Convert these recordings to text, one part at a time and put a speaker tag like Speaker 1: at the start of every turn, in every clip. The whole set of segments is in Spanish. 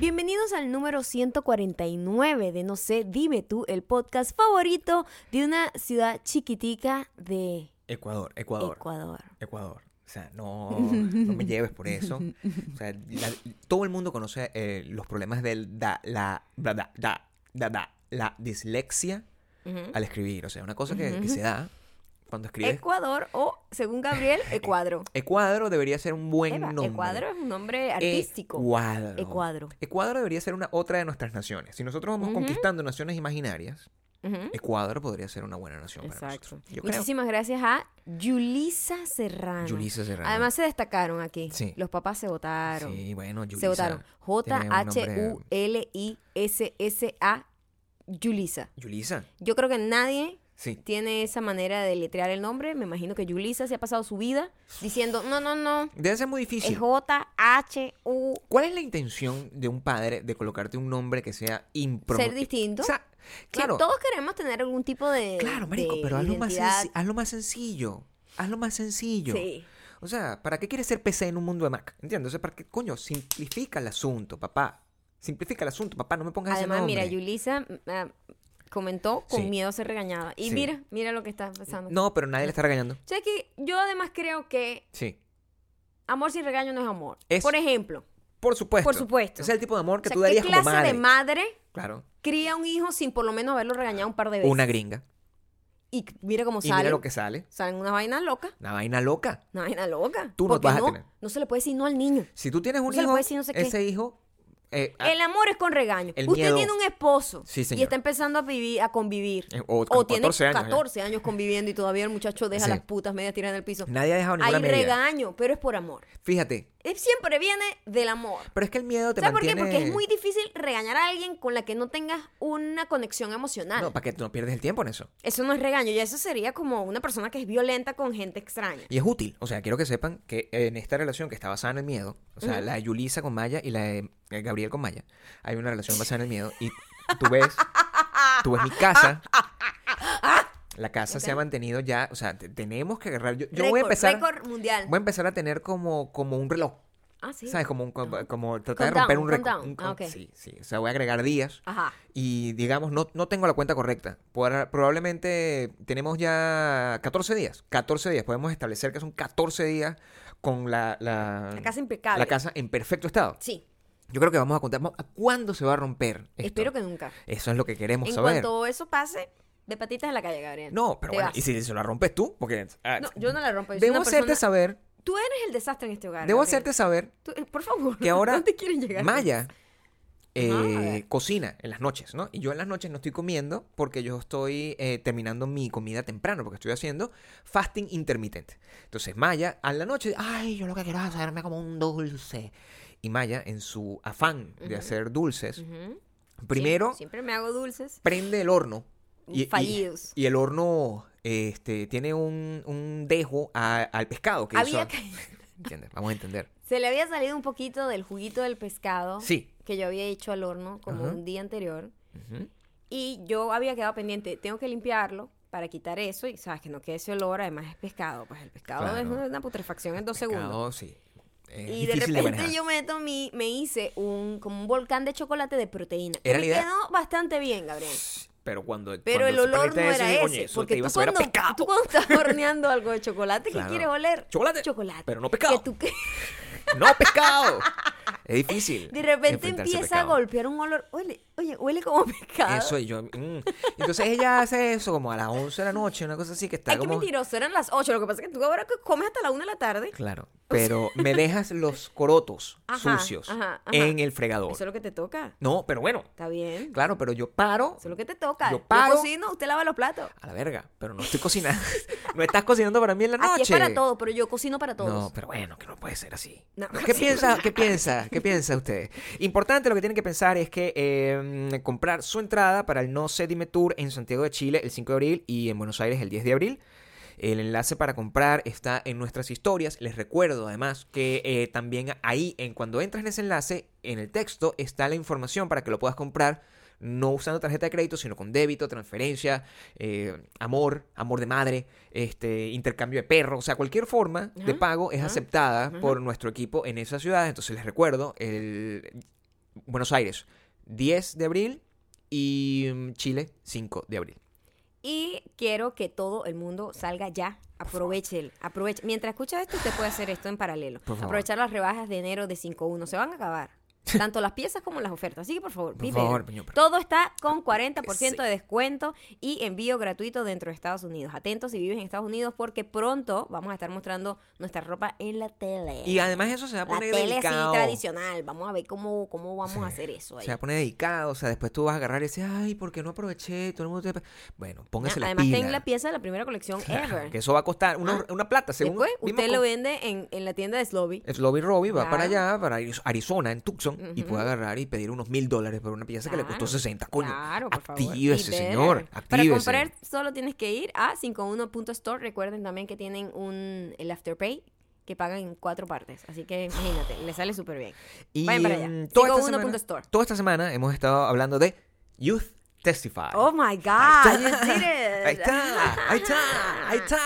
Speaker 1: Bienvenidos al número 149 de No sé, dime tú, el podcast favorito de una ciudad chiquitica de
Speaker 2: Ecuador, Ecuador,
Speaker 1: Ecuador.
Speaker 2: Ecuador. O sea, no, no me lleves por eso. O sea, la- todo el mundo conoce eh, los problemas del da, la, da, da, da, da, da, la dislexia
Speaker 1: Ujú.
Speaker 2: al escribir. O sea, una cosa que, que se da cuando escribes.
Speaker 1: Ecuador o, según Gabriel, Ecuadro.
Speaker 2: Ecuadro debería ser un buen
Speaker 1: Eva,
Speaker 2: nombre.
Speaker 1: Ecuadro es un nombre artístico.
Speaker 2: Ecuadro.
Speaker 1: Ecuadro.
Speaker 2: Ecuador debería ser una otra de nuestras naciones. Si nosotros vamos
Speaker 1: Ujú.
Speaker 2: conquistando naciones imaginarias,
Speaker 1: Ujú.
Speaker 2: Ecuador podría ser una buena nación para
Speaker 1: Exacto.
Speaker 2: nosotros. Yo creo.
Speaker 1: Muchísimas gracias a Yulisa Serrano.
Speaker 2: Yulisa Serrano.
Speaker 1: Además se destacaron aquí.
Speaker 2: Sí.
Speaker 1: Los papás se votaron.
Speaker 2: Sí, bueno, Yulisa
Speaker 1: se votaron.
Speaker 2: tiene un nombre-
Speaker 1: J-H-U-L-I-S-S-A. Yulisa.
Speaker 2: Yulisa.
Speaker 1: Yo creo que nadie
Speaker 2: Sí.
Speaker 1: tiene esa manera de letrear el nombre. Me imagino que Yulisa se ha pasado su vida diciendo, no, no, no,
Speaker 2: Debe ser muy
Speaker 1: es
Speaker 2: difícil.
Speaker 1: J-H-U.
Speaker 2: ¿Cuál es la intención de un padre de colocarte un nombre que sea impronunciable?
Speaker 1: Ser distinto.
Speaker 2: O sea, claro,
Speaker 1: todos queremos tener algún tipo de.
Speaker 2: claro, marico,
Speaker 1: de
Speaker 2: pero hazlo más,
Speaker 1: identidad.
Speaker 2: senc- hazlo más sencillo. Hazlo más sencillo.
Speaker 1: Sí.
Speaker 2: O sea, ¿para qué quieres ser PC en un mundo de Mac? ¿Entiendes? O sea, ¿para qué? Coño, simplifica el asunto, papá. Simplifica el asunto, papá. No me pongas ese
Speaker 1: Además, mira,
Speaker 2: nombre.
Speaker 1: Yulisa mm, ah, comentó con
Speaker 2: Sí.
Speaker 1: miedo a ser regañada. Y
Speaker 2: Sí.
Speaker 1: mira, mira lo que está pasando.
Speaker 2: No, pero nadie le está regañando.
Speaker 1: O sea que yo además creo que
Speaker 2: Sí.
Speaker 1: amor sin regaño no es amor.
Speaker 2: Es-
Speaker 1: Por ejemplo,
Speaker 2: Por supuesto.
Speaker 1: Por supuesto.
Speaker 2: Ese es el tipo de amor que
Speaker 1: o sea,
Speaker 2: tú
Speaker 1: ¿qué
Speaker 2: darías
Speaker 1: clase
Speaker 2: como madre.
Speaker 1: de madre
Speaker 2: Claro.
Speaker 1: cría a un hijo sin por lo menos haberlo regañado un par de veces?
Speaker 2: Una gringa.
Speaker 1: Y mira cómo
Speaker 2: Y
Speaker 1: sale.
Speaker 2: mira lo que sale.
Speaker 1: Salen unas vainas locas.
Speaker 2: Una vaina loca.
Speaker 1: Una vaina loca.
Speaker 2: Tú no
Speaker 1: Porque
Speaker 2: vas a tener.
Speaker 1: No se le puede decir no al niño.
Speaker 2: Si tú tienes un
Speaker 1: se le
Speaker 2: hijo,
Speaker 1: puede decir no sé qué.
Speaker 2: ese hijo... eh, ah,
Speaker 1: El amor es con regaño.
Speaker 2: El
Speaker 1: Usted
Speaker 2: miedo.
Speaker 1: tiene un esposo
Speaker 2: Sí, señor.
Speaker 1: y está empezando a vivir, a convivir.
Speaker 2: Eh, o con
Speaker 1: o tiene
Speaker 2: 14 años ya.
Speaker 1: 14 años conviviendo y todavía el muchacho deja
Speaker 2: Sí.
Speaker 1: las putas medias tiradas en el piso.
Speaker 2: Nadie ha dejado
Speaker 1: Hay
Speaker 2: ninguna medida.
Speaker 1: regaño, pero es por amor.
Speaker 2: Fíjate.
Speaker 1: Eh, Siempre viene del amor.
Speaker 2: Pero es que el miedo te
Speaker 1: ¿Sabes
Speaker 2: mantiene...
Speaker 1: por qué? Porque es muy difícil regañar a alguien con la que no tengas una conexión emocional.
Speaker 2: No, para que tú no pierdes el tiempo en eso.
Speaker 1: Eso no es regaño, ya eso sería como una persona que es violenta con gente extraña.
Speaker 2: Y es útil. O sea, quiero que sepan que en esta relación que está basada en el miedo, o sea, la de Yulisa con Maya y la de eh, Gabriel con Maya, hay una relación basada en el miedo. Y tú ves, tú ves mi casa. La casa se ha mantenido ya. O sea, te- tenemos que agarrar. Yo, yo voy a
Speaker 1: Récord,
Speaker 2: empezar.
Speaker 1: récord mundial.
Speaker 2: Voy a empezar a tener como, como un reloj.
Speaker 1: ah, sí.
Speaker 2: ¿Sabes? Como, un, como, como tratar de
Speaker 1: Countdown,
Speaker 2: romper un récord.
Speaker 1: countdown.
Speaker 2: Un-
Speaker 1: Ah, ok.
Speaker 2: Sí, sí. O sea, voy a agregar días.
Speaker 1: Ajá.
Speaker 2: Y digamos, no, no tengo la cuenta correcta. Por- probablemente tenemos ya 14 días. 14 días. Podemos establecer que son 14 días con la, la,
Speaker 1: La casa impecable.
Speaker 2: Mm. la casa en perfecto estado.
Speaker 1: Sí,
Speaker 2: Yo creo que vamos a contar vamos- a cuándo se va a romper. Esto?
Speaker 1: espero que nunca.
Speaker 2: Eso es lo que queremos
Speaker 1: En
Speaker 2: saber.
Speaker 1: cuanto eso pase, de patitas en la calle, Gabriel.
Speaker 2: No, pero
Speaker 1: Te
Speaker 2: bueno,
Speaker 1: vas.
Speaker 2: ¿y si se la rompes tú? Porque. ah,
Speaker 1: No, yo no la rompo. yo soy
Speaker 2: Debo
Speaker 1: una
Speaker 2: hacerte
Speaker 1: persona-
Speaker 2: saber.
Speaker 1: Tú eres el desastre en este hogar.
Speaker 2: Debo
Speaker 1: Gabriel.
Speaker 2: hacerte saber
Speaker 1: Tú- eh, por favor.
Speaker 2: que ahora
Speaker 1: ¿Dónde quieren llegar?
Speaker 2: Maya eh,
Speaker 1: a ver.
Speaker 2: cocina en las noches, ¿no? Y yo en las noches no estoy comiendo porque yo estoy eh, terminando mi comida temprano, porque estoy haciendo fasting intermitente. Entonces Maya a la noche, ay, yo lo que quiero es hacerme como un dulce. Y Maya, en su afán de hacer dulces,
Speaker 1: Ujú.
Speaker 2: primero
Speaker 1: Siempre, siempre me hago dulces.
Speaker 2: prende el horno.
Speaker 1: Fallidos.
Speaker 2: Y, el horno este, tiene un, un dejo a- al pescado que
Speaker 1: Había
Speaker 2: hizo-
Speaker 1: ca-
Speaker 2: ¿Entiendes? Vamos a entender.
Speaker 1: Se le había salido un poquito del juguito del pescado
Speaker 2: Sí.
Speaker 1: que yo había hecho al horno como
Speaker 2: Ajá.
Speaker 1: un día anterior.
Speaker 2: Ujú.
Speaker 1: Y yo había quedado pendiente, tengo que limpiarlo para quitar eso y sabes que no quede ese olor, además es pescado, pues el pescado
Speaker 2: Claro.
Speaker 1: es una, una putrefacción en dos segundos.
Speaker 2: Pescado, sí. Es
Speaker 1: Y de
Speaker 2: difícil
Speaker 1: repente
Speaker 2: manejar.
Speaker 1: yo meto mi, me hice un como un volcán de chocolate de proteína. que
Speaker 2: Era
Speaker 1: me
Speaker 2: la idea.
Speaker 1: quedó bastante bien, Gabriel.
Speaker 2: Pero cuando
Speaker 1: Pero
Speaker 2: cuando
Speaker 1: el
Speaker 2: se
Speaker 1: olor no
Speaker 2: prende eso,
Speaker 1: era
Speaker 2: digo, "Oye,
Speaker 1: ese.
Speaker 2: eso te
Speaker 1: Porque
Speaker 2: iba
Speaker 1: tú
Speaker 2: a saber a
Speaker 1: cuando,
Speaker 2: pescado".
Speaker 1: tú cuando estás horneando algo de chocolate, ¿qué
Speaker 2: Claro.
Speaker 1: quieres oler?
Speaker 2: Chocolate.
Speaker 1: Chocolate.
Speaker 2: Pero no pescado.
Speaker 1: Que tú que-
Speaker 2: No pescado. es difícil.
Speaker 1: de repente
Speaker 2: enfrentarse
Speaker 1: empieza a
Speaker 2: pescado.
Speaker 1: golpear un olor. Oye, oye, huele como pescado.
Speaker 2: Eso y yo. mm. Entonces ella hace eso como a las 11 de la noche, una cosa así que está
Speaker 1: Ay, qué
Speaker 2: como.
Speaker 1: mentiroso, eran las 8. Lo que pasa es que tú ahora que comes hasta la 1 de la tarde.
Speaker 2: Claro. Pero me dejas los corotos
Speaker 1: Ajá,
Speaker 2: sucios
Speaker 1: ajá, ajá.
Speaker 2: en el fregador.
Speaker 1: Eso es lo que te toca.
Speaker 2: No, pero bueno.
Speaker 1: Está bien.
Speaker 2: Claro, pero yo paro
Speaker 1: Eso es lo que te toca.
Speaker 2: Yo paro.
Speaker 1: cocino, usted lava los platos.
Speaker 2: a la verga. Pero no estoy cocinando. no estás cocinando para mí en la noche.
Speaker 1: Aquí es para todo, pero yo cocino para
Speaker 2: No,
Speaker 1: todos.
Speaker 2: pero bueno, que no puede ser así.
Speaker 1: No.
Speaker 2: ¿Qué piensa, qué piensa, qué piensa usted? Importante lo que tienen que pensar es que eh, comprar su entrada para el No Sé Dime Tour en Santiago de Chile el 5 de abril y en Buenos Aires el 10 de abril. El enlace para comprar está en nuestras historias. Les recuerdo además que eh, también ahí, en cuando entras en ese enlace, en el texto está la información para que lo puedas comprar. No usando tarjeta de crédito, sino con débito, transferencia, eh, amor, amor de madre, este, intercambio de perro. O sea, cualquier forma de
Speaker 1: Ajá.
Speaker 2: pago es
Speaker 1: Ajá.
Speaker 2: aceptada por nuestro equipo en esas ciudades. Entonces les recuerdo, el, Buenos Aires 10 de abril y mm, Chile 5 de abril.
Speaker 1: Y quiero que todo el mundo salga ya. Aprovechen, aprovechen. Mientras escucha esto, usted puede hacer esto en paralelo.
Speaker 2: Por favor.
Speaker 1: Aprovechar las rebajas de enero de 5.1. Se van a acabar. Tanto las piezas como las ofertas. Así que, por favor,
Speaker 2: Por
Speaker 1: pide.
Speaker 2: favor, coño, pero-
Speaker 1: Todo está con 40%
Speaker 2: Sí.
Speaker 1: de descuento y envío gratuito dentro de Estados Unidos. Atentos si vives en Estados Unidos porque pronto vamos a estar mostrando nuestra ropa en la tele.
Speaker 2: Y además eso se va a
Speaker 1: la
Speaker 2: poner
Speaker 1: tele así
Speaker 2: delicado.
Speaker 1: tradicional. Vamos a ver cómo, cómo vamos a hacer eso ahí.
Speaker 2: se va a poner dedicado, o sea, después tú vas a agarrar y dices, ay, ¿por qué no aproveché? Todo el mundo te... Bueno, póngase la
Speaker 1: Además,
Speaker 2: pila.
Speaker 1: tengo la pieza de la primera colección ever.
Speaker 2: Que eso va a costar una, una plata, según
Speaker 1: Después,
Speaker 2: vimos
Speaker 1: usted
Speaker 2: con-
Speaker 1: lo vende en, en la tienda de Slobby.
Speaker 2: Es Lobby Robbie, va para
Speaker 1: Claro.
Speaker 2: allá, para Ari- Arizona, en Tucson, y puede agarrar y pedir unos mil dólares por una pieza que le costó
Speaker 1: Claro,
Speaker 2: 60, coño.
Speaker 1: Claro, por favor.
Speaker 2: Actívese,
Speaker 1: Y
Speaker 2: señor.
Speaker 1: ver.
Speaker 2: Actívese.
Speaker 1: Para comprar solo tienes que ir a 51.store. Recuerden también que tienen un el Afterpay que pagan en cuatro partes. Así que imagínate, le sale súper bien.
Speaker 2: Y
Speaker 1: Vayan para allá.
Speaker 2: mm, toda esta, semana,
Speaker 1: 51.store.
Speaker 2: toda esta semana hemos estado hablando de Youth Testify.
Speaker 1: Oh my God, you did it. Ah.
Speaker 2: Ahí está, ahí está, ahí está.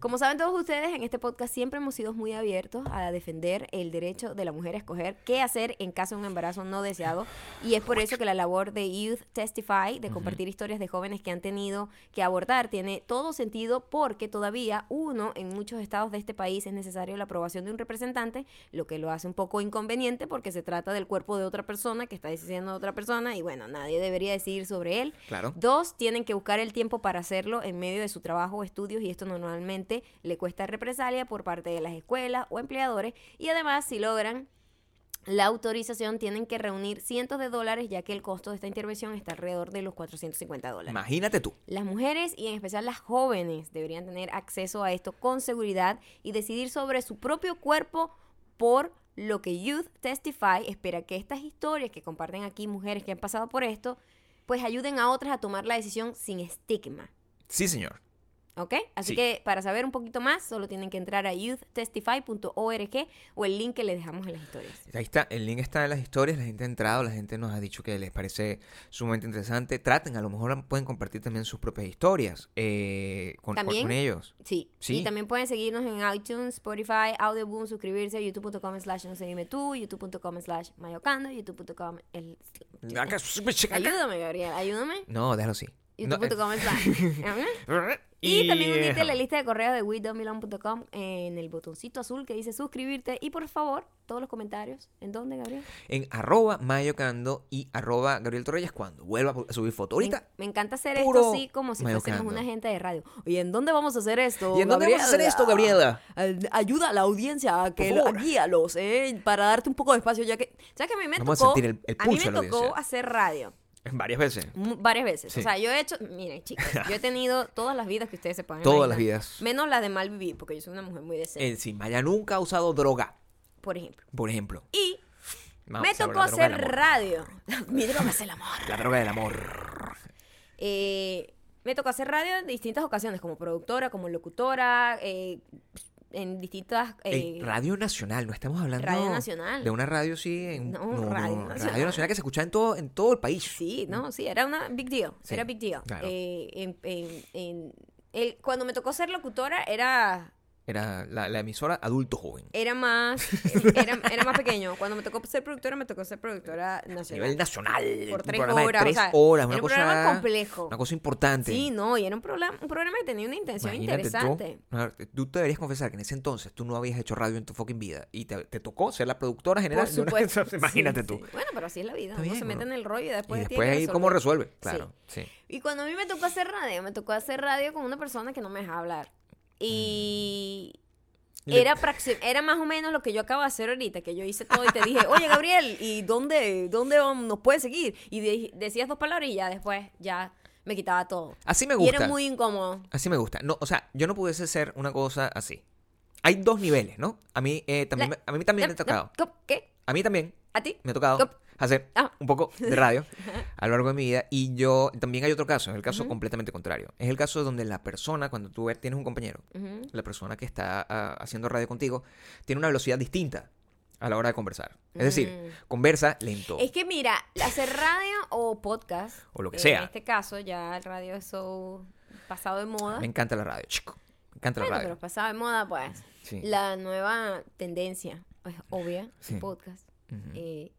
Speaker 1: Como saben todos ustedes, en este podcast siempre hemos sido muy abiertos a defender el derecho de la mujer a escoger qué hacer en caso de un embarazo no deseado. Y es por eso que la labor de Youth Testify, de compartir historias de jóvenes que han tenido que abortar, tiene todo sentido porque todavía uno, en muchos estados de este país, es necesario la aprobación de un representante, lo que lo hace un poco inconveniente porque se trata del cuerpo de otra persona que está decidiendo otra persona y bueno, nadie debería decidir sobre él.
Speaker 2: Claro.
Speaker 1: Dos, tienen que buscar el tiempo para hacerlo en medio de su trabajo o estudios y esto normalmente le cuesta represalia por parte de las escuelas o empleadores y además si logran la autorización tienen que reunir cientos de dólares ya que el costo de esta intervención está alrededor de los 450 dólares.
Speaker 2: Imagínate tú.
Speaker 1: Las mujeres y en especial las jóvenes deberían tener acceso a esto con seguridad y decidir sobre su propio cuerpo por lo que Youth Testify espera que estas historias que comparten aquí mujeres que han pasado por esto, pues ayuden a otras a tomar la decisión sin estigma.
Speaker 2: Sí, señor.
Speaker 1: ¿Ok? Así
Speaker 2: Sí.
Speaker 1: que para saber un poquito más, solo tienen que entrar a youthtestify.org o el link que les dejamos en las historias.
Speaker 2: Ahí está, el link está en las historias, la gente ha entrado, la gente nos ha dicho que les parece sumamente interesante. Traten, a lo mejor pueden compartir también sus propias historias eh, con, con-
Speaker 1: También-
Speaker 2: con ellos.
Speaker 1: Sí.
Speaker 2: Sí.
Speaker 1: Y también pueden seguirnos en iTunes, Spotify, Audioboom, suscribirse a youtube.com slash no sé dime tú, youtube.com slash mayocando, youtube.com el-
Speaker 2: Acá,
Speaker 1: Ayúdame, Gabriel, ayúdame.
Speaker 2: No, déjalo así. No,
Speaker 1: youtube.com slash Ajá.
Speaker 2: eh,
Speaker 1: Y, también
Speaker 2: y-
Speaker 1: unirte a la lista de correos de WeDoMilon.com en el botoncito azul que dice suscribirte. Y por favor, todos los comentarios. ¿En dónde, Gabriel?
Speaker 2: En arroba mayocando y arroba Gabriel Torreyes cuando vuelva a subir foto.
Speaker 1: Me,
Speaker 2: Ahorita.
Speaker 1: me encanta hacer
Speaker 2: puro
Speaker 1: esto así como si fuésemos
Speaker 2: mayocando.
Speaker 1: una gente de radio. Oye, ¿en dónde vamos a hacer esto?
Speaker 2: ¿Y en dónde vamos a hacer esto, Gabriela?
Speaker 1: Ay, Ayuda a la audiencia a que
Speaker 2: Por
Speaker 1: lo,
Speaker 2: favor.
Speaker 1: guíalos, ¿eh? Para darte un poco de espacio, ya que. ¿Sabes que a mí me
Speaker 2: Vamos a
Speaker 1: tocó?
Speaker 2: sentir el- el
Speaker 1: a mí
Speaker 2: pulso de
Speaker 1: me
Speaker 2: la
Speaker 1: tocó
Speaker 2: audiencia.
Speaker 1: hacer radio.
Speaker 2: Varias veces.
Speaker 1: mu- varias veces.
Speaker 2: Sí.
Speaker 1: O sea, yo he hecho, miren, chicas, yo he tenido todas las vidas que ustedes se puedan
Speaker 2: Todas las
Speaker 1: imaginar,
Speaker 2: vidas. Eh.
Speaker 1: Menos la de mal vivir, porque yo soy una mujer muy decente,
Speaker 2: El si Maya nunca ha usado droga,
Speaker 1: por ejemplo.
Speaker 2: por ejemplo.
Speaker 1: Y me
Speaker 2: Vamos a hablar
Speaker 1: tocó
Speaker 2: de la droga del
Speaker 1: hacer
Speaker 2: amor.
Speaker 1: radio. Mi droga es el amor.
Speaker 2: La droga del amor.
Speaker 1: Eh, me tocó hacer radio en distintas ocasiones, como productora, como locutora, eh, en distintas... eh,
Speaker 2: En radio Nacional, no estamos hablando
Speaker 1: Radio Nacional.
Speaker 2: de una radio sí en
Speaker 1: No, Radio Nacional.
Speaker 2: Radio Nacional que se escuchaba en todo en todo el país.
Speaker 1: Sí, no, sí, era una big deal.
Speaker 2: Mm. Sí,
Speaker 1: era big deal.
Speaker 2: claro.
Speaker 1: Eh, en- en- en- el- cuando me tocó ser locutora era
Speaker 2: Era la, la emisora adulto joven.
Speaker 1: era más era, era más pequeño. Cuando me tocó ser productora, me tocó ser productora
Speaker 2: A nivel
Speaker 1: nacional.
Speaker 2: nacional.
Speaker 1: Por
Speaker 2: eh, un
Speaker 1: tres
Speaker 2: programa de
Speaker 1: horas, o
Speaker 2: tres
Speaker 1: sea,
Speaker 2: horas,
Speaker 1: era
Speaker 2: una
Speaker 1: un
Speaker 2: cosa
Speaker 1: programa complejo.
Speaker 2: Una cosa importante.
Speaker 1: Sí, no, y era un programa, un programa que tenía una intención
Speaker 2: Imagínate
Speaker 1: interesante.
Speaker 2: Tú, A ver, tú te deberías confesar que en ese entonces tú no habías hecho radio en tu fucking vida y te, te tocó ser la productora general.
Speaker 1: Por
Speaker 2: de una-
Speaker 1: supuesto. Sí,
Speaker 2: Imagínate
Speaker 1: sí.
Speaker 2: tú.
Speaker 1: Bueno, pero así es la vida.
Speaker 2: Está
Speaker 1: Uno
Speaker 2: bien,
Speaker 1: se
Speaker 2: bueno.
Speaker 1: mete en el rollo y después.
Speaker 2: y
Speaker 1: tiene
Speaker 2: después
Speaker 1: que
Speaker 2: ahí cómo
Speaker 1: resolver.
Speaker 2: resuelve.
Speaker 1: Sí.
Speaker 2: Claro, sí.
Speaker 1: Y cuando a mí me tocó hacer radio, me tocó hacer radio con una persona que no me deja hablar. Y.
Speaker 2: Le-
Speaker 1: Era, praxi- era más o menos lo que yo acabo de hacer ahorita, que yo hice todo y te dije, oye Gabriel, ¿y dónde, dónde vamos- nos puedes seguir? Y de- decías dos palabras y ya después ya me quitaba todo.
Speaker 2: Así me
Speaker 1: Y era
Speaker 2: gusta.
Speaker 1: muy incómodo.
Speaker 2: Así me gusta. No, o sea, yo no pudiese ser una cosa así. Hay dos niveles, ¿no? A mí, eh, también,
Speaker 1: La-
Speaker 2: me- a mí también me ha
Speaker 1: Em,
Speaker 2: tocado.
Speaker 1: no, ¿Qué?
Speaker 2: A mí también
Speaker 1: ¿A ti?
Speaker 2: me ha tocado
Speaker 1: Cop-
Speaker 2: hacer
Speaker 1: Ah.
Speaker 2: un poco de radio a lo largo de mi vida. Y yo, también hay otro caso, el caso completamente contrario. Es el caso donde la persona, cuando tú tienes un compañero,
Speaker 1: Ujú.
Speaker 2: la persona que está ah, haciendo radio contigo, tiene una velocidad distinta a la hora de conversar. Es decir, conversa lento.
Speaker 1: Mm. Es que mira, hacer radio o podcast,
Speaker 2: Oh. O lo que
Speaker 1: eh,
Speaker 2: sea.
Speaker 1: En este caso ya el radio es so pasado de moda.
Speaker 2: Me encanta la radio, chico. Me encanta
Speaker 1: Bueno,
Speaker 2: la
Speaker 1: pero
Speaker 2: radio.
Speaker 1: pasado de moda, pues.
Speaker 2: Sí.
Speaker 1: La nueva tendencia, pues obvia,
Speaker 2: Sí. Mm.
Speaker 1: el podcast.
Speaker 2: Ujú.
Speaker 1: eh,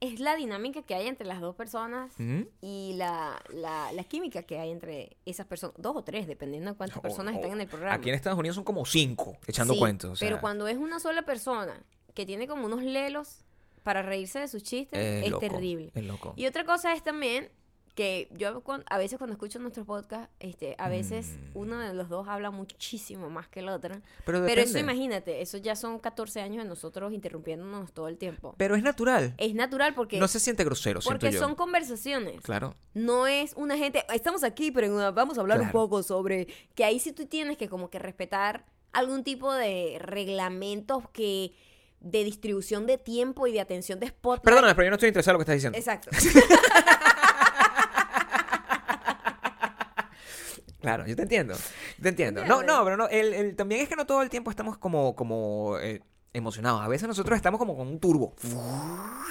Speaker 1: es la dinámica que hay entre las dos personas
Speaker 2: Ujú.
Speaker 1: y la, la, la química que hay entre esas personas, dos o tres, dependiendo de cuántas
Speaker 2: O-
Speaker 1: personas
Speaker 2: o-
Speaker 1: están en el programa.
Speaker 2: Aquí en Estados Unidos son como cinco, echando
Speaker 1: Sí,
Speaker 2: cuentos. o sea,
Speaker 1: Pero cuando es una sola persona que tiene como unos lelos para reírse de sus chistes,
Speaker 2: es
Speaker 1: es
Speaker 2: loco,
Speaker 1: terrible.
Speaker 2: Es loco.
Speaker 1: Y otra cosa es también que yo cuan- a veces cuando escucho nuestros podcasts, este, a veces
Speaker 2: Mm.
Speaker 1: uno de los dos habla muchísimo más que el otro.
Speaker 2: Pero,
Speaker 1: Pero eso
Speaker 2: depende.
Speaker 1: imagínate, eso ya son 14 años de nosotros interrumpiéndonos todo el tiempo.
Speaker 2: Pero es natural.
Speaker 1: Es natural porque,
Speaker 2: No se siente grosero, siento
Speaker 1: porque
Speaker 2: yo.
Speaker 1: son conversaciones.
Speaker 2: Claro.
Speaker 1: No es una gente, estamos aquí, pero en una- vamos a hablar un
Speaker 2: Claro.
Speaker 1: poco sobre que ahí sí tú tienes que como que respetar algún tipo de reglamentos que de distribución de tiempo y de atención de spot.
Speaker 2: Perdóname, pero yo no estoy interesado en lo que estás diciendo.
Speaker 1: Exacto.
Speaker 2: Claro, yo te entiendo. Yo te entiendo. No,
Speaker 1: ¿Entiendes?
Speaker 2: no, pero no. El, el- también es que no todo el tiempo estamos como, como eh, emocionados. A veces nosotros estamos como con un turbo.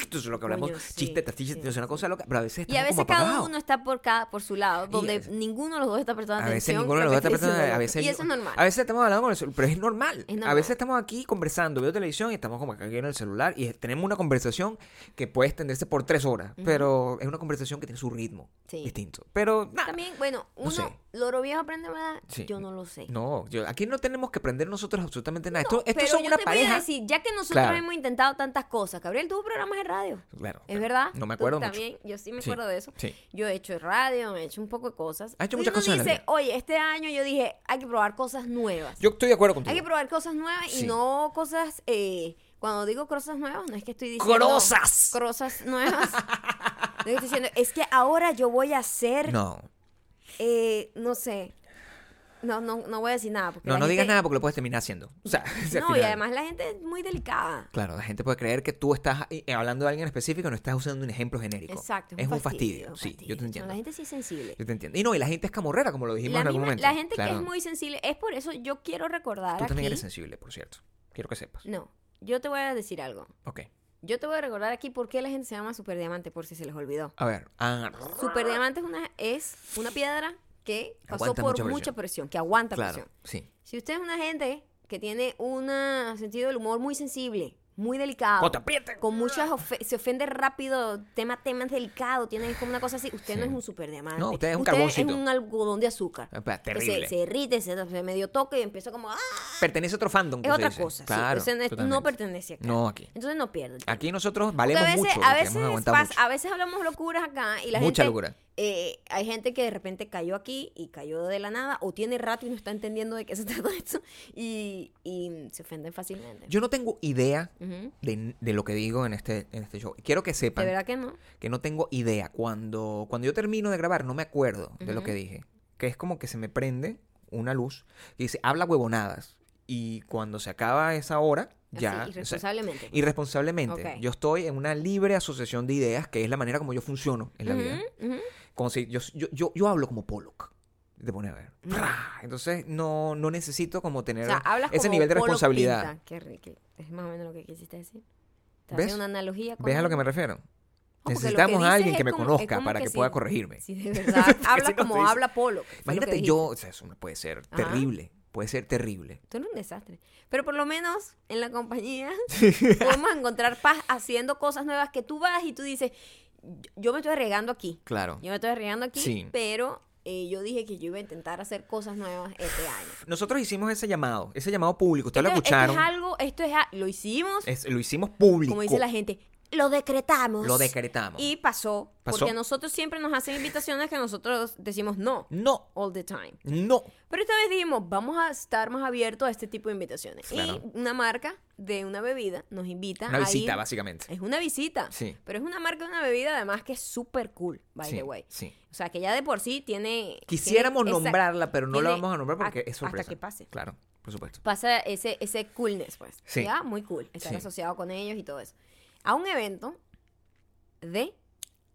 Speaker 2: Esto es lo que hablamos.
Speaker 1: Coño, sí,
Speaker 2: chiste, tras chiste,
Speaker 1: sí,
Speaker 2: es una cosa loca. Pero a veces
Speaker 1: Y
Speaker 2: estamos
Speaker 1: a veces
Speaker 2: como
Speaker 1: cada
Speaker 2: apagados.
Speaker 1: uno está por cada por su lado, donde
Speaker 2: es-
Speaker 1: ninguno de los dos está prestando
Speaker 2: A veces
Speaker 1: atención.
Speaker 2: ninguno de los
Speaker 1: lo
Speaker 2: dos
Speaker 1: que
Speaker 2: está
Speaker 1: está
Speaker 2: prestando-
Speaker 1: diciendo
Speaker 2: a
Speaker 1: el
Speaker 2: veces,
Speaker 1: otro. y eso es normal.
Speaker 2: A veces estamos hablando con el celular, pero es normal.
Speaker 1: Es
Speaker 2: A
Speaker 1: normal.
Speaker 2: veces estamos aquí conversando, veo televisión y estamos como aquí en el celular y tenemos una conversación que puede extenderse por tres horas, pero es una conversación que tiene su ritmo
Speaker 1: Sí.
Speaker 2: distinto. Pero nada.
Speaker 1: También, bueno, uno,
Speaker 2: sé.
Speaker 1: loro viejo aprende, ¿verdad?
Speaker 2: Sí.
Speaker 1: Yo no lo sé.
Speaker 2: No, yo, aquí no tenemos que aprender nosotros absolutamente nada. esto estos
Speaker 1: Pero
Speaker 2: son
Speaker 1: yo
Speaker 2: una
Speaker 1: te voy a
Speaker 2: pareja.
Speaker 1: decir, ya que nosotros
Speaker 2: Claro.
Speaker 1: hemos intentado tantas cosas, Gabriel tuvo programas de radio.
Speaker 2: Claro.
Speaker 1: ¿Es verdad?
Speaker 2: No me
Speaker 1: Tú
Speaker 2: acuerdo mucho.
Speaker 1: también, yo sí me
Speaker 2: Sí,
Speaker 1: acuerdo de eso.
Speaker 2: sí.
Speaker 1: Yo he hecho radio, he hecho un poco de cosas.
Speaker 2: Ha hecho
Speaker 1: Y
Speaker 2: muchas
Speaker 1: uno
Speaker 2: cosas en la
Speaker 1: dice,
Speaker 2: vida.
Speaker 1: oye, este año yo dije, hay que probar cosas nuevas.
Speaker 2: Yo estoy de acuerdo
Speaker 1: Hay que
Speaker 2: contigo.
Speaker 1: probar cosas nuevas
Speaker 2: Sí.
Speaker 1: y no cosas. eh, cuando digo cosas nuevas, no es que estoy diciendo.
Speaker 2: ¡Crosas!
Speaker 1: Cosas nuevas. No estoy diciendo, es que ahora yo voy a hacer. No,
Speaker 2: No.
Speaker 1: no sé. No, no, no voy a decir nada. porque
Speaker 2: No,
Speaker 1: la
Speaker 2: no digas
Speaker 1: gente-
Speaker 2: nada porque lo puedes terminar haciendo. O sea, si al
Speaker 1: No, y
Speaker 2: final-
Speaker 1: además la gente es muy delicada.
Speaker 2: Claro, la gente puede creer que tú estás eh, hablando de alguien específico y no estás usando un ejemplo genérico.
Speaker 1: Exacto.
Speaker 2: Es un fastidio. sí, yo te
Speaker 1: No,
Speaker 2: entiendo.
Speaker 1: La gente sí es sensible.
Speaker 2: Yo te entiendo. Y no, y la gente es camorrera, como lo dijimos
Speaker 1: La,
Speaker 2: en algún
Speaker 1: misma-
Speaker 2: momento.
Speaker 1: la gente
Speaker 2: Claro.
Speaker 1: que es muy sensible, es por eso yo quiero recordar
Speaker 2: Tú también
Speaker 1: aquí.
Speaker 2: eres sensible, por cierto. Quiero que sepas.
Speaker 1: no, yo te voy a decir algo.
Speaker 2: Ok.
Speaker 1: Yo te voy a recordar aquí por qué la gente se llama superdiamante, por si se les olvidó.
Speaker 2: A ver. Ah,
Speaker 1: Superdiamante es una, es una piedra que pasó
Speaker 2: Aguanta
Speaker 1: por
Speaker 2: mucha
Speaker 1: mucha
Speaker 2: presión.
Speaker 1: presión. que aguanta
Speaker 2: claro.
Speaker 1: presión.
Speaker 2: Sí.
Speaker 1: Si usted es una gente que tiene un sentido del humor muy sensible, muy delicado,
Speaker 2: ¡Cuando te aprieten!
Speaker 1: Ah, con muchas ofe- se ofende rápido, tema temas delicado, tiene como una cosa así, usted no
Speaker 2: Sí.
Speaker 1: es un superdiamante.
Speaker 2: No, usted es un carboncito.
Speaker 1: es un algodón de azúcar.
Speaker 2: Epa,
Speaker 1: Que
Speaker 2: Ah, terrible.
Speaker 1: Se, se irrita, se, se medio toca y empieza como ¡ah!
Speaker 2: Pertenece a otro fandom. que
Speaker 1: Es
Speaker 2: se
Speaker 1: otra
Speaker 2: dice.
Speaker 1: cosa, sí.
Speaker 2: Claro.
Speaker 1: O sea, no es- no
Speaker 2: totalmente.
Speaker 1: pertenece acá.
Speaker 2: No, aquí.
Speaker 1: Entonces no pierde. el tiempo.
Speaker 2: Aquí nosotros
Speaker 1: Porque
Speaker 2: valemos
Speaker 1: a veces,
Speaker 2: mucho.
Speaker 1: a
Speaker 2: porque hemos
Speaker 1: veces,
Speaker 2: aguantado
Speaker 1: pas-
Speaker 2: mucho.
Speaker 1: a veces hablamos locuras acá y la gente
Speaker 2: Mucha locura.
Speaker 1: eh, hay gente que de repente cayó aquí y cayó de la nada o tiene rato y no está entendiendo de qué se trata esto y, y se ofenden fácilmente.
Speaker 2: Yo no tengo idea
Speaker 1: Ujú.
Speaker 2: de, de lo que digo en este, en este show. Quiero que
Speaker 1: De
Speaker 2: sepan
Speaker 1: verdad que no.
Speaker 2: que no tengo idea. Cuando, cuando yo termino de grabar, no me acuerdo de lo que dije. Que es como que se me prende una luz y dice, habla huevonadas. Y cuando se acaba esa hora, ya.
Speaker 1: Así,
Speaker 2: o sea,
Speaker 1: Ah, irresponsablemente.
Speaker 2: irresponsablemente.
Speaker 1: Ok.
Speaker 2: Yo estoy en una libre asociación de ideas, que es la manera como yo funciono en la vida.
Speaker 1: Ujú, ujú.
Speaker 2: Como si yo, yo, yo, yo hablo como Pollock. Te pone a ver. Ra. Entonces no, no necesito como tener
Speaker 1: O sea, hablas
Speaker 2: ese
Speaker 1: como
Speaker 2: nivel de
Speaker 1: Polo
Speaker 2: responsabilidad.
Speaker 1: Pinta, que ri- que es más o menos lo que quisiste decir. Te
Speaker 2: ¿Ves?
Speaker 1: hace una analogía con
Speaker 2: ¿Ves a lo que me refiero?
Speaker 1: porque lo que
Speaker 2: Necesitamos a
Speaker 1: dices
Speaker 2: alguien
Speaker 1: es
Speaker 2: que me
Speaker 1: como- es
Speaker 2: conozca
Speaker 1: como
Speaker 2: para
Speaker 1: que
Speaker 2: que
Speaker 1: sí.
Speaker 2: pueda corregirme.
Speaker 1: Sí, de verdad. habla
Speaker 2: si no te
Speaker 1: como
Speaker 2: dice-
Speaker 1: habla Polo. fue lo que
Speaker 2: Imagínate
Speaker 1: dijiste.
Speaker 2: yo, o sea, eso puede ser
Speaker 1: Ajá.
Speaker 2: terrible, puede ser terrible.
Speaker 1: Tú eres un desastre. Pero por lo menos en la compañía podemos encontrar paz haciendo cosas nuevas que tú vas y tú dices, yo me estoy regando aquí.
Speaker 2: Claro.
Speaker 1: Yo me estoy regando aquí,
Speaker 2: Sí.
Speaker 1: pero eh, yo dije que yo iba a intentar hacer cosas nuevas este año.
Speaker 2: Nosotros hicimos ese llamado, ese llamado público, ustedes lo
Speaker 1: Esto- esto
Speaker 2: escucharon,
Speaker 1: es algo, esto es, a- lo hicimos,
Speaker 2: es- lo hicimos público.
Speaker 1: como dice la gente, lo decretamos.
Speaker 2: Lo decretamos.
Speaker 1: Y pasó,
Speaker 2: Ah, Pasó.
Speaker 1: porque a nosotros siempre nos hacen invitaciones que nosotros decimos no,
Speaker 2: No,
Speaker 1: all the time.
Speaker 2: no.
Speaker 1: Pero esta vez dijimos, vamos a estar más abiertos a este tipo de invitaciones.
Speaker 2: Claro.
Speaker 1: Y una marca de una bebida nos invita
Speaker 2: Una
Speaker 1: a
Speaker 2: visita,
Speaker 1: ir-
Speaker 2: básicamente.
Speaker 1: Es una visita.
Speaker 2: Sí.
Speaker 1: Pero es una marca de una bebida además que es súper cool, by
Speaker 2: Sí,
Speaker 1: the way.
Speaker 2: sí.
Speaker 1: O sea, que ya de por sí tiene...
Speaker 2: Quisiéramos
Speaker 1: tiene esa-
Speaker 2: nombrarla, pero no la
Speaker 1: tiene
Speaker 2: vamos a nombrar porque
Speaker 1: a-
Speaker 2: es sorpresa.
Speaker 1: Hasta que pase.
Speaker 2: Claro, por supuesto.
Speaker 1: Pasa ese, ese coolness, pues.
Speaker 2: Sí.
Speaker 1: Ya, muy cool. Estar
Speaker 2: Sí.
Speaker 1: asociado con ellos y todo eso. A un evento de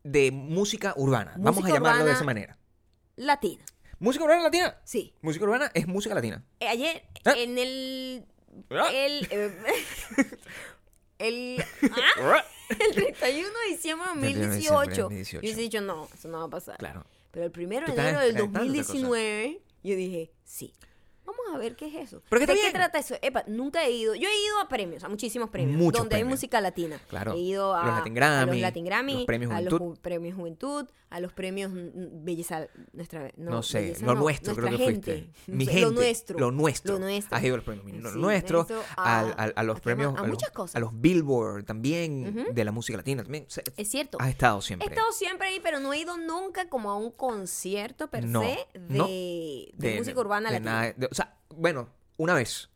Speaker 2: De música urbana, vamos a
Speaker 1: Música
Speaker 2: llamarlo de
Speaker 1: urbana.
Speaker 2: esa manera.
Speaker 1: latina.
Speaker 2: Música urbana latina.
Speaker 1: Sí.
Speaker 2: Música urbana es música latina.
Speaker 1: Eh, Ayer,
Speaker 2: ¿Eh?
Speaker 1: en el...
Speaker 2: Ah.
Speaker 1: El... eh, el ah, El 31 de diciembre de
Speaker 2: 31 de diciembre de
Speaker 1: 2018.
Speaker 2: 2018.
Speaker 1: Yo he dicho, no, eso no va a pasar.
Speaker 2: Claro.
Speaker 1: Pero el primero
Speaker 2: Tú
Speaker 1: de
Speaker 2: estabas
Speaker 1: enero del
Speaker 2: esperando otra cosa.
Speaker 1: 2019, yo dije, sí. Vamos a ver qué es eso.
Speaker 2: Pero que está
Speaker 1: ¿De qué
Speaker 2: bien.
Speaker 1: trata eso? Epa, nunca he ido. Yo he ido a premios, a muchísimos premios.
Speaker 2: Muchos
Speaker 1: donde hay
Speaker 2: premios.
Speaker 1: música latina.
Speaker 2: Claro.
Speaker 1: He ido a
Speaker 2: Los Latin
Speaker 1: a los
Speaker 2: Grammy,
Speaker 1: Latin Grammy,
Speaker 2: los premios
Speaker 1: a
Speaker 2: Juventud.
Speaker 1: los ju- premios Juventud, a los premios mm, Belleza. Nuestra, no,
Speaker 2: No sé,
Speaker 1: belleza
Speaker 2: lo
Speaker 1: no,
Speaker 2: nuestro creo que
Speaker 1: nuestra
Speaker 2: fuiste.
Speaker 1: gente. No
Speaker 2: Mi
Speaker 1: sé,
Speaker 2: gente.
Speaker 1: Lo nuestro.
Speaker 2: Lo nuestro.
Speaker 1: Lo nuestro.
Speaker 2: Has ido a los premios. Lo
Speaker 1: Sí, ah,
Speaker 2: nuestro.
Speaker 1: nuestro, a-
Speaker 2: al- al- a los
Speaker 1: ¿a qué
Speaker 2: premios.
Speaker 1: más? A
Speaker 2: los-
Speaker 1: muchas cosas.
Speaker 2: A los Billboard también.
Speaker 1: Ujú.
Speaker 2: De la música latina también. O sea,
Speaker 1: Es cierto.
Speaker 2: Has estado
Speaker 1: He
Speaker 2: siempre.
Speaker 1: estado siempre ahí, pero no he ido nunca como a un concierto per
Speaker 2: No,
Speaker 1: se de,
Speaker 2: no.
Speaker 1: de
Speaker 2: de-
Speaker 1: música urbana
Speaker 2: de
Speaker 1: latina.
Speaker 2: nada- de- o sea, bueno, una vez.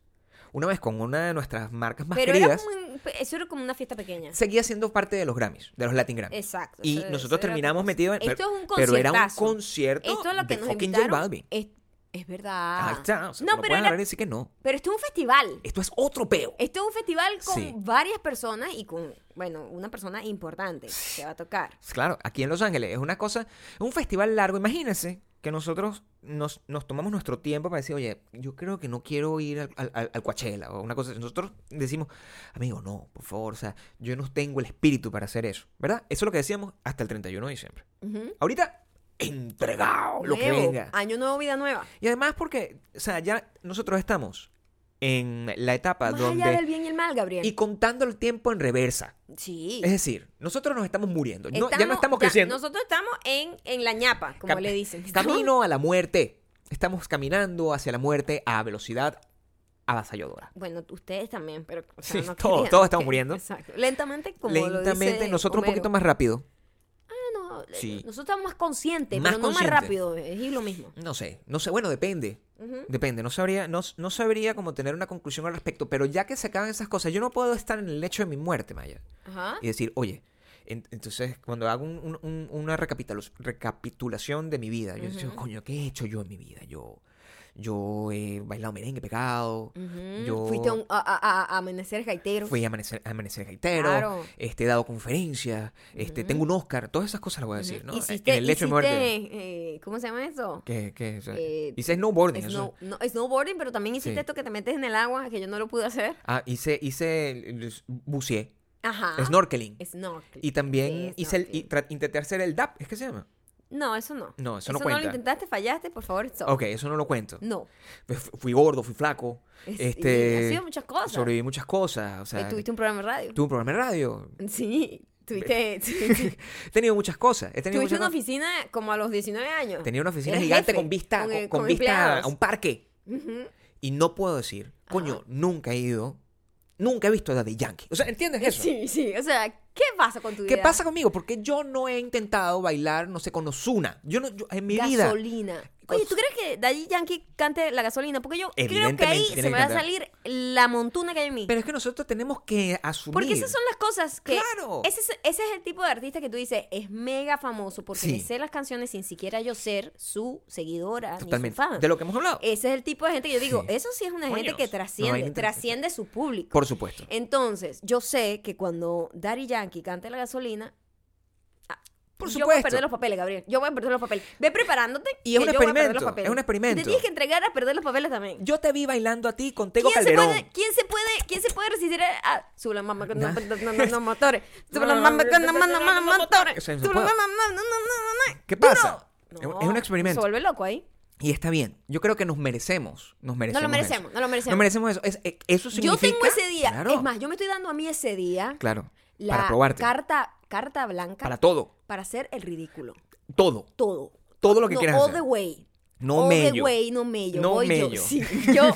Speaker 2: Una vez con una de nuestras marcas más
Speaker 1: pero era
Speaker 2: queridas.
Speaker 1: como un- eso era como una fiesta pequeña.
Speaker 2: Seguía siendo parte de los Grammys, de los Latin Grammys.
Speaker 1: Exacto.
Speaker 2: Y
Speaker 1: eso- eso
Speaker 2: nosotros
Speaker 1: era
Speaker 2: terminamos
Speaker 1: otra cosa.
Speaker 2: metidos en.
Speaker 1: Esto es un
Speaker 2: pero era un
Speaker 1: conciertazo.
Speaker 2: concierto.
Speaker 1: Esto es lo que
Speaker 2: de
Speaker 1: nos
Speaker 2: fucking J
Speaker 1: invitaron.
Speaker 2: Balvin.
Speaker 1: Es, es verdad.
Speaker 2: Ahí está. O sea,
Speaker 1: no, pero,
Speaker 2: no pueden
Speaker 1: era-
Speaker 2: hablar y decir que no.
Speaker 1: pero esto es un festival.
Speaker 2: Esto es otro peo.
Speaker 1: Esto es un festival con
Speaker 2: Sí.
Speaker 1: varias personas y con, bueno, una persona importante que va a tocar.
Speaker 2: Pues Claro, aquí en Los Ángeles es una cosa, es un festival largo. Imagínense que nosotros nos, nos tomamos nuestro tiempo para decir, oye, yo creo que no quiero ir al, al- al- al Coachella o una cosa. así. Nosotros decimos, amigo, no, por favor, o sea, yo no tengo el espíritu para hacer eso, ¿verdad? Eso es lo que decíamos hasta el 31 de diciembre.
Speaker 1: Ujú.
Speaker 2: Ahorita, entregado, lo que
Speaker 1: Nuevo,
Speaker 2: venga.
Speaker 1: Año nuevo, vida nueva.
Speaker 2: Y además porque, o sea, ya nosotros estamos en la etapa
Speaker 1: Más
Speaker 2: donde...
Speaker 1: allá del bien y el mal, Gabriel.
Speaker 2: Y contando el tiempo en reversa.
Speaker 1: sí.
Speaker 2: Es decir, nosotros nos estamos muriendo. No- ya no estamos
Speaker 1: ya,
Speaker 2: creciendo.
Speaker 1: nosotros estamos en, en la ñapa, como
Speaker 2: Cam-
Speaker 1: le dicen.
Speaker 2: Camino a la muerte. Estamos caminando hacia la muerte a velocidad avasalladora.
Speaker 1: Bueno, ustedes también, pero. o sea,
Speaker 2: Sí,
Speaker 1: no
Speaker 2: todos-
Speaker 1: querían,
Speaker 2: todos estamos
Speaker 1: que-
Speaker 2: muriendo.
Speaker 1: Exacto. Lentamente, como lo
Speaker 2: Lentamente,
Speaker 1: dice
Speaker 2: nosotros un
Speaker 1: Homero.
Speaker 2: poquito más rápido.
Speaker 1: Ah, no,
Speaker 2: Sí.
Speaker 1: Nosotros estamos más conscientes,
Speaker 2: Más
Speaker 1: pero no
Speaker 2: conscientes.
Speaker 1: más rápido. Es lo mismo.
Speaker 2: No sé, no sé, bueno, depende.
Speaker 1: Ujú.
Speaker 2: Depende, no sabría, no, no sabría como tener una conclusión al respecto, pero ya que se acaban esas cosas, yo no puedo estar en el lecho de mi muerte, Maya,
Speaker 1: Ajá.
Speaker 2: y decir, oye, en- entonces cuando hago un- un- un- una recapitalu- recapitulación de mi vida, yo digo, coño, ¿qué he hecho yo en mi vida? Yo, yo he bailado merengue, pegado,
Speaker 1: Ujú.
Speaker 2: yo...
Speaker 1: Fuiste a, un- a- a- a- a amanecer gaitero.
Speaker 2: Fui a amanecer, a amanecer gaitero,
Speaker 1: Claro.
Speaker 2: este, he dado conferencias, este, tengo un Oscar, todas esas cosas las voy a decir, ¿no?
Speaker 1: Hiciste,
Speaker 2: en el lecho de muerte.
Speaker 1: hiciste, eh, ¿Cómo se llama eso?
Speaker 2: Que, que, o sea,
Speaker 1: eh,
Speaker 2: hice snowboarding. eso.
Speaker 1: Snow- no, snowboarding, pero también hiciste
Speaker 2: Sí.
Speaker 1: esto que te metes en el agua, que yo no lo pude hacer.
Speaker 2: Ah, hice, hice el- el- buceé,
Speaker 1: Ajá.
Speaker 2: snorkeling.
Speaker 1: Snorkel.
Speaker 2: Y también
Speaker 1: Sí,
Speaker 2: hice el,
Speaker 1: snorkeling.
Speaker 2: y tra- intenté hacer el DAP, ¿es que se llama?
Speaker 1: No, eso no.
Speaker 2: No, eso no
Speaker 1: lo
Speaker 2: cuenta.
Speaker 1: intentaste, fallaste, por favor, stop.
Speaker 2: Ok, eso no lo cuento.
Speaker 1: No.
Speaker 2: Fu- Fui gordo, fui flaco,
Speaker 1: Es-
Speaker 2: este...
Speaker 1: y ha sido muchas cosas.
Speaker 2: Sobreviví muchas cosas, o sea...
Speaker 1: Eh, tuviste un programa de radio.
Speaker 2: Tuve un programa de radio.
Speaker 1: Sí, tuviste, tuviste,
Speaker 2: He tenido muchas cosas. He tenido
Speaker 1: tuviste
Speaker 2: muchas
Speaker 1: una
Speaker 2: cosas.
Speaker 1: oficina como a los 19 años.
Speaker 2: Tenía una oficina
Speaker 1: Eres
Speaker 2: gigante
Speaker 1: Ah. jefe,
Speaker 2: con vista, con,
Speaker 1: eh,
Speaker 2: con vista
Speaker 1: empleados.
Speaker 2: a un parque.
Speaker 1: Ujú.
Speaker 2: Y no puedo decir, coño, nunca he ido, nunca he visto a Daddy Yankee. O sea, ¿entiendes eso?
Speaker 1: Sí, sí, o sea, ¿qué pasa con tu vida?
Speaker 2: ¿Qué pasa conmigo? Porque yo no he intentado bailar, no sé, con Ozuna. Yo no, yo- en mi vida.
Speaker 1: gasolina. Oye, ¿tú crees que Daddy Yankee cante la gasolina? Porque yo creo que
Speaker 2: Evidentemente
Speaker 1: ahí
Speaker 2: tiene
Speaker 1: se
Speaker 2: que
Speaker 1: me va a
Speaker 2: cantar.
Speaker 1: salir la montuna que hay en mí.
Speaker 2: Pero es que nosotros tenemos que asumir.
Speaker 1: Porque esas son las cosas que...
Speaker 2: ¡Claro!
Speaker 1: Ese es, ese es el tipo de artista que tú dices, es mega famoso porque
Speaker 2: Sí.
Speaker 1: me sé las canciones sin siquiera yo ser su seguidora
Speaker 2: Totalmente.
Speaker 1: ni su fan.
Speaker 2: De lo que hemos hablado.
Speaker 1: Ese es el tipo de gente que yo digo,
Speaker 2: Sí.
Speaker 1: eso sí es una
Speaker 2: Coño,
Speaker 1: gente que
Speaker 2: no hay
Speaker 1: trasciende,
Speaker 2: inter-
Speaker 1: trasciende su público.
Speaker 2: Por supuesto.
Speaker 1: eh, Entonces, yo sé que cuando Daddy Yankee cante la gasolina, ah,
Speaker 2: Por
Speaker 1: yo voy a
Speaker 2: supuesto.
Speaker 1: perder los papeles, Gabriel. Yo voy a perder los papeles. Ve preparándote.
Speaker 2: Y es
Speaker 1: que
Speaker 2: un
Speaker 1: yo voy a perder los
Speaker 2: experimento,
Speaker 1: papeles.
Speaker 2: es un experimento.
Speaker 1: Te tienes que entregar a perder los papeles también.
Speaker 2: Yo te vi bailando a ti con Tego
Speaker 1: ¿Quién se,
Speaker 2: Calderón.
Speaker 1: puede, ¿Quién se puede, quién se puede resistir a, a- sube la mamá con no,
Speaker 2: Nah.
Speaker 1: no, no, no, motores, sube la mamá con no, no, no, no, no,
Speaker 2: O
Speaker 1: motores,
Speaker 2: sea, no
Speaker 1: sube la
Speaker 2: puedo.
Speaker 1: mamá, no, no, no, no, no.
Speaker 2: ¿Qué pasa?
Speaker 1: No,
Speaker 2: es un
Speaker 1: Se
Speaker 2: experimento.
Speaker 1: vuelve loco ahí.
Speaker 2: Y está bien. Yo creo que nos merecemos. Nos merecemos. eso.
Speaker 1: merecemos, no lo merecemos.
Speaker 2: No merecemos eso. Es- eh, eso
Speaker 1: Yo
Speaker 2: significa.
Speaker 1: tengo ese día,
Speaker 2: Claro,
Speaker 1: es más, yo me estoy dando a mí ese día
Speaker 2: Claro.
Speaker 1: la
Speaker 2: para probarte.
Speaker 1: carta carta blanca
Speaker 2: Para todo.
Speaker 1: para hacer el ridículo.
Speaker 2: Todo.
Speaker 1: Todo.
Speaker 2: Todo lo que
Speaker 1: no,
Speaker 2: quieras
Speaker 1: all
Speaker 2: hacer.
Speaker 1: the way.
Speaker 2: No
Speaker 1: all the
Speaker 2: mello.
Speaker 1: way, no mello.
Speaker 2: No
Speaker 1: voy
Speaker 2: mello.
Speaker 1: Yo, Sí, yo-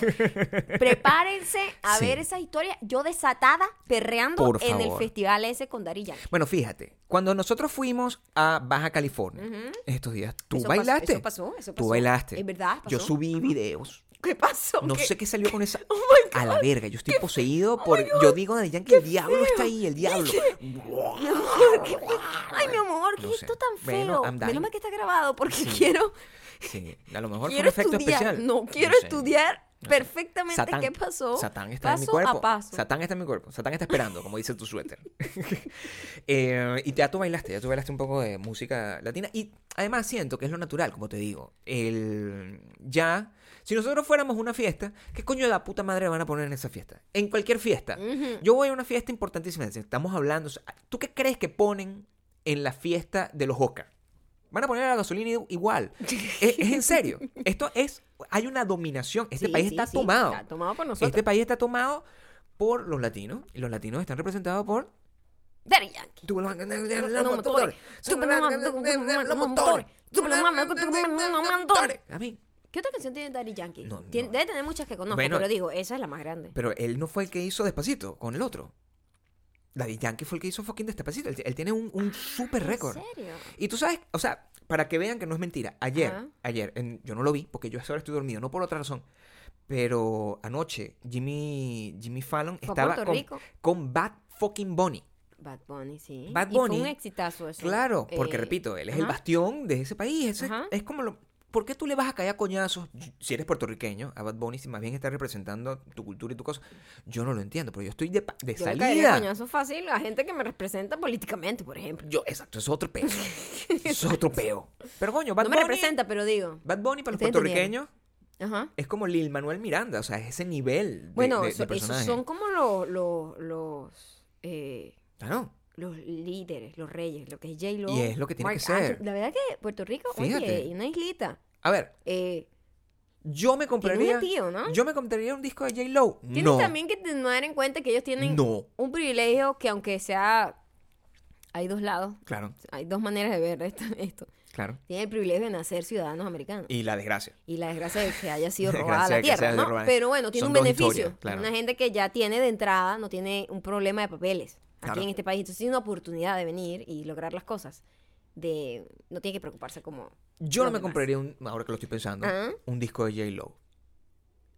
Speaker 1: prepárense a
Speaker 2: Sí.
Speaker 1: ver esa historia. Yo desatada, perreando
Speaker 2: Por
Speaker 1: en el
Speaker 2: favor.
Speaker 1: festival ese con Dari Yankee.
Speaker 2: Bueno, fíjate, cuando nosotros fuimos a Baja California estos días, tú
Speaker 1: Eso pasó-
Speaker 2: bailaste.
Speaker 1: eso pasó, eso
Speaker 2: Tú
Speaker 1: pasó.
Speaker 2: bailaste.
Speaker 1: Es verdad,
Speaker 2: Yo
Speaker 1: pasó.
Speaker 2: subí videos.
Speaker 1: ¿Qué pasó?
Speaker 2: No
Speaker 1: ¿Qué? Oh
Speaker 2: sé qué salió con esa.
Speaker 1: my Oh
Speaker 2: a la verga, yo estoy poseído por. Yo digo de Yankee, el diablo está ahí, el diablo.
Speaker 1: Mi amor, ¿qué fue? Ay, mi amor, ¿qué
Speaker 2: No
Speaker 1: es
Speaker 2: sé.
Speaker 1: esto tan
Speaker 2: Bueno,
Speaker 1: feo?
Speaker 2: I'm dying.
Speaker 1: Menos mal que está grabado porque quiero,
Speaker 2: Sí, a lo mejor
Speaker 1: quiero
Speaker 2: fue un efecto
Speaker 1: estudiar.
Speaker 2: especial.
Speaker 1: No, quiero
Speaker 2: sé.
Speaker 1: estudiar
Speaker 2: sé.
Speaker 1: perfectamente
Speaker 2: Satán.
Speaker 1: qué pasó.
Speaker 2: Satán está en mi
Speaker 1: paso
Speaker 2: cuerpo.
Speaker 1: A paso.
Speaker 2: Satán está en mi cuerpo. Satán está esperando, como dice tu suéter. Eh, y ya tú bailaste, ya tú bailaste un poco de música latina. Y además siento que es lo natural, como te digo. El ya. Si nosotros fuéramos a una fiesta, ¿qué coño de la puta madre van a poner en esa fiesta? En cualquier fiesta. Yo voy a una fiesta importantísima. si Estamos hablando. o sea, ¿Tú qué crees que ponen en la fiesta de los Oscars? Van a poner la gasolina i- igual. E-, es, es en serio. Esto es. Hay una dominación. Este
Speaker 1: Sí,
Speaker 2: país
Speaker 1: sí,
Speaker 2: está
Speaker 1: sí,
Speaker 2: tomado.
Speaker 1: Está tomado por nosotros.
Speaker 2: Este país está tomado por los latinos. Y los latinos están representados por.
Speaker 1: Daddy Yankee.
Speaker 2: Los motores.
Speaker 1: motores.
Speaker 2: Los motores. A mí.
Speaker 1: ¿Qué otra canción tiene Daddy Yankee?
Speaker 2: No,
Speaker 1: Tien-
Speaker 2: no.
Speaker 1: Debe tener muchas que conozco,
Speaker 2: Bueno.
Speaker 1: pero digo, esa es la más grande.
Speaker 2: Pero él no fue el que hizo Despacito con el otro. Daddy Yankee fue el que hizo fucking Despacito. Él, él tiene un, un super récord.
Speaker 1: ¿En serio?
Speaker 2: Y tú sabes, o sea, para que vean que no es mentira, ayer,
Speaker 1: Ajá.
Speaker 2: ayer, en- yo no lo vi porque yo ahora estoy dormido, no por otra razón, pero anoche Jimmy, Jimmy Fallon
Speaker 1: Fue a
Speaker 2: estaba
Speaker 1: Puerto
Speaker 2: con,
Speaker 1: Rico.
Speaker 2: con Bad fucking Bunny.
Speaker 1: Bad Bunny, sí.
Speaker 2: Bad
Speaker 1: Y fue
Speaker 2: Bunny,
Speaker 1: un exitazo eso.
Speaker 2: Claro, porque
Speaker 1: Eh,
Speaker 2: repito, él es el
Speaker 1: ajá.
Speaker 2: bastión de ese país. ese-
Speaker 1: Ajá.
Speaker 2: es como lo. ¿Por qué tú le vas a caer a coñazos si eres puertorriqueño a Bad Bunny si más bien está representando tu cultura y tu cosa? Yo no lo entiendo, pero yo estoy de, pa- de
Speaker 1: Yo le caería
Speaker 2: salida.
Speaker 1: coñazo fácil a gente que me representa políticamente, por ejemplo.
Speaker 2: Yo, exacto, es otro peo. es otro peo. Pero coño, Bad
Speaker 1: no me
Speaker 2: Bunny.
Speaker 1: representa, pero digo.
Speaker 2: Bad Bunny para los
Speaker 1: Ustedes entendieron.
Speaker 2: puertorriqueños
Speaker 1: Ajá.
Speaker 2: es como Lil Manuel Miranda, o sea, es ese nivel de,
Speaker 1: Bueno,
Speaker 2: de- de
Speaker 1: so- esos
Speaker 2: personaje.
Speaker 1: son como los, los, los, eh,
Speaker 2: Ah, no.
Speaker 1: los líderes, los reyes, lo que es J-Lo.
Speaker 2: Y es lo que tiene que ser.
Speaker 1: Anthony. La verdad que Puerto Rico,
Speaker 2: Fíjate.
Speaker 1: oye, una islita.
Speaker 2: A ver,
Speaker 1: Eh,
Speaker 2: yo me
Speaker 1: tiene
Speaker 2: compraría.
Speaker 1: un tío, ¿no?
Speaker 2: Yo me compraría un disco de J. Lo.
Speaker 1: Tienes
Speaker 2: No.
Speaker 1: también que tener en cuenta que ellos tienen
Speaker 2: No.
Speaker 1: un privilegio que aunque sea... Hay dos lados,
Speaker 2: Claro,
Speaker 1: hay dos maneras de ver esto. esto.
Speaker 2: claro.
Speaker 1: Tienen el privilegio de nacer ciudadanos americanos.
Speaker 2: Y la desgracia.
Speaker 1: Y la desgracia de que haya sido
Speaker 2: La
Speaker 1: robada la
Speaker 2: desgracia de que
Speaker 1: tierra,
Speaker 2: sea
Speaker 1: ¿no?
Speaker 2: robada.
Speaker 1: Pero bueno, tiene
Speaker 2: Son
Speaker 1: un
Speaker 2: dos
Speaker 1: beneficio.
Speaker 2: historias, claro.
Speaker 1: Una gente que ya tiene de entrada, no tiene un problema de papeles aquí
Speaker 2: Claro.
Speaker 1: en este país. Entonces tiene una oportunidad de venir y lograr las cosas. De, no tiene que preocuparse como...
Speaker 2: Yo no
Speaker 1: los
Speaker 2: me
Speaker 1: demás.
Speaker 2: compraría un, ahora que lo estoy pensando,
Speaker 1: Ah.
Speaker 2: un disco de J. Lo.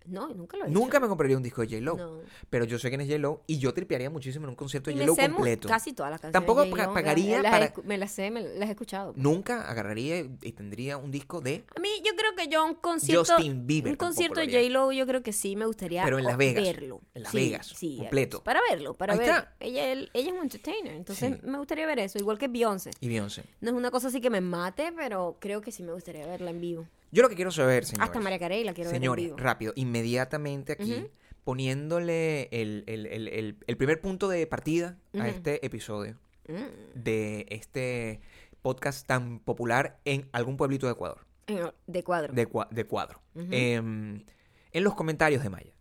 Speaker 1: No, nunca lo he hecho.
Speaker 2: Nunca me compraría un disco de J. Lo.
Speaker 1: No.
Speaker 2: Pero yo sé quién es J. Lo y yo tripearía muchísimo en un concierto de
Speaker 1: Y me
Speaker 2: J. Lo
Speaker 1: sé mu-
Speaker 2: completo.
Speaker 1: Casi todas las canciones.
Speaker 2: Tampoco
Speaker 1: de
Speaker 2: pa-
Speaker 1: J-Lo,
Speaker 2: pagaría
Speaker 1: las,
Speaker 2: para-
Speaker 1: escu- me las sé, me las he escuchado.
Speaker 2: Nunca agarraría y y tendría un disco de.
Speaker 1: A mí yo creo que yo un concierto
Speaker 2: Justin Bieber
Speaker 1: un
Speaker 2: tampoco
Speaker 1: concierto
Speaker 2: lo
Speaker 1: de
Speaker 2: haría.
Speaker 1: J-Lo yo creo que sí me gustaría
Speaker 2: Pero en Las Vegas.
Speaker 1: verlo.
Speaker 2: En Las
Speaker 1: Sí,
Speaker 2: Vegas,
Speaker 1: sí,
Speaker 2: completo.
Speaker 1: Para verlo, para
Speaker 2: Ahí
Speaker 1: ver.
Speaker 2: está.
Speaker 1: Ella, él- ella es un entertainer, entonces
Speaker 2: Sí.
Speaker 1: me gustaría ver eso, igual que Beyoncé.
Speaker 2: Y Beyoncé.
Speaker 1: No es una cosa así que me mate, pero creo que sí me gustaría verla en vivo.
Speaker 2: Yo lo que quiero saber, señores.
Speaker 1: Hasta María Carey la quiero
Speaker 2: Señores,
Speaker 1: ver en vivo.
Speaker 2: rápido, inmediatamente aquí,
Speaker 1: Ujú.
Speaker 2: poniéndole el, el- el- el- el primer punto de partida
Speaker 1: Ujú.
Speaker 2: a este episodio
Speaker 1: Mm.
Speaker 2: de este podcast tan popular en algún pueblito de Ecuador,
Speaker 1: Eh, De cuadro.
Speaker 2: de, cua- de cuadro.
Speaker 1: Ujú.
Speaker 2: Em, en los comentarios de Maya,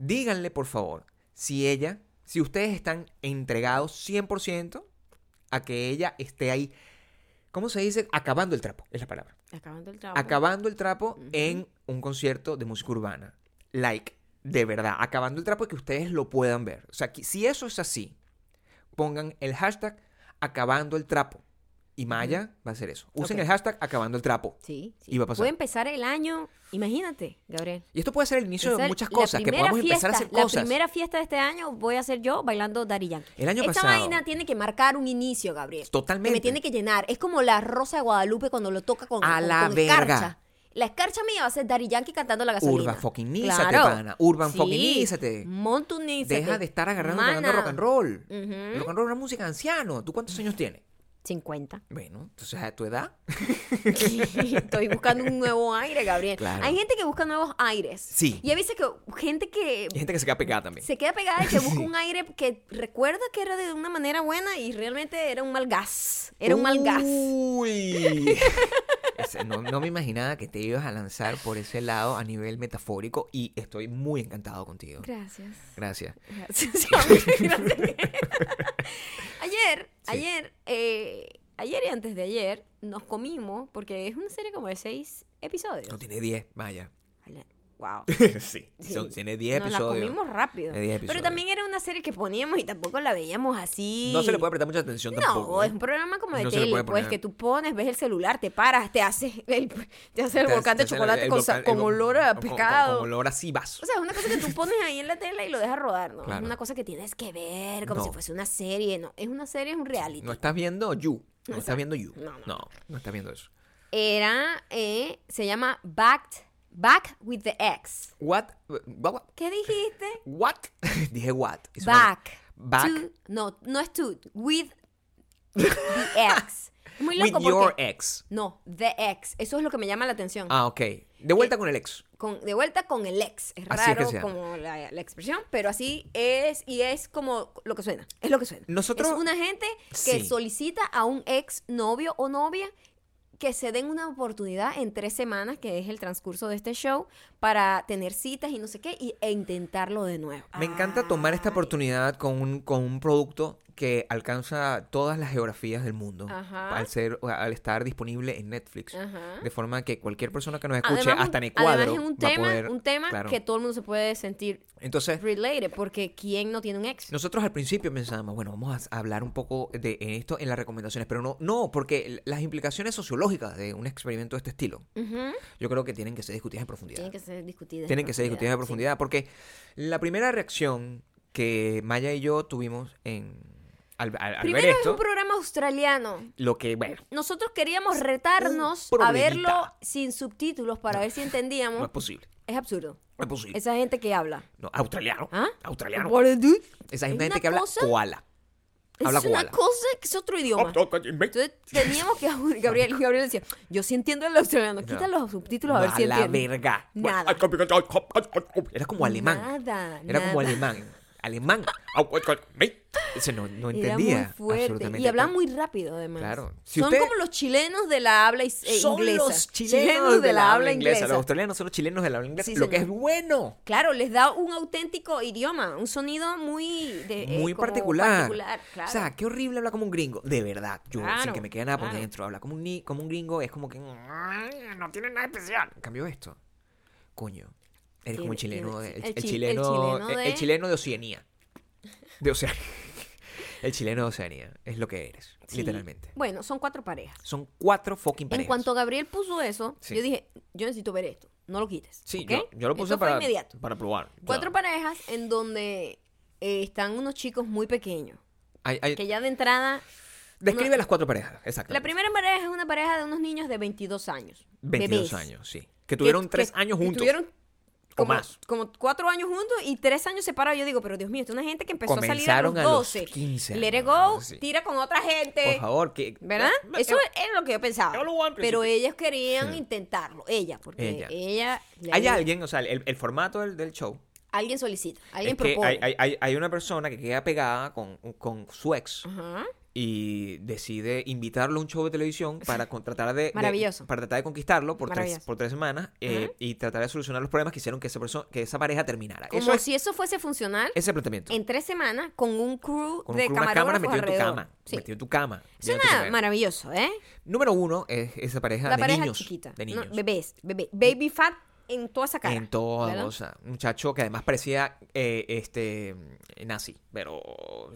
Speaker 2: díganle por favor si ella, si ustedes están entregados 100% a que ella esté ahí, ¿cómo se dice? Acabando el trapo, es la palabra
Speaker 1: Acabando el trabajo.
Speaker 2: acabando el trapo
Speaker 1: Ujú.
Speaker 2: en un concierto de música urbana. Like, de verdad, acabando el trapo y que ustedes lo puedan ver. O sea, que si eso es así, pongan el hashtag acabando el trapo. Y Maya va a hacer eso. Usen
Speaker 1: Ok.
Speaker 2: el hashtag acabando el trapo.
Speaker 1: Sí, sí.
Speaker 2: Y va a pasar.
Speaker 1: Puede empezar el año, imagínate, Gabriel.
Speaker 2: Y esto puede ser el inicio
Speaker 1: Esa
Speaker 2: de
Speaker 1: es
Speaker 2: muchas
Speaker 1: la
Speaker 2: cosas, que
Speaker 1: primera
Speaker 2: podamos empezar a hacer
Speaker 1: fiesta,
Speaker 2: cosas.
Speaker 1: La primera fiesta de este año voy a hacer yo bailando Daddy Yankee.
Speaker 2: El año
Speaker 1: Esta
Speaker 2: pasado.
Speaker 1: vaina tiene que marcar un inicio, Gabriel.
Speaker 2: Totalmente.
Speaker 1: Que me tiene que llenar. Es como la Rosa de Guadalupe cuando lo toca con,
Speaker 2: A
Speaker 1: con-
Speaker 2: la
Speaker 1: con
Speaker 2: verga.
Speaker 1: escarcha. La escarcha mía va a ser Daddy Yankee cantando la gasolina.
Speaker 2: Urban fuckinízate, pana. Urban
Speaker 1: Urban
Speaker 2: fuckinízate.
Speaker 1: Montunízate.
Speaker 2: Deja de estar agarrando, y agarrando
Speaker 1: Mana.
Speaker 2: rock and roll.
Speaker 1: Ujú.
Speaker 2: El Rock and roll es una música de anciano. ¿Tú cuántos años tienes?
Speaker 1: 50.
Speaker 2: Bueno, entonces a tu edad.
Speaker 1: Estoy buscando un nuevo aire, Gabriel.
Speaker 2: Claro.
Speaker 1: Hay gente que busca nuevos aires.
Speaker 2: Sí.
Speaker 1: Y a veces que gente que
Speaker 2: Hay gente que se queda pegada también.
Speaker 1: se queda pegada y que busca un aire que recuerda que era de una manera buena y realmente era un mal gas. Era un mal gas.
Speaker 2: Uh. Uy. Ese- No, no me imaginaba que te ibas a lanzar por ese lado a nivel metafórico y estoy muy encantado contigo.
Speaker 1: Gracias.
Speaker 2: Gracias.
Speaker 1: Gracias. Gabriel. ayer,
Speaker 2: Sí.
Speaker 1: ayer, eh, ayer y antes de ayer nos comimos, porque es una serie como de seis episodios.
Speaker 2: No tiene 10, vaya.
Speaker 1: Wow.
Speaker 2: sí,
Speaker 1: Sí.
Speaker 2: son- tiene 10
Speaker 1: Nos la
Speaker 2: episodios.
Speaker 1: comimos rápido.
Speaker 2: De 10
Speaker 1: Pero
Speaker 2: episodios.
Speaker 1: también era una serie que poníamos y tampoco la veíamos así.
Speaker 2: No se le puede prestar mucha atención
Speaker 1: No,
Speaker 2: tampoco. ¿eh?
Speaker 1: es un programa como de
Speaker 2: No se le
Speaker 1: tele,
Speaker 2: puede
Speaker 1: pues
Speaker 2: poner-
Speaker 1: que tú pones, ves el celular, te paras, te haces el, te haces el
Speaker 2: Te-
Speaker 1: volcán
Speaker 2: te
Speaker 1: de
Speaker 2: hace el-
Speaker 1: chocolate
Speaker 2: el
Speaker 1: con,
Speaker 2: volcán-
Speaker 1: sa-
Speaker 2: el
Speaker 1: con
Speaker 2: vol-
Speaker 1: olor a
Speaker 2: con- con-
Speaker 1: pescado.
Speaker 2: Con, olor a cibazo.
Speaker 1: O sea, es una cosa que tú pones ahí en la tela y lo dejas rodar, ¿no?
Speaker 2: Claro.
Speaker 1: Es una cosa que tienes que ver, como
Speaker 2: No.
Speaker 1: si fuese una serie, ¿no? Es una serie, es un reality.
Speaker 2: no estás viendo You. No
Speaker 1: Exacto.
Speaker 2: estás viendo You.
Speaker 1: No, no.
Speaker 2: no estás viendo eso.
Speaker 1: Era, eh, se llama Back, Back with the Ex.
Speaker 2: What? What?
Speaker 1: ¿Qué dijiste?
Speaker 2: what? Dije what. Eso no-
Speaker 1: Back.
Speaker 2: Back.
Speaker 1: to- no, no es to, with the ex. Es Muy
Speaker 2: With
Speaker 1: loco
Speaker 2: your
Speaker 1: porque...
Speaker 2: ex.
Speaker 1: No, the ex. Eso es lo que me llama la atención.
Speaker 2: Ah, ok. De
Speaker 1: Eh,
Speaker 2: vuelta con el ex.
Speaker 1: con, de vuelta con el ex. Es
Speaker 2: Así es que
Speaker 1: raro
Speaker 2: se llama.
Speaker 1: como la, la expresión, pero así es y es como lo que suena. Es lo que suena.
Speaker 2: Nosotros-
Speaker 1: es una gente que
Speaker 2: Sí.
Speaker 1: solicita a un ex novio o novia que se den una oportunidad en tres semanas, que es el transcurso de este show, para tener citas y no sé qué, y, e intentarlo de nuevo.
Speaker 2: Me encanta tomar esta
Speaker 1: Ay.
Speaker 2: oportunidad con un, con un producto que alcanza todas las geografías del mundo
Speaker 1: Ajá.
Speaker 2: al ser al estar disponible en Netflix
Speaker 1: Ajá.
Speaker 2: de forma que cualquier persona que nos escuche
Speaker 1: Además,
Speaker 2: hasta en
Speaker 1: un-
Speaker 2: Ecuador
Speaker 1: además es un
Speaker 2: va a
Speaker 1: tema,
Speaker 2: poder
Speaker 1: un tema
Speaker 2: claro. Eh.
Speaker 1: que todo el mundo se puede sentir
Speaker 2: entonces
Speaker 1: related, porque ¿quién no tiene un ex?
Speaker 2: nosotros al principio pensábamos, bueno, vamos a hablar un poco de eh, esto en las recomendaciones, pero no, no, porque las implicaciones sociológicas de un experimento de este estilo,
Speaker 1: Ujú.
Speaker 2: yo creo que tienen que ser discutidas en profundidad.
Speaker 1: Tienen que ser discutidas. en
Speaker 2: tienen que ser discutidas en
Speaker 1: profundidad,
Speaker 2: profundidad, porque la primera reacción que Maya y yo tuvimos en al, al-
Speaker 1: sí.
Speaker 2: al ver
Speaker 1: Primero es
Speaker 2: esto,
Speaker 1: un programa australiano.
Speaker 2: lo que, bueno,
Speaker 1: Nosotros queríamos retarnos
Speaker 2: Un
Speaker 1: a verlo
Speaker 2: problemita.
Speaker 1: sin subtítulos para ver si
Speaker 2: no es
Speaker 1: entendíamos.
Speaker 2: posible,
Speaker 1: Es absurdo.
Speaker 2: no es posible.
Speaker 1: Esa gente que habla.
Speaker 2: No, australiano,
Speaker 1: ¿Ah?
Speaker 2: australiano.
Speaker 1: What is it?
Speaker 2: Esa
Speaker 1: es
Speaker 2: gente
Speaker 1: una
Speaker 2: que habla
Speaker 1: cosa-
Speaker 2: koala.
Speaker 1: Es
Speaker 2: Habla
Speaker 1: una
Speaker 2: koala.
Speaker 1: cosa que es otro idioma. Entonces teníamos que Gabriel, Gabriel decía, yo sí entiendo el australiano, quita los subtítulos a ver
Speaker 2: A
Speaker 1: si
Speaker 2: la
Speaker 1: entiendo.
Speaker 2: verga.
Speaker 1: Nada.
Speaker 2: Era como alemán.
Speaker 1: Nada,
Speaker 2: Era como
Speaker 1: nada.
Speaker 2: alemán. Alemán. Eso no, no
Speaker 1: Era
Speaker 2: entendía.
Speaker 1: muy fuerte.
Speaker 2: absolutamente.
Speaker 1: Y hablaba muy rápido, además.
Speaker 2: Claro. Si
Speaker 1: son
Speaker 2: usted-
Speaker 1: como los chilenos de la habla is- eh,
Speaker 2: Son
Speaker 1: inglesa.
Speaker 2: los chilenos, de la habla inglesa. Los australianos son los chilenos de la habla inglesa.
Speaker 1: Sí,
Speaker 2: lo que es
Speaker 1: señor.
Speaker 2: bueno.
Speaker 1: Claro, les da un auténtico idioma, un sonido muy de, eh,
Speaker 2: Muy
Speaker 1: como
Speaker 2: particular.
Speaker 1: claro.
Speaker 2: O sea, qué horrible hablar como un gringo. De verdad. Yo, sin
Speaker 1: Claro,
Speaker 2: que me quede nada por
Speaker 1: claro.
Speaker 2: dentro. Hablar como un, ni- como un gringo es como que. mm, No tiene nada especial. En cambio, esto. Coño. Eres como el
Speaker 1: Tiene-
Speaker 2: chileno.
Speaker 1: tiene-
Speaker 2: de- El,
Speaker 1: el
Speaker 2: el
Speaker 1: chi- el
Speaker 2: chileno.
Speaker 1: chileno
Speaker 2: El,
Speaker 1: de-
Speaker 2: el chileno de Oceanía. De Oceanía. el chileno de Oceanía. Es lo que eres.
Speaker 1: Sí.
Speaker 2: Literalmente.
Speaker 1: Bueno, son cuatro parejas.
Speaker 2: Son cuatro fucking parejas.
Speaker 1: En cuanto Gabriel puso eso,
Speaker 2: Sí.
Speaker 1: yo dije, yo necesito ver esto, no lo quites.
Speaker 2: Sí,
Speaker 1: ¿ok?
Speaker 2: yo, yo lo puse
Speaker 1: Esto
Speaker 2: para,
Speaker 1: Fue inmediato.
Speaker 2: para probar. O sea,
Speaker 1: Cuatro parejas en donde eh, están unos chicos muy pequeños,
Speaker 2: hay- hay-
Speaker 1: que ya de entrada
Speaker 2: Describe
Speaker 1: no-
Speaker 2: las cuatro parejas, exacto.
Speaker 1: La primera pareja es una pareja de unos niños de 22 años.
Speaker 2: 22
Speaker 1: bebés.
Speaker 2: años, sí. Que tuvieron
Speaker 1: Que-
Speaker 2: tres
Speaker 1: que-
Speaker 2: años
Speaker 1: que
Speaker 2: juntos.
Speaker 1: Tuvieron como,
Speaker 2: más.
Speaker 1: como cuatro años juntos y tres años separados. Yo digo, pero Dios mío, esta es una gente que empezó
Speaker 2: Comenzaron
Speaker 1: a
Speaker 2: a
Speaker 1: salir a
Speaker 2: los
Speaker 1: los 12.
Speaker 2: 15
Speaker 1: Let it
Speaker 2: años,
Speaker 1: go,
Speaker 2: sí.
Speaker 1: tira con otra gente.
Speaker 2: Por favor, que.
Speaker 1: Este, ¿Verdad?
Speaker 2: Eh,
Speaker 1: Eso
Speaker 2: eh,
Speaker 1: era lo que yo pensaba.
Speaker 2: yo lo voy al principio.
Speaker 1: Pero ellas querían intentarlo. Ella, porque
Speaker 2: Ella.
Speaker 1: ella. le-
Speaker 2: Hay alguien, o sea, el, el formato del, del show.
Speaker 1: alguien solicita, alguien
Speaker 2: es que
Speaker 1: propone.
Speaker 2: hay, hay- hay- hay una persona que queda pegada con, con su ex
Speaker 1: Ajá.
Speaker 2: y decide invitarlo a un show de televisión para con- tratar de, de-
Speaker 1: Maravilloso.
Speaker 2: para tratar de conquistarlo por tres,
Speaker 1: Maravilloso.
Speaker 2: por tres semanas eh, y tratar de solucionar los problemas que hicieron que esa persona, que esa pareja terminara.
Speaker 1: Como
Speaker 2: Eso es
Speaker 1: si eso fuese funcional
Speaker 2: ese planteamiento.
Speaker 1: en tres semanas con un crew
Speaker 2: con
Speaker 1: de
Speaker 2: un- con una cámara
Speaker 1: camarógrafos
Speaker 2: metido en tu
Speaker 1: alrededor.
Speaker 2: cama.
Speaker 1: Sí.
Speaker 2: Metido en tu cama. viendo tu
Speaker 1: Suena
Speaker 2: cama.
Speaker 1: maravilloso, ¿eh?
Speaker 2: Número uno es esa pareja
Speaker 1: La
Speaker 2: de
Speaker 1: pareja
Speaker 2: niños.
Speaker 1: chiquita.
Speaker 2: De
Speaker 1: No,
Speaker 2: niños.
Speaker 1: bebés, bebé. Baby fat en toda esa cara.
Speaker 2: en toda
Speaker 1: ¿verdad?
Speaker 2: cosa. Un muchacho que además parecía eh, este nazi, pero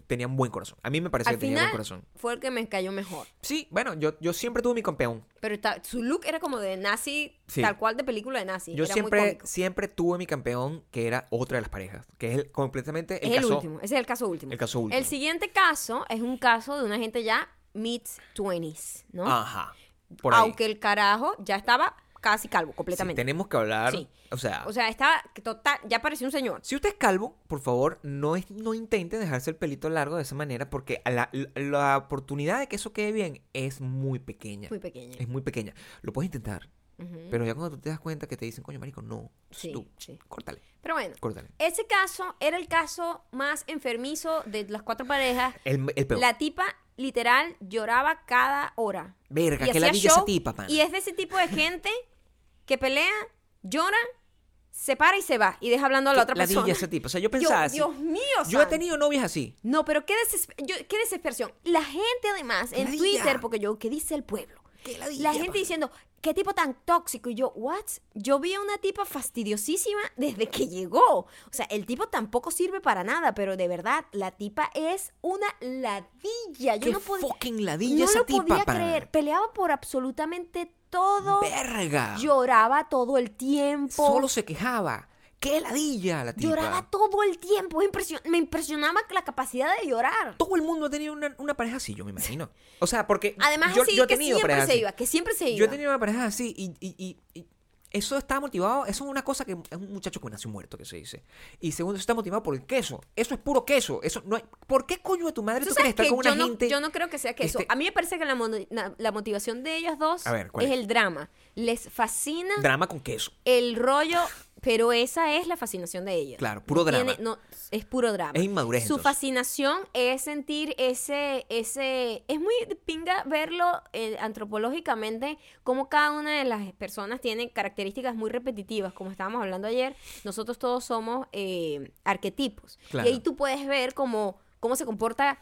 Speaker 2: tenía un buen corazón. A mí me parece
Speaker 1: Al
Speaker 2: que tenía buen
Speaker 1: final
Speaker 2: corazón.
Speaker 1: fue el que me cayó mejor.
Speaker 2: Sí, bueno, yo, yo siempre tuve mi campeón.
Speaker 1: Pero está- su look era como de nazi,
Speaker 2: Sí.
Speaker 1: tal cual de película de nazi.
Speaker 2: Yo
Speaker 1: era muy
Speaker 2: siempre,
Speaker 1: cómico.
Speaker 2: siempre tuve mi campeón, que era otra de las parejas, que es el- completamente el
Speaker 1: es
Speaker 2: caso.
Speaker 1: el último. Ese es el caso último.
Speaker 2: el caso último.
Speaker 1: El siguiente caso es un caso de una gente ya mid 20s, ¿no?
Speaker 2: Ajá. Ah, Por ahí.
Speaker 1: Aunque el carajo ya estaba casi calvo,
Speaker 2: Sí,
Speaker 1: completamente.
Speaker 2: tenemos que hablar.
Speaker 1: Sí.
Speaker 2: O sea,
Speaker 1: O sea, estaba que total, ya parecía un señor.
Speaker 2: Si usted es calvo, por favor, no, es, no intente dejarse el pelito largo de esa manera porque a la, la- la oportunidad de que eso quede bien es muy pequeña.
Speaker 1: Muy pequeño.
Speaker 2: Es muy pequeña. Lo puedes intentar,
Speaker 1: Ujú.
Speaker 2: pero ya cuando tú te das cuenta que te dicen, coño, marico, no.
Speaker 1: Sí,
Speaker 2: tú,
Speaker 1: sí.
Speaker 2: Córtale,
Speaker 1: Pero bueno,
Speaker 2: córtale.
Speaker 1: ese caso era el caso más enfermizo de las cuatro parejas.
Speaker 2: El, el peor.
Speaker 1: La tipa literal lloraba cada hora. Y
Speaker 2: Verga, que
Speaker 1: hacía
Speaker 2: la diga
Speaker 1: show,
Speaker 2: esa tipa, pana.
Speaker 1: Y es de ese tipo de gente que pelea, llora, se para y se va. Y deja hablando a la otra
Speaker 2: ladilla
Speaker 1: persona.
Speaker 2: esa tipa. O sea, yo
Speaker 1: Yo-
Speaker 2: pensaba así.
Speaker 1: Dios mío,
Speaker 2: yo he
Speaker 1: santo.
Speaker 2: tenido novias así.
Speaker 1: No, pero qué, desesper- yo- qué desesperación. La gente además en
Speaker 2: Ladilla.
Speaker 1: Twitter, porque yo, ¿qué dice el pueblo? La gente diciendo, qué tipo tan tóxico. Y yo, ¿what? Yo vi a una tipa fastidiosísima desde que llegó. O sea, el tipo tampoco sirve para nada, pero de verdad, la tipa es una ladilla. Yo
Speaker 2: Qué
Speaker 1: no podía,
Speaker 2: fucking ladilla
Speaker 1: no
Speaker 2: esa
Speaker 1: lo
Speaker 2: tipa,
Speaker 1: podía
Speaker 2: pana.
Speaker 1: creer. Peleaba por absolutamente todo.
Speaker 2: Verga.
Speaker 1: Lloraba todo el tiempo.
Speaker 2: ah. Solo se quejaba. Qué ladilla la tipa.
Speaker 1: Lloraba todo el tiempo. Es impresio- me impresionaba la capacidad de llorar.
Speaker 2: Todo el mundo ha tenido una, una pareja así, yo me imagino. O sea, porque
Speaker 1: Además,
Speaker 2: yo,
Speaker 1: así
Speaker 2: yo he
Speaker 1: que
Speaker 2: tenido
Speaker 1: siempre
Speaker 2: parejas
Speaker 1: se
Speaker 2: así.
Speaker 1: iba, que siempre se iba.
Speaker 2: Yo he tenido una pareja así y, y- y- y eso está motivado. Eso es una cosa que es un muchacho que nació muerto, que se dice. Y segundo, eso está motivado por el queso. Eso es puro queso. Eso no hay. ¿Por qué coño de tu madre
Speaker 1: Tú
Speaker 2: tú
Speaker 1: sabes
Speaker 2: quieres estar
Speaker 1: que
Speaker 2: con una
Speaker 1: yo, no,
Speaker 2: gente?
Speaker 1: yo no creo que sea que eso.
Speaker 2: Este-
Speaker 1: A mí me parece que la, mono- na- la motivación de ellas dos
Speaker 2: A ver, ¿cuál
Speaker 1: es
Speaker 2: es?
Speaker 1: el drama. Les fascina
Speaker 2: Drama con queso.
Speaker 1: el rollo Pero esa es la fascinación de ella.
Speaker 2: Claro, puro
Speaker 1: No tiene-
Speaker 2: drama.
Speaker 1: no, es puro drama.
Speaker 2: Es inmadurez,
Speaker 1: Su
Speaker 2: entonces.
Speaker 1: fascinación es sentir ese, ese, es muy de pinga verlo eh, antropológicamente, como cada una de las personas tiene características muy repetitivas, como estábamos hablando ayer, nosotros todos somos eh, arquetipos.
Speaker 2: Claro.
Speaker 1: Y ahí tú puedes ver cómo, cómo se comporta,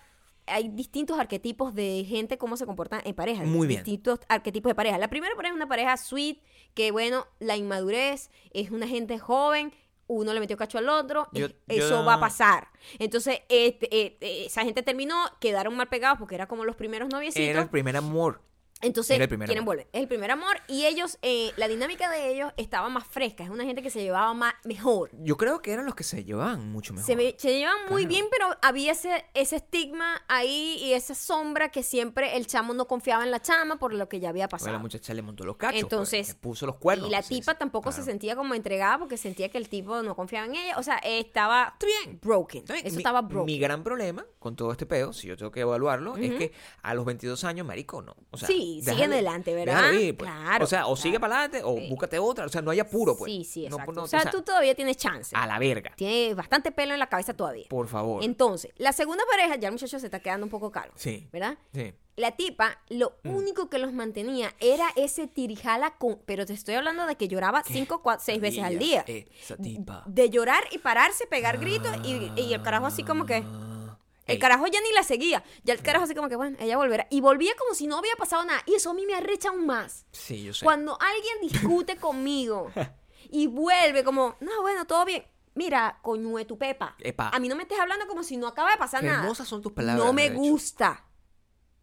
Speaker 1: hay distintos arquetipos de gente, cómo se comportan en pareja.
Speaker 2: Muy bien.
Speaker 1: Distintos arquetipos de pareja. La primera pareja es una pareja sweet, que bueno, la inmadurez, es una gente joven, uno le metió cacho al otro,
Speaker 3: Yo-
Speaker 1: es-
Speaker 3: yo-
Speaker 1: Eh, eso va a pasar. Entonces, este, eh, eh, esa gente terminó, quedaron mal pegados porque era como los primeros noviecitos.
Speaker 2: Era el primer amor.
Speaker 1: Entonces,
Speaker 2: Era el primer
Speaker 1: quieren
Speaker 2: amor.
Speaker 1: volver. Es el primer amor y ellos, eh, la dinámica de ellos estaba más fresca. Es una gente que se llevaba más, mejor.
Speaker 2: Yo creo que eran los que se llevaban mucho mejor.
Speaker 1: Se, ve- se llevan muy
Speaker 2: Claro.
Speaker 1: bien, pero había ese, ese estigma ahí y esa sombra que siempre el chamo no confiaba en la chama por lo que ya había
Speaker 2: Porque la
Speaker 1: pasado.
Speaker 2: muchacha le montó los cachos. pues,
Speaker 1: Entonces,
Speaker 2: le puso los cuernos.
Speaker 1: y la
Speaker 2: así es.
Speaker 1: tipa tampoco
Speaker 2: Claro.
Speaker 1: se sentía como entregada porque sentía que el tipo no confiaba en ella. O sea, eh, estaba bien. broken.
Speaker 2: Está bien,
Speaker 1: Eso
Speaker 2: mi-
Speaker 1: estaba broken.
Speaker 2: Mi gran problema con todo este pedo, si yo tengo que evaluarlo, es que a los 22 años, marico, no. O sea,
Speaker 1: Sí, sigue adelante, ¿verdad?
Speaker 2: déjalo ir, pues.
Speaker 1: Claro,
Speaker 2: O sea, o sigue
Speaker 1: claro.
Speaker 2: para adelante o
Speaker 1: Sí.
Speaker 2: búscate otra. O sea, no haya puro, pues.
Speaker 1: Sí, sí,
Speaker 2: No,
Speaker 1: exacto.
Speaker 2: no,
Speaker 1: o, sea, tú todavía tienes chance.
Speaker 2: A la verga.
Speaker 1: Tiene bastante pelo en la cabeza todavía.
Speaker 2: Por favor.
Speaker 1: Entonces, la segunda pareja, ya el muchacho se está quedando un poco caro.
Speaker 2: Sí. Mm.
Speaker 1: ¿Verdad?
Speaker 2: Sí.
Speaker 1: La tipa, lo único que los mantenía era ese tirijala con... Pero te estoy hablando de que lloraba cinco, cua- seis veces al día.
Speaker 2: Esa tipa.
Speaker 1: De llorar y pararse, pegar gritos y, y el carajo así como que... El
Speaker 2: Ey.
Speaker 1: carajo ya ni la seguía. Ya
Speaker 2: Mm.
Speaker 1: el carajo así como que, bueno, ella volverá. Y volvía como si no había pasado nada. Y eso a mí me arrecha aún más.
Speaker 2: Sí, yo sé.
Speaker 1: Cuando alguien discute conmigo y vuelve como, no, bueno, todo bien. Mira, coño de tu pepa.
Speaker 2: Epa.
Speaker 1: A mí no me estés hablando como si no acaba de pasar
Speaker 2: Qué
Speaker 1: nada.
Speaker 2: hermosas son tus palabras,
Speaker 1: No me
Speaker 2: de hecho.
Speaker 1: gusta.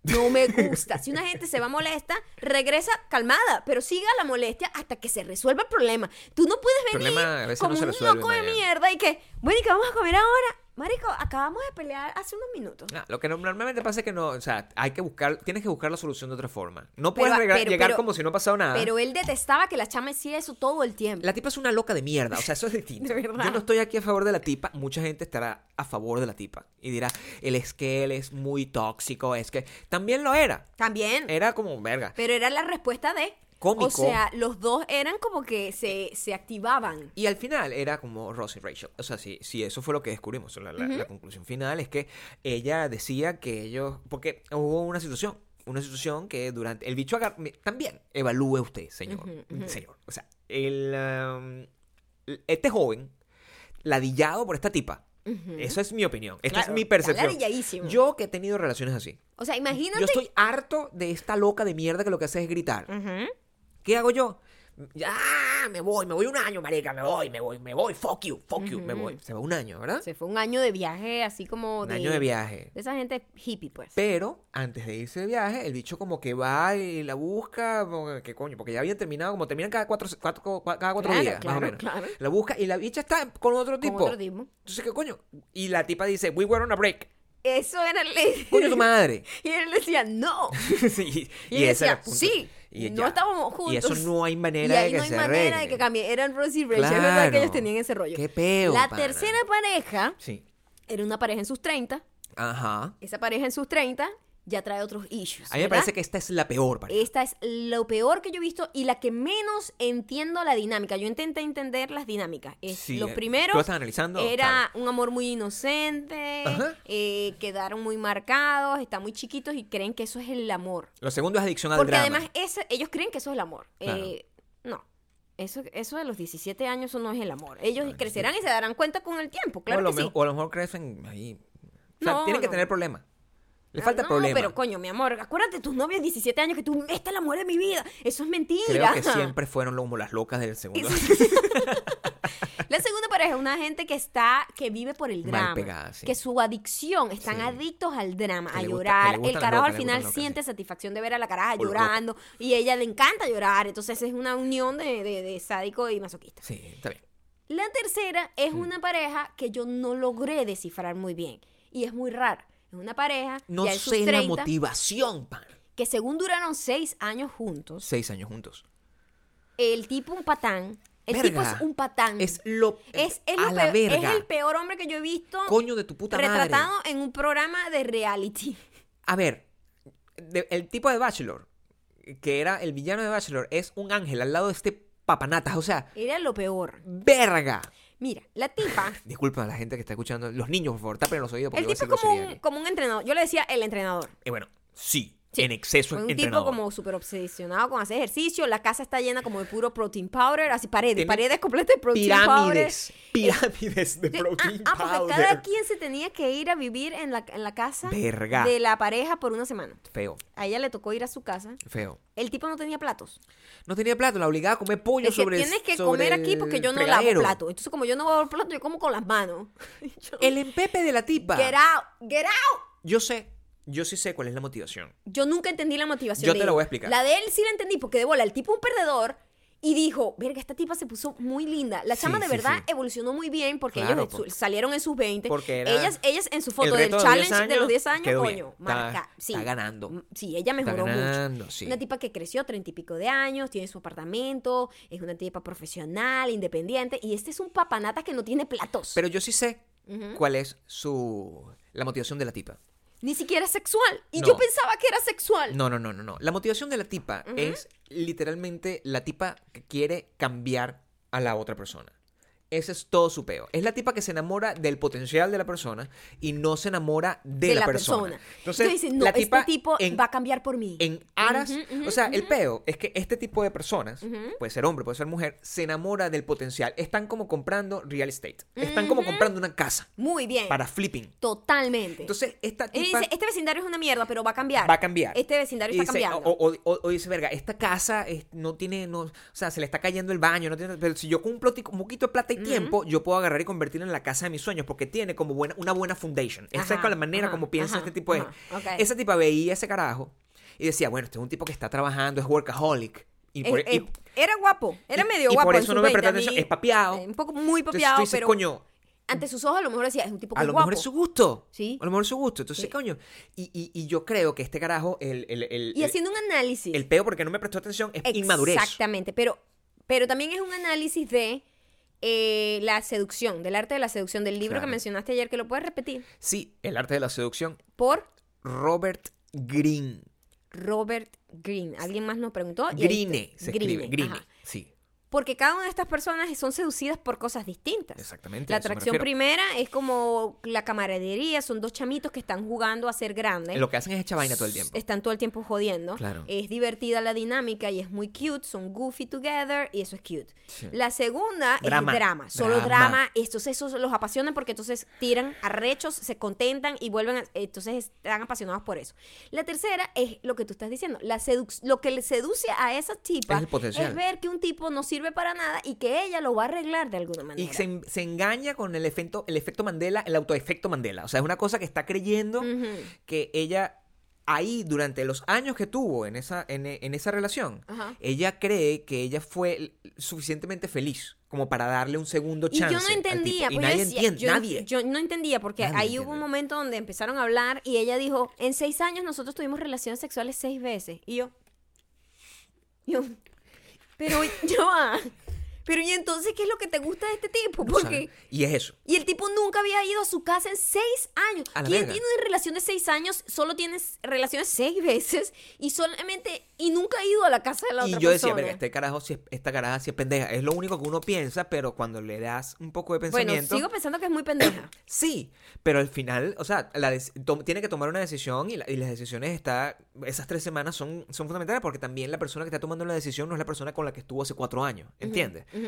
Speaker 1: No me gusta. Si una gente se va molesta, regresa calmada, pero siga la molestia hasta que se resuelva el problema. Tú no puedes
Speaker 2: El
Speaker 1: venir
Speaker 2: problema a veces
Speaker 1: como
Speaker 2: no se
Speaker 1: un
Speaker 2: resuelve,
Speaker 1: loco de
Speaker 2: Mariana.
Speaker 1: mierda y que, bueno, ¿y qué vamos a comer ahora? Marico, acabamos de pelear hace unos minutos.
Speaker 2: Ah, lo que normalmente pasa es que no, o sea, hay que buscar, tienes que buscar la solución de otra forma. No
Speaker 1: Pero-
Speaker 2: puedes rega-
Speaker 1: pero-
Speaker 2: llegar
Speaker 1: pero-
Speaker 2: como si no ha pasado nada.
Speaker 1: Pero él detestaba que la chama hiciera eso todo el tiempo.
Speaker 2: La tipa es una loca de mierda, o sea, eso es distinto.
Speaker 1: De verdad.
Speaker 2: Yo no estoy aquí a favor de la tipa, mucha gente estará a favor de la tipa y dirá, él es que él es muy tóxico, es que también lo era.
Speaker 1: También.
Speaker 2: Era como verga.
Speaker 1: Pero era la respuesta de.
Speaker 2: Cómico.
Speaker 1: O sea, los dos eran como que se, se activaban.
Speaker 2: Y al final era como Ross y Rachel. O sea, sí, sí eso fue lo que descubrimos. La, la- la conclusión final es que ella decía que ellos. Porque hubo una situación. Una situación que durante. El bicho agar- me- También evalúe usted, señor. Señor. O sea, el, um, este joven, ladillado por esta tipa. Eso es mi opinión. Esta
Speaker 1: Claro,
Speaker 2: es mi
Speaker 1: está
Speaker 2: percepción.
Speaker 1: ladilladísimo.
Speaker 2: Yo que he tenido relaciones así.
Speaker 1: O sea, imagínate.
Speaker 2: Yo estoy harto de esta loca de mierda que lo que hace es gritar. ¿Qué hago yo? Ya, me voy, me voy un año, marica, me voy, me voy, me voy, fuck you, fuck you, me voy. Se va un año, ¿verdad?
Speaker 1: Se fue un año de viaje así como
Speaker 2: un
Speaker 1: de.
Speaker 2: año de viaje.
Speaker 1: de esa gente hippie, pues.
Speaker 2: Pero antes de irse de viaje, el bicho como que va y la busca, porque, ¿qué coño? Porque ya habían terminado, como terminan cada cuatro, cuatro- cada cuatro
Speaker 1: Claro,
Speaker 2: días,
Speaker 1: claro,
Speaker 2: más o menos.
Speaker 1: claro.
Speaker 2: La busca y la bicha está con otro tipo.
Speaker 1: otro tipo.
Speaker 2: Entonces, ¿qué coño? Y la tipa dice, we were on a break.
Speaker 1: Eso era el.
Speaker 2: Coño, tu madre.
Speaker 1: y él decía, no.
Speaker 2: Sí,
Speaker 1: Y, ella
Speaker 2: ese
Speaker 1: decía,
Speaker 2: era el punto.
Speaker 1: sí.
Speaker 2: Y
Speaker 1: no
Speaker 2: ya.
Speaker 1: estábamos juntos.
Speaker 2: Y eso no hay
Speaker 1: Y
Speaker 2: manera de
Speaker 1: ahí
Speaker 2: que
Speaker 1: no hay
Speaker 2: se
Speaker 1: manera de
Speaker 2: arregle.
Speaker 1: que cambie. Eran Rosie y Rachel, es ¿verdad?
Speaker 2: Claro.
Speaker 1: Que ellos tenían ese rollo.
Speaker 2: Qué peo,
Speaker 1: La
Speaker 2: pana.
Speaker 1: tercera pareja
Speaker 2: Sí.
Speaker 1: era una pareja en sus 30.
Speaker 2: Ajá.
Speaker 1: Esa pareja en sus 30 ya trae otros issues.
Speaker 2: A mí me
Speaker 1: ¿verdad?
Speaker 2: parece que esta es la peor pareja.
Speaker 1: Esta es lo peor que yo he visto y la que menos entiendo la dinámica. Yo intenté entender las dinámicas. Es,
Speaker 2: Sí,
Speaker 1: los
Speaker 2: eh,
Speaker 1: primeros
Speaker 2: tú lo estás analizando,
Speaker 1: era un amor muy inocente,
Speaker 2: Ajá.
Speaker 1: eh, quedaron muy marcados, están muy chiquitos y creen que eso es el amor.
Speaker 2: Lo segundo es adicción al
Speaker 1: Porque
Speaker 2: drama.
Speaker 1: además ese- ellos creen que eso es el amor.
Speaker 2: Claro.
Speaker 1: Eh, no. Eso, eso de los 17 años eso no es el amor. Ellos crecerán y se darán cuenta con el tiempo, claro
Speaker 2: o, a lo
Speaker 1: que sí.
Speaker 2: mejor, o a lo mejor crecen ahí. O sea,
Speaker 1: No,
Speaker 2: tienen que
Speaker 1: no.
Speaker 2: tener problemas. Le falta
Speaker 1: Ah, no,
Speaker 2: problema.
Speaker 1: pero coño, mi amor, acuérdate, tus novios de 17 años que tú, esta es la mujer de mi vida. Eso es mentira.
Speaker 2: Creo que siempre fueron como las locas del segundo.
Speaker 1: La segunda pareja es una gente que está, que vive por el
Speaker 2: Mal
Speaker 1: drama.
Speaker 2: pegada, sí.
Speaker 1: Que su adicción, están
Speaker 2: Sí.
Speaker 1: adictos al drama,
Speaker 2: Que
Speaker 1: a
Speaker 2: le gusta- que le
Speaker 1: llorar.
Speaker 2: gustan
Speaker 1: el
Speaker 2: las
Speaker 1: carajo
Speaker 2: locas,
Speaker 1: al
Speaker 2: le gustan
Speaker 1: final
Speaker 2: las locas,
Speaker 1: siente satisfacción de ver a la caraja
Speaker 2: los
Speaker 1: llorando. Y a ella le encanta llorar. Entonces es una unión de, de- de sádico y masoquista.
Speaker 2: sí, está bien.
Speaker 1: La tercera es una pareja que yo no logré descifrar muy bien. Y es muy rara. Es una pareja
Speaker 2: No
Speaker 1: ya en sus
Speaker 2: sé la
Speaker 1: 30,
Speaker 2: motivación, pan.
Speaker 1: que según duraron seis años juntos,
Speaker 2: Seis años juntos.
Speaker 1: el tipo un patán. El tipo
Speaker 2: Verga.
Speaker 1: es un patán.
Speaker 2: Es lo.
Speaker 1: Es, es lo
Speaker 2: a la
Speaker 1: peor- es
Speaker 2: verga.
Speaker 1: el peor hombre que yo he visto
Speaker 2: Coño de tu puta
Speaker 1: retratado
Speaker 2: madre.
Speaker 1: en un programa de reality.
Speaker 2: A ver, de- el tipo de Bachelor, que era el villano de Bachelor, es un ángel al lado de este papanatas, o sea,
Speaker 1: Era lo peor.
Speaker 2: verga.
Speaker 1: Mira, la tipa.
Speaker 2: Disculpen a la gente que está escuchando, los niños, por favor, tapen los oídos porque
Speaker 1: El
Speaker 2: voy a
Speaker 1: tipo es
Speaker 2: decir
Speaker 1: como
Speaker 2: grosería
Speaker 1: un,
Speaker 2: aquí.
Speaker 1: como un entrenador. Yo le decía el entrenador.
Speaker 2: Y bueno, sí,
Speaker 1: Sí.
Speaker 2: en exceso
Speaker 1: Fue un
Speaker 2: entrenador.
Speaker 1: tipo como súper obsesionado con hacer ejercicio. La casa está llena como de puro protein powder. Así paredes,
Speaker 2: Tiene
Speaker 1: paredes completas de protein powder.
Speaker 2: pirámides, pirámides de
Speaker 1: Sí,
Speaker 2: protein
Speaker 1: ah, ah, porque
Speaker 2: powder.
Speaker 1: cada quien se tenía que ir a vivir en la, en la casa
Speaker 2: Verga.
Speaker 1: de la pareja por una semana.
Speaker 2: Feo,
Speaker 1: A ella le tocó ir a su casa.
Speaker 2: feo.
Speaker 1: El tipo no tenía platos.
Speaker 2: No tenía plato, la obligaba a comer pollo
Speaker 1: Decía,
Speaker 2: sobre
Speaker 1: tienes que
Speaker 2: sobre
Speaker 1: comer aquí porque
Speaker 2: el
Speaker 1: yo no
Speaker 2: fregadero".
Speaker 1: lavo plato. Entonces, como yo no lavo plato, yo como con las manos. Yo,
Speaker 2: El empepe de la tipa.
Speaker 1: get out, get out.
Speaker 2: Yo sé, yo sí sé cuál es la motivación.
Speaker 1: Yo nunca entendí la motivación.
Speaker 2: Yo
Speaker 1: de
Speaker 2: te
Speaker 1: ella.
Speaker 2: la voy a explicar.
Speaker 1: La de él sí la entendí porque de bola, el tipo un perdedor y dijo, verga, esta tipa se puso muy linda. La
Speaker 2: Sí,
Speaker 1: chama de
Speaker 2: sí,
Speaker 1: verdad
Speaker 2: sí.
Speaker 1: evolucionó muy bien porque
Speaker 2: Claro,
Speaker 1: ellos en su-
Speaker 2: porque-
Speaker 1: salieron en sus 20.
Speaker 2: porque era-
Speaker 1: ellas, ellas en su foto
Speaker 2: el
Speaker 1: del
Speaker 2: reto de los
Speaker 1: challenge
Speaker 2: 10
Speaker 1: de los 10
Speaker 2: años
Speaker 1: años,
Speaker 2: quedó
Speaker 1: coño,
Speaker 2: bien. Está-
Speaker 1: marca. sí.
Speaker 2: está ganando.
Speaker 1: Mm, Sí, ella
Speaker 2: Está
Speaker 1: mejoró
Speaker 2: ganando,
Speaker 1: mucho.
Speaker 2: sí.
Speaker 1: Una tipa que creció treinta y pico de años, tiene su apartamento, es una tipa profesional, independiente y este es un papanata que no tiene platos.
Speaker 2: Pero yo sí sé
Speaker 1: Ujú.
Speaker 2: cuál es su la motivación de la tipa.
Speaker 1: Ni siquiera es sexual. Y
Speaker 2: No.
Speaker 1: yo pensaba que era sexual.
Speaker 2: No, no, no, no, no. La motivación de la tipa es literalmente la tipa que quiere cambiar a la otra persona. Ese es todo su peo. Es la tipa que se enamora del potencial de la persona y no se enamora de,
Speaker 1: de
Speaker 2: la,
Speaker 1: la
Speaker 2: persona. Entonces,
Speaker 1: dice, no,
Speaker 2: la tipa
Speaker 1: este tipo
Speaker 2: en,
Speaker 1: va a cambiar por mí.
Speaker 2: en aras,
Speaker 1: Ujú, ujú,
Speaker 2: o sea, el peo es que este tipo de personas,
Speaker 1: Ujú.
Speaker 2: puede ser hombre, puede ser mujer, se enamora del potencial. Están como comprando real estate. Están como comprando una casa
Speaker 1: Muy bien.
Speaker 2: para flipping.
Speaker 1: Totalmente.
Speaker 2: Entonces, esta
Speaker 1: Él
Speaker 2: tipa
Speaker 1: dice, este vecindario es una mierda, pero va a cambiar.
Speaker 2: va a cambiar.
Speaker 1: Este vecindario
Speaker 2: Y
Speaker 1: está
Speaker 2: dice- "Oh,
Speaker 1: cambiando.
Speaker 2: O, o- o- o dice, verga, esta casa es- no tiene, no, o sea, se le está cayendo el baño, no tiene, pero si yo cumplo ti- un poquito de plata y tiempo, yo puedo agarrar y convertirla en la casa de mis sueños porque tiene como buena, una buena foundation. Esa es
Speaker 1: Ajá,
Speaker 2: la manera
Speaker 1: ajá,
Speaker 2: como piensa
Speaker 1: ajá,
Speaker 2: este tipo de...
Speaker 1: ajá, ok.
Speaker 2: Esa tipa veía ese carajo y decía, bueno, este es un tipo que está trabajando, es workaholic. Y por, e-,
Speaker 1: Eh,
Speaker 2: y-
Speaker 1: eh, era guapo, era
Speaker 2: y-
Speaker 1: medio
Speaker 2: y
Speaker 1: guapo.
Speaker 2: por
Speaker 1: en
Speaker 2: eso
Speaker 1: sus
Speaker 2: no me presta
Speaker 1: 20, a
Speaker 2: atención,
Speaker 1: mí-
Speaker 2: es papeado.
Speaker 1: eh, Un poco muy
Speaker 2: entonces tú
Speaker 1: papeado,
Speaker 2: dices,
Speaker 1: pero
Speaker 2: coño,
Speaker 1: ante sus ojos a lo mejor decía, es un tipo que
Speaker 2: a
Speaker 1: es
Speaker 2: lo
Speaker 1: guapo.
Speaker 2: mejor es su gusto.
Speaker 1: Sí.
Speaker 2: A lo mejor es su gusto. Entonces,
Speaker 1: Sí.
Speaker 2: coño. Y, y- y yo creo que este carajo, el, el, el-
Speaker 1: Y
Speaker 2: el-
Speaker 1: haciendo un análisis.
Speaker 2: el peo porque no me prestó atención es inmadurez.
Speaker 1: Exactamente, pero, pero también es un análisis de eh, la seducción, del arte de la seducción, del libro
Speaker 2: Claro.
Speaker 1: que mencionaste ayer, que lo puedes repetir,
Speaker 2: Sí, El arte de la seducción,
Speaker 1: por
Speaker 2: Robert Greene.
Speaker 1: Robert Greene. Alguien más nos preguntó. Oh, y ahí
Speaker 2: Greene
Speaker 1: está.
Speaker 2: se escribe,
Speaker 1: Greene,
Speaker 2: Greene.
Speaker 1: ajá.
Speaker 2: Sí,
Speaker 1: Porque cada una de estas personas son seducidas por cosas distintas.
Speaker 2: exactamente.
Speaker 1: La
Speaker 2: a eso me
Speaker 1: atracción
Speaker 2: refiero.
Speaker 1: primera es como la camaradería, son dos chamitos que están jugando a ser grandes.
Speaker 2: Lo que hacen es esta vaina todo el tiempo.
Speaker 1: Están todo el tiempo jodiendo.
Speaker 2: Claro.
Speaker 1: Es divertida la dinámica y es muy cute. Son goofy together y eso es cute.
Speaker 2: Sí.
Speaker 1: La segunda
Speaker 2: Drama.
Speaker 1: es el drama. Solo
Speaker 2: Drama.
Speaker 1: drama. Estos esos los apasionan porque entonces tiran arrechos, se contentan y vuelven. a- entonces están apasionados por eso. La tercera es lo que tú estás diciendo. La seduc- lo que le seduce a esa tipa
Speaker 2: Es el potencial.
Speaker 1: es ver que un tipo no sirve para nada y que ella lo va a arreglar de alguna
Speaker 2: Y
Speaker 1: manera.
Speaker 2: se, en- se engaña con el efecto, el efecto Mandela, el autoefecto Mandela. O sea, es una cosa que está creyendo
Speaker 1: Ujú.
Speaker 2: que ella ahí durante los años que tuvo en esa, en, e- en esa relación,
Speaker 1: Ajá.
Speaker 2: ella cree que ella fue l- suficientemente feliz como para darle un segundo
Speaker 1: Y
Speaker 2: chance.
Speaker 1: yo no
Speaker 2: al
Speaker 1: entendía,
Speaker 2: tipo.
Speaker 1: pues
Speaker 2: Y
Speaker 1: yo
Speaker 2: nadie
Speaker 1: decía-
Speaker 2: entiende,
Speaker 1: yo-
Speaker 2: nadie.
Speaker 1: Yo no entendía porque
Speaker 2: Nadie
Speaker 1: ahí
Speaker 2: entiende.
Speaker 1: hubo un momento donde empezaron a hablar y ella dijo, en seis años nosotros tuvimos relaciones sexuales seis veces. Y yo, yo, pero yo, ah, pero y entonces, ¿qué es lo que te gusta de este tipo?
Speaker 2: O sea,
Speaker 1: Porque...
Speaker 2: y es eso.
Speaker 1: Y el tipo nunca había ido a su casa en seis años.
Speaker 2: A la
Speaker 1: ¿Quién
Speaker 2: verga.
Speaker 1: tiene una relación de seis años? Solo tienes relaciones seis veces y solamente y nunca ha ido a la casa de la
Speaker 2: y
Speaker 1: otra
Speaker 2: yo decía,
Speaker 1: persona.
Speaker 2: verga, este carajo, sí es- esta caraja sí es pendeja. Es lo único que uno piensa, pero cuando le das un poco de
Speaker 1: bueno,
Speaker 2: pensamiento.
Speaker 1: sigo pensando que es muy pendeja.
Speaker 2: Sí, pero al final, o sea, la des- tom- tiene que tomar una decisión y, la- y las decisiones está, esas tres semanas son, son fundamentales porque también la persona que está tomando la decisión no es la persona con la que estuvo hace cuatro años, ¿entiendes?
Speaker 1: ujú.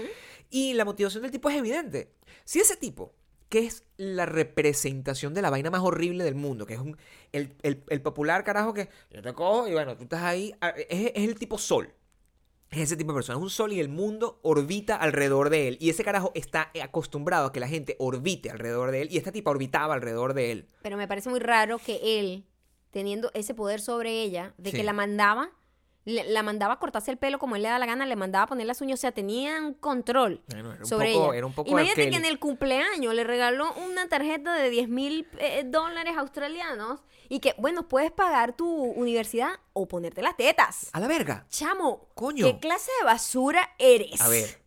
Speaker 2: Y la motivación del tipo es evidente. Si ese tipo, que es la representación de la vaina más horrible del mundo, que es un, el, el- el popular carajo que yo te cojo y bueno, tú estás ahí, a- es, es el tipo sol. Es ese tipo de persona, es un sol y el mundo orbita alrededor de él. Y ese carajo está acostumbrado a que la gente orbite alrededor de él. Y esta tipa orbitaba alrededor de él.
Speaker 1: Pero me parece muy raro que él, teniendo ese poder sobre ella, de
Speaker 2: Sí.
Speaker 1: que la mandaba, le- la mandaba a cortarse el pelo como él le da la gana, le mandaba a poner las uñas, o sea, tenía un control
Speaker 2: Bueno, era un
Speaker 1: sobre
Speaker 2: poco-
Speaker 1: ella.
Speaker 2: era un poco
Speaker 1: Imagínate
Speaker 2: Arkeli.
Speaker 1: que en el cumpleaños le regaló una tarjeta de 10 mil eh, dólares australianos y que, bueno, puedes pagar tu universidad o ponerte las tetas.
Speaker 2: A la verga.
Speaker 1: Chamo,
Speaker 2: Coño.
Speaker 1: ¿qué clase de basura eres?
Speaker 2: A ver.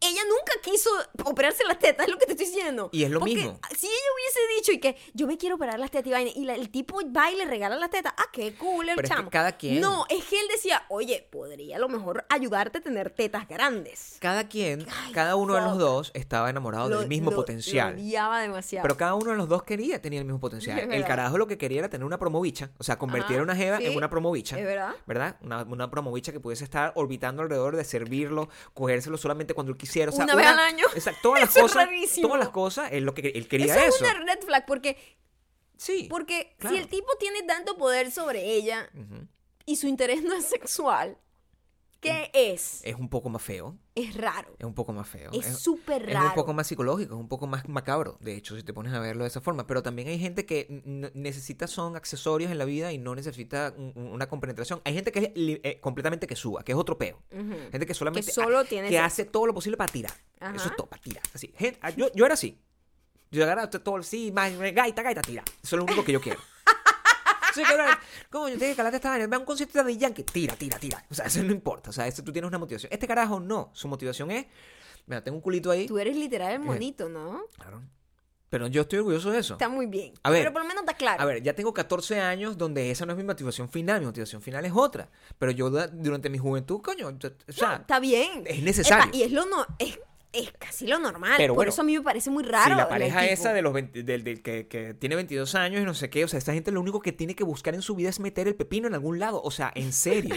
Speaker 1: Ella nunca quiso operarse las tetas, es lo que te estoy diciendo.
Speaker 2: Y es lo
Speaker 1: Porque
Speaker 2: mismo.
Speaker 1: Si ella hubiese dicho y que yo me quiero operar las tetas y vaina, y la- el tipo va y le regala las tetas, ah, qué cool el
Speaker 2: Pero es que
Speaker 1: chamo.
Speaker 2: cada quien-
Speaker 1: No, es que él decía, oye, podría a lo mejor ayudarte a tener tetas grandes.
Speaker 2: Cada quien, cada uno de los
Speaker 1: fuck.
Speaker 2: dos estaba enamorado
Speaker 1: Lo-
Speaker 2: del mismo
Speaker 1: lo-
Speaker 2: potencial.
Speaker 1: Lo odiaba demasiado.
Speaker 2: Pero cada uno de los dos quería tenía el mismo potencial.
Speaker 1: Es
Speaker 2: el
Speaker 1: verdad.
Speaker 2: carajo lo que quería era tener una promovicha. O sea, convertir
Speaker 1: Ajá,
Speaker 2: a una jeva en
Speaker 1: sí,
Speaker 2: una promovicha.
Speaker 1: es verdad.
Speaker 2: ¿Verdad? Una, una promovicha que pudiese estar orbitando alrededor de servirlo, cogérselo solamente cuando él quisiera. O sea,
Speaker 1: Una vez al año.
Speaker 2: o sea, todas las
Speaker 1: Eso es
Speaker 2: cosas.
Speaker 1: rarísimo.
Speaker 2: Todas las cosas, él, lo que, él quería
Speaker 1: Esa es
Speaker 2: eso.
Speaker 1: una red flag porque,
Speaker 2: Sí.
Speaker 1: porque
Speaker 2: claro.
Speaker 1: si el tipo tiene tanto poder sobre ella
Speaker 2: Ujú.
Speaker 1: y su interés no es sexual, ¿qué es?
Speaker 2: Es un poco más feo.
Speaker 1: Es raro.
Speaker 2: Es un poco más feo.
Speaker 1: Es súper
Speaker 2: Es un
Speaker 1: raro.
Speaker 2: poco más psicológico, es un poco más macabro, de hecho, si te pones a verlo de esa forma. Pero también hay gente que n- necesita, son accesorios en la vida y no necesita un- un- una compenetración. Hay gente que es li- eh, completamente que suba, que es otro peo.
Speaker 1: Ujú.
Speaker 2: Gente que solamente...
Speaker 1: Que solo
Speaker 2: ah,
Speaker 1: tiene
Speaker 2: Que
Speaker 1: ese-
Speaker 2: hace todo lo posible para tirar. Eso
Speaker 1: Ajá.
Speaker 2: es todo, para tirar. Así. Gen- ah, yo, yo era así. Yo agarraba to- todo, sí, más, re- gaita, gaita, tira. Eso es lo único que yo quiero. Sí, claro. Coño, tienes que calarte esta vaina. Ve a un concierto de Daddy Yankee. Tira, tira, tira. O sea, eso no importa. O sea, eso tú tienes una motivación. Este carajo no. Su motivación es... Mira, tengo un culito ahí.
Speaker 1: Tú eres literal el monito, ¿no?
Speaker 2: Claro. Pero yo estoy orgulloso de eso.
Speaker 1: Está muy bien.
Speaker 2: A ver.
Speaker 1: Pero por lo menos está claro.
Speaker 2: A ver, ya tengo 14 años donde esa no es mi motivación final, mi motivación final es otra. Pero yo da- durante mi juventud, coño, yo- o sea,
Speaker 1: Está bien.
Speaker 2: es necesario.
Speaker 1: Epa, y es lo no, es, es casi lo normal.
Speaker 2: Pero
Speaker 1: Por
Speaker 2: bueno,
Speaker 1: eso a mí me parece muy raro.
Speaker 2: si la
Speaker 1: el
Speaker 2: pareja
Speaker 1: tipo.
Speaker 2: esa de los 20 del- del que, que tiene 22 años y no sé qué, o sea, esta gente lo único que tiene que buscar en su vida es meter el pepino en algún lado, o sea, en serio.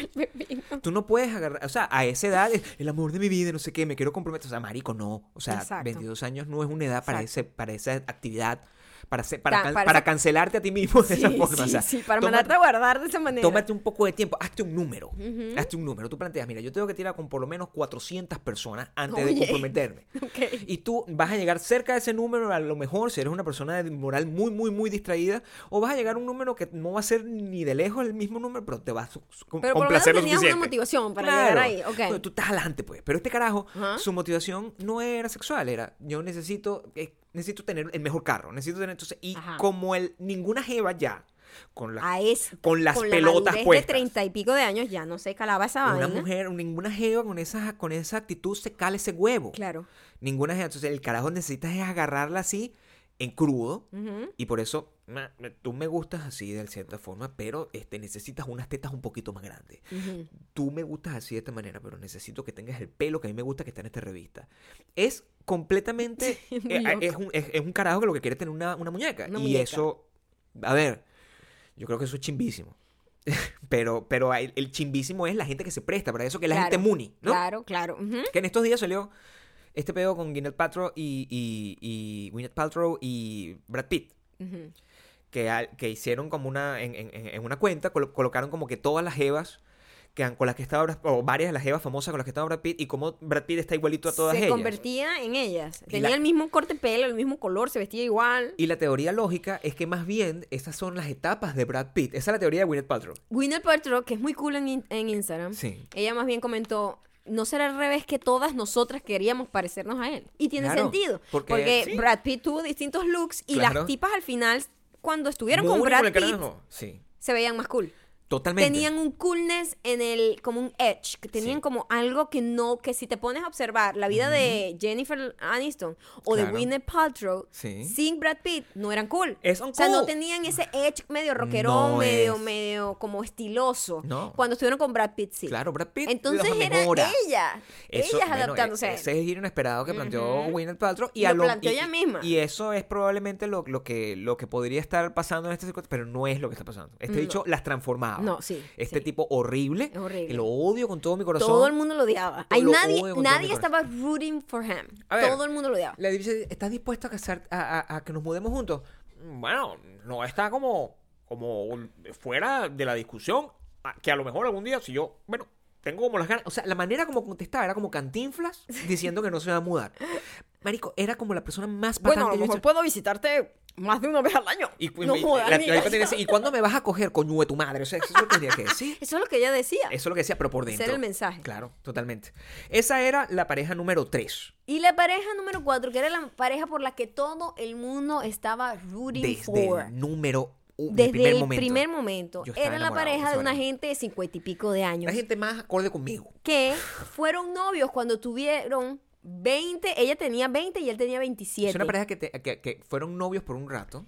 Speaker 2: Tú no puedes agarrar, o sea, a esa edad, es el amor de mi vida, no sé qué, me quiero comprometer, o sea, marico, no, o sea,
Speaker 1: Exacto.
Speaker 2: 22 años no es una edad para, ese, para esa actividad, para, ser- para,
Speaker 1: Ta-
Speaker 2: can-
Speaker 1: para
Speaker 2: para
Speaker 1: esa-
Speaker 2: cancelarte a ti mismo de
Speaker 1: Sí,
Speaker 2: esa forma,
Speaker 1: sí,
Speaker 2: o sea,
Speaker 1: sí, para
Speaker 2: tómate-
Speaker 1: mandarte a guardar de esa manera.
Speaker 2: Tómate un poco de tiempo, hazte un número. Hazte un número. Tú planteas, mira, yo tengo que tirar con por lo menos 400 personas antes de
Speaker 1: Oye.
Speaker 2: comprometerme.
Speaker 1: Ok.
Speaker 2: Y tú vas a llegar cerca de ese número, a lo mejor si eres una persona de moral muy, muy, muy distraída, o vas a llegar a un número que no va a ser ni de lejos el mismo número, pero te vas a com-
Speaker 1: Pero por lo menos
Speaker 2: complacer lo
Speaker 1: tenías una
Speaker 2: suficiente.
Speaker 1: motivación para
Speaker 2: Claro.
Speaker 1: llegar ahí.
Speaker 2: Pero
Speaker 1: Ok.
Speaker 2: tú estás adelante, pues. Pero este carajo,
Speaker 1: Ajá.
Speaker 2: su motivación no era sexual, era yo necesito, eh, necesito tener el mejor carro, necesito tener entonces y
Speaker 1: Ajá.
Speaker 2: como el ninguna jeva ya con la
Speaker 1: A es-
Speaker 2: con las
Speaker 1: con
Speaker 2: pelotas
Speaker 1: la madurez de
Speaker 2: puestas.
Speaker 1: treinta y pico de años ya no se calaba esa
Speaker 2: Una
Speaker 1: vaina.
Speaker 2: mujer, ninguna jeva con esa, con esa actitud se cala ese huevo.
Speaker 1: Claro.
Speaker 2: Ninguna jeva. Entonces, el carajo necesitas es agarrarla así, en crudo.
Speaker 1: Ujú.
Speaker 2: Y por eso, ma- me- tú me gustas así de cierta forma, pero este, necesitas unas tetas un poquito más grandes.
Speaker 1: Ujú.
Speaker 2: Tú me gustas así de esta manera, pero necesito que tengas el pelo que a mí me gusta que está en esta revista. Es completamente...
Speaker 1: Sí, muy
Speaker 2: eh, eh,
Speaker 1: loco.
Speaker 2: es, un, es- es un carajo que lo que quiere es tener una, una muñeca.
Speaker 1: Una
Speaker 2: y
Speaker 1: muñeca.
Speaker 2: eso... A ver, yo creo que eso es chimbísimo. pero pero el, el chimbísimo es la gente que se presta para eso, que es la
Speaker 1: Claro,
Speaker 2: gente muni, ¿no?
Speaker 1: Claro, claro. Ujú.
Speaker 2: Que en estos días salió este pedo con Gwyneth Paltrow y, y, y Gwyneth Paltrow y Brad Pitt.
Speaker 1: Ujú.
Speaker 2: Que, al- que hicieron como una, en, en- en una cuenta, colo- colocaron como que todas las jevas que han- con las que estaba Brad- o varias de las jevas famosas con las que estaba Brad Pitt, y como Brad Pitt está igualito a todas
Speaker 1: se
Speaker 2: ellas.
Speaker 1: convertía en ellas.
Speaker 2: Y
Speaker 1: Tenía
Speaker 2: la-
Speaker 1: el mismo corte de pelo, el mismo color, se vestía igual.
Speaker 2: Y la teoría lógica es que más bien esas son las etapas de Brad Pitt. Esa es la teoría de Gwyneth Paltrow.
Speaker 1: Gwyneth Paltrow, que es muy cool en, in- en Instagram,
Speaker 2: Sí.
Speaker 1: ella más bien comentó, no será al revés que todas nosotras queríamos parecernos a él. Y tiene
Speaker 2: Claro,
Speaker 1: sentido,
Speaker 2: porque-
Speaker 1: porque,
Speaker 2: sí.
Speaker 1: Brad Pitt tuvo distintos looks y
Speaker 2: Claro.
Speaker 1: las tipas al final, cuando estuvieron
Speaker 2: Muy
Speaker 1: con
Speaker 2: único
Speaker 1: Brad
Speaker 2: el
Speaker 1: Pitt,
Speaker 2: carajo. Sí,
Speaker 1: se veían más cool.
Speaker 2: totalmente.
Speaker 1: Tenían un coolness en el, como un edge, que tenían
Speaker 2: Sí.
Speaker 1: como algo que no, que si te pones a observar la vida de Jennifer Aniston o de
Speaker 2: Claro.
Speaker 1: Gwyneth Paltrow,
Speaker 2: Sí.
Speaker 1: sin Brad Pitt, no eran cool.
Speaker 2: Es
Speaker 1: o sea,
Speaker 2: uncool.
Speaker 1: no tenían ese edge medio rockerón,
Speaker 2: No
Speaker 1: medio,
Speaker 2: es.
Speaker 1: medio como estiloso.
Speaker 2: No.
Speaker 1: Cuando estuvieron con Brad Pitt, sí.
Speaker 2: Claro, Brad Pitt.
Speaker 1: Entonces
Speaker 2: los
Speaker 1: era
Speaker 2: amemora.
Speaker 1: ella,
Speaker 2: Eso,
Speaker 1: ellas
Speaker 2: bueno,
Speaker 1: adaptándose. a
Speaker 2: e-
Speaker 1: él.
Speaker 2: Ese es el giro inesperado que planteó
Speaker 1: Ujú.
Speaker 2: Gwyneth Paltrow. Y
Speaker 1: Lo
Speaker 2: a lo-
Speaker 1: planteó
Speaker 2: y-
Speaker 1: ella misma.
Speaker 2: Y eso es probablemente lo, lo que, lo que podría estar pasando en este circuito, pero no es lo que está pasando. Este
Speaker 1: No.
Speaker 2: dicho las transformaba.
Speaker 1: No, sí,
Speaker 2: Este
Speaker 1: sí.
Speaker 2: tipo horrible.
Speaker 1: Es horrible.
Speaker 2: que lo odio con todo mi corazón.
Speaker 1: Todo el mundo lo odiaba.
Speaker 2: Todo
Speaker 1: Hay
Speaker 2: lo
Speaker 1: nadie,
Speaker 2: odio con todo mi
Speaker 1: nadie estaba rooting for him.
Speaker 2: A ver.
Speaker 1: Todo el mundo lo odiaba.
Speaker 2: Le dice, ¿estás dispuesto a, casar, a, a- a que nos mudemos juntos? Bueno, no está como, como fuera de la discusión, a- que a lo mejor algún día, si yo, bueno, tengo como las ganas, o sea, la manera como contestaba era como cantinflas diciendo que no se va a mudar. Marico, era como la persona más
Speaker 1: Bueno, a
Speaker 2: patante
Speaker 1: lo
Speaker 2: yo he
Speaker 1: mejor
Speaker 2: visto.
Speaker 1: puedo visitarte más de una vez al año.
Speaker 2: Y,
Speaker 1: no
Speaker 2: y-
Speaker 1: jodas,
Speaker 2: la-
Speaker 1: pues, ni
Speaker 2: la tipa te
Speaker 1: eso.
Speaker 2: dice, ¿y cuándo me vas a coger, coño de tu madre? O sea, eso es lo que tenía que decir.
Speaker 1: Eso es lo que ella decía.
Speaker 2: Eso es lo que decía, pero por
Speaker 1: Ese
Speaker 2: dentro.
Speaker 1: era el mensaje.
Speaker 2: Claro, totalmente. Esa era la pareja número 3.
Speaker 1: Y la pareja número cuatro, que era la pareja por la que todo el mundo estaba rooting
Speaker 2: Desde
Speaker 1: for.
Speaker 2: el número u-
Speaker 1: Desde
Speaker 2: el primer
Speaker 1: el
Speaker 2: momento.
Speaker 1: primer momento,
Speaker 2: Yo estaba
Speaker 1: era la
Speaker 2: enamorado de
Speaker 1: pareja
Speaker 2: esa
Speaker 1: de una
Speaker 2: vaina.
Speaker 1: gente de cincuenta y pico de
Speaker 2: La
Speaker 1: años
Speaker 2: gente más acorde conmigo.
Speaker 1: que fueron novios cuando tuvieron 20, ella tenía 20 y él tenía 27.
Speaker 2: Es una pareja que, te- que- que fueron novios por un rato,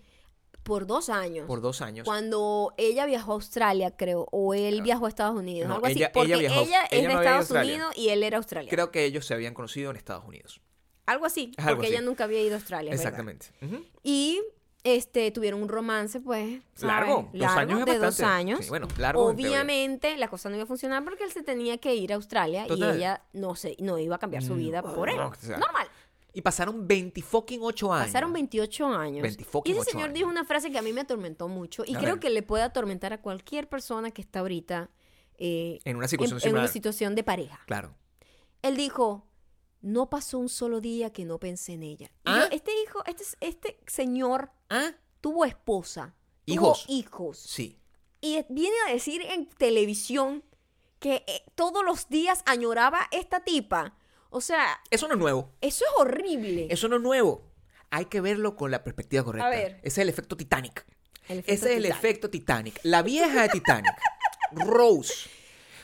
Speaker 1: Por dos años.
Speaker 2: por dos años.
Speaker 1: Cuando ella viajó a Australia, creo, o él viajó a Estados Unidos,
Speaker 2: No,
Speaker 1: algo así.
Speaker 2: ella-
Speaker 1: Porque
Speaker 2: ella
Speaker 1: ella,
Speaker 2: viajó-
Speaker 1: es
Speaker 2: ella
Speaker 1: de
Speaker 2: no había ido a
Speaker 1: Estados
Speaker 2: Australia.
Speaker 1: Unidos y él era australiano.
Speaker 2: Creo que ellos se habían conocido en Estados Unidos.
Speaker 1: Algo así,
Speaker 2: Es algo
Speaker 1: porque
Speaker 2: así.
Speaker 1: ella nunca había ido a Australia. es verdad.
Speaker 2: Exactamente. Ujú.
Speaker 1: Y este, tuvieron un romance, pues. ¿sabes?
Speaker 2: Largo, dos
Speaker 1: Largo,
Speaker 2: años es
Speaker 1: de dos
Speaker 2: bastante.
Speaker 1: años.
Speaker 2: Sí, bueno, largo en teoría.
Speaker 1: Obviamente, la cosa no iba a funcionar porque él se tenía que ir a Australia
Speaker 2: Total. Mm.
Speaker 1: y ella no, se, no iba a cambiar su vida por él.
Speaker 2: no, o sea,
Speaker 1: Normal.
Speaker 2: Y pasaron 20 fucking 8 años.
Speaker 1: Pasaron 28 años.
Speaker 2: 20
Speaker 1: y
Speaker 2: fucking
Speaker 1: ese
Speaker 2: ocho
Speaker 1: señor
Speaker 2: años.
Speaker 1: dijo una frase que a mí me atormentó mucho y
Speaker 2: A
Speaker 1: creo
Speaker 2: ver.
Speaker 1: que le puede atormentar a cualquier persona que está ahorita eh,
Speaker 2: En una situación
Speaker 1: en- en una
Speaker 2: similar.
Speaker 1: situación de pareja.
Speaker 2: Claro.
Speaker 1: Él dijo, no pasó un solo día que no pensé en ella. Y yo,
Speaker 2: ¿Ah?
Speaker 1: este hijo, este, este señor
Speaker 2: ¿Ah?
Speaker 1: tuvo esposa. tuvo
Speaker 2: Hijos.
Speaker 1: hijos.
Speaker 2: Sí.
Speaker 1: Y viene a decir en televisión que eh, todos los días añoraba esta tipa. O sea,
Speaker 2: Eso no es nuevo.
Speaker 1: eso es horrible.
Speaker 2: Eso no es nuevo. Hay que verlo con la perspectiva correcta.
Speaker 1: ver.
Speaker 2: Ese es el efecto Titanic.
Speaker 1: El
Speaker 2: Ese
Speaker 1: efecto
Speaker 2: es el
Speaker 1: Titanic.
Speaker 2: efecto Titanic. La vieja de Titanic. Rose.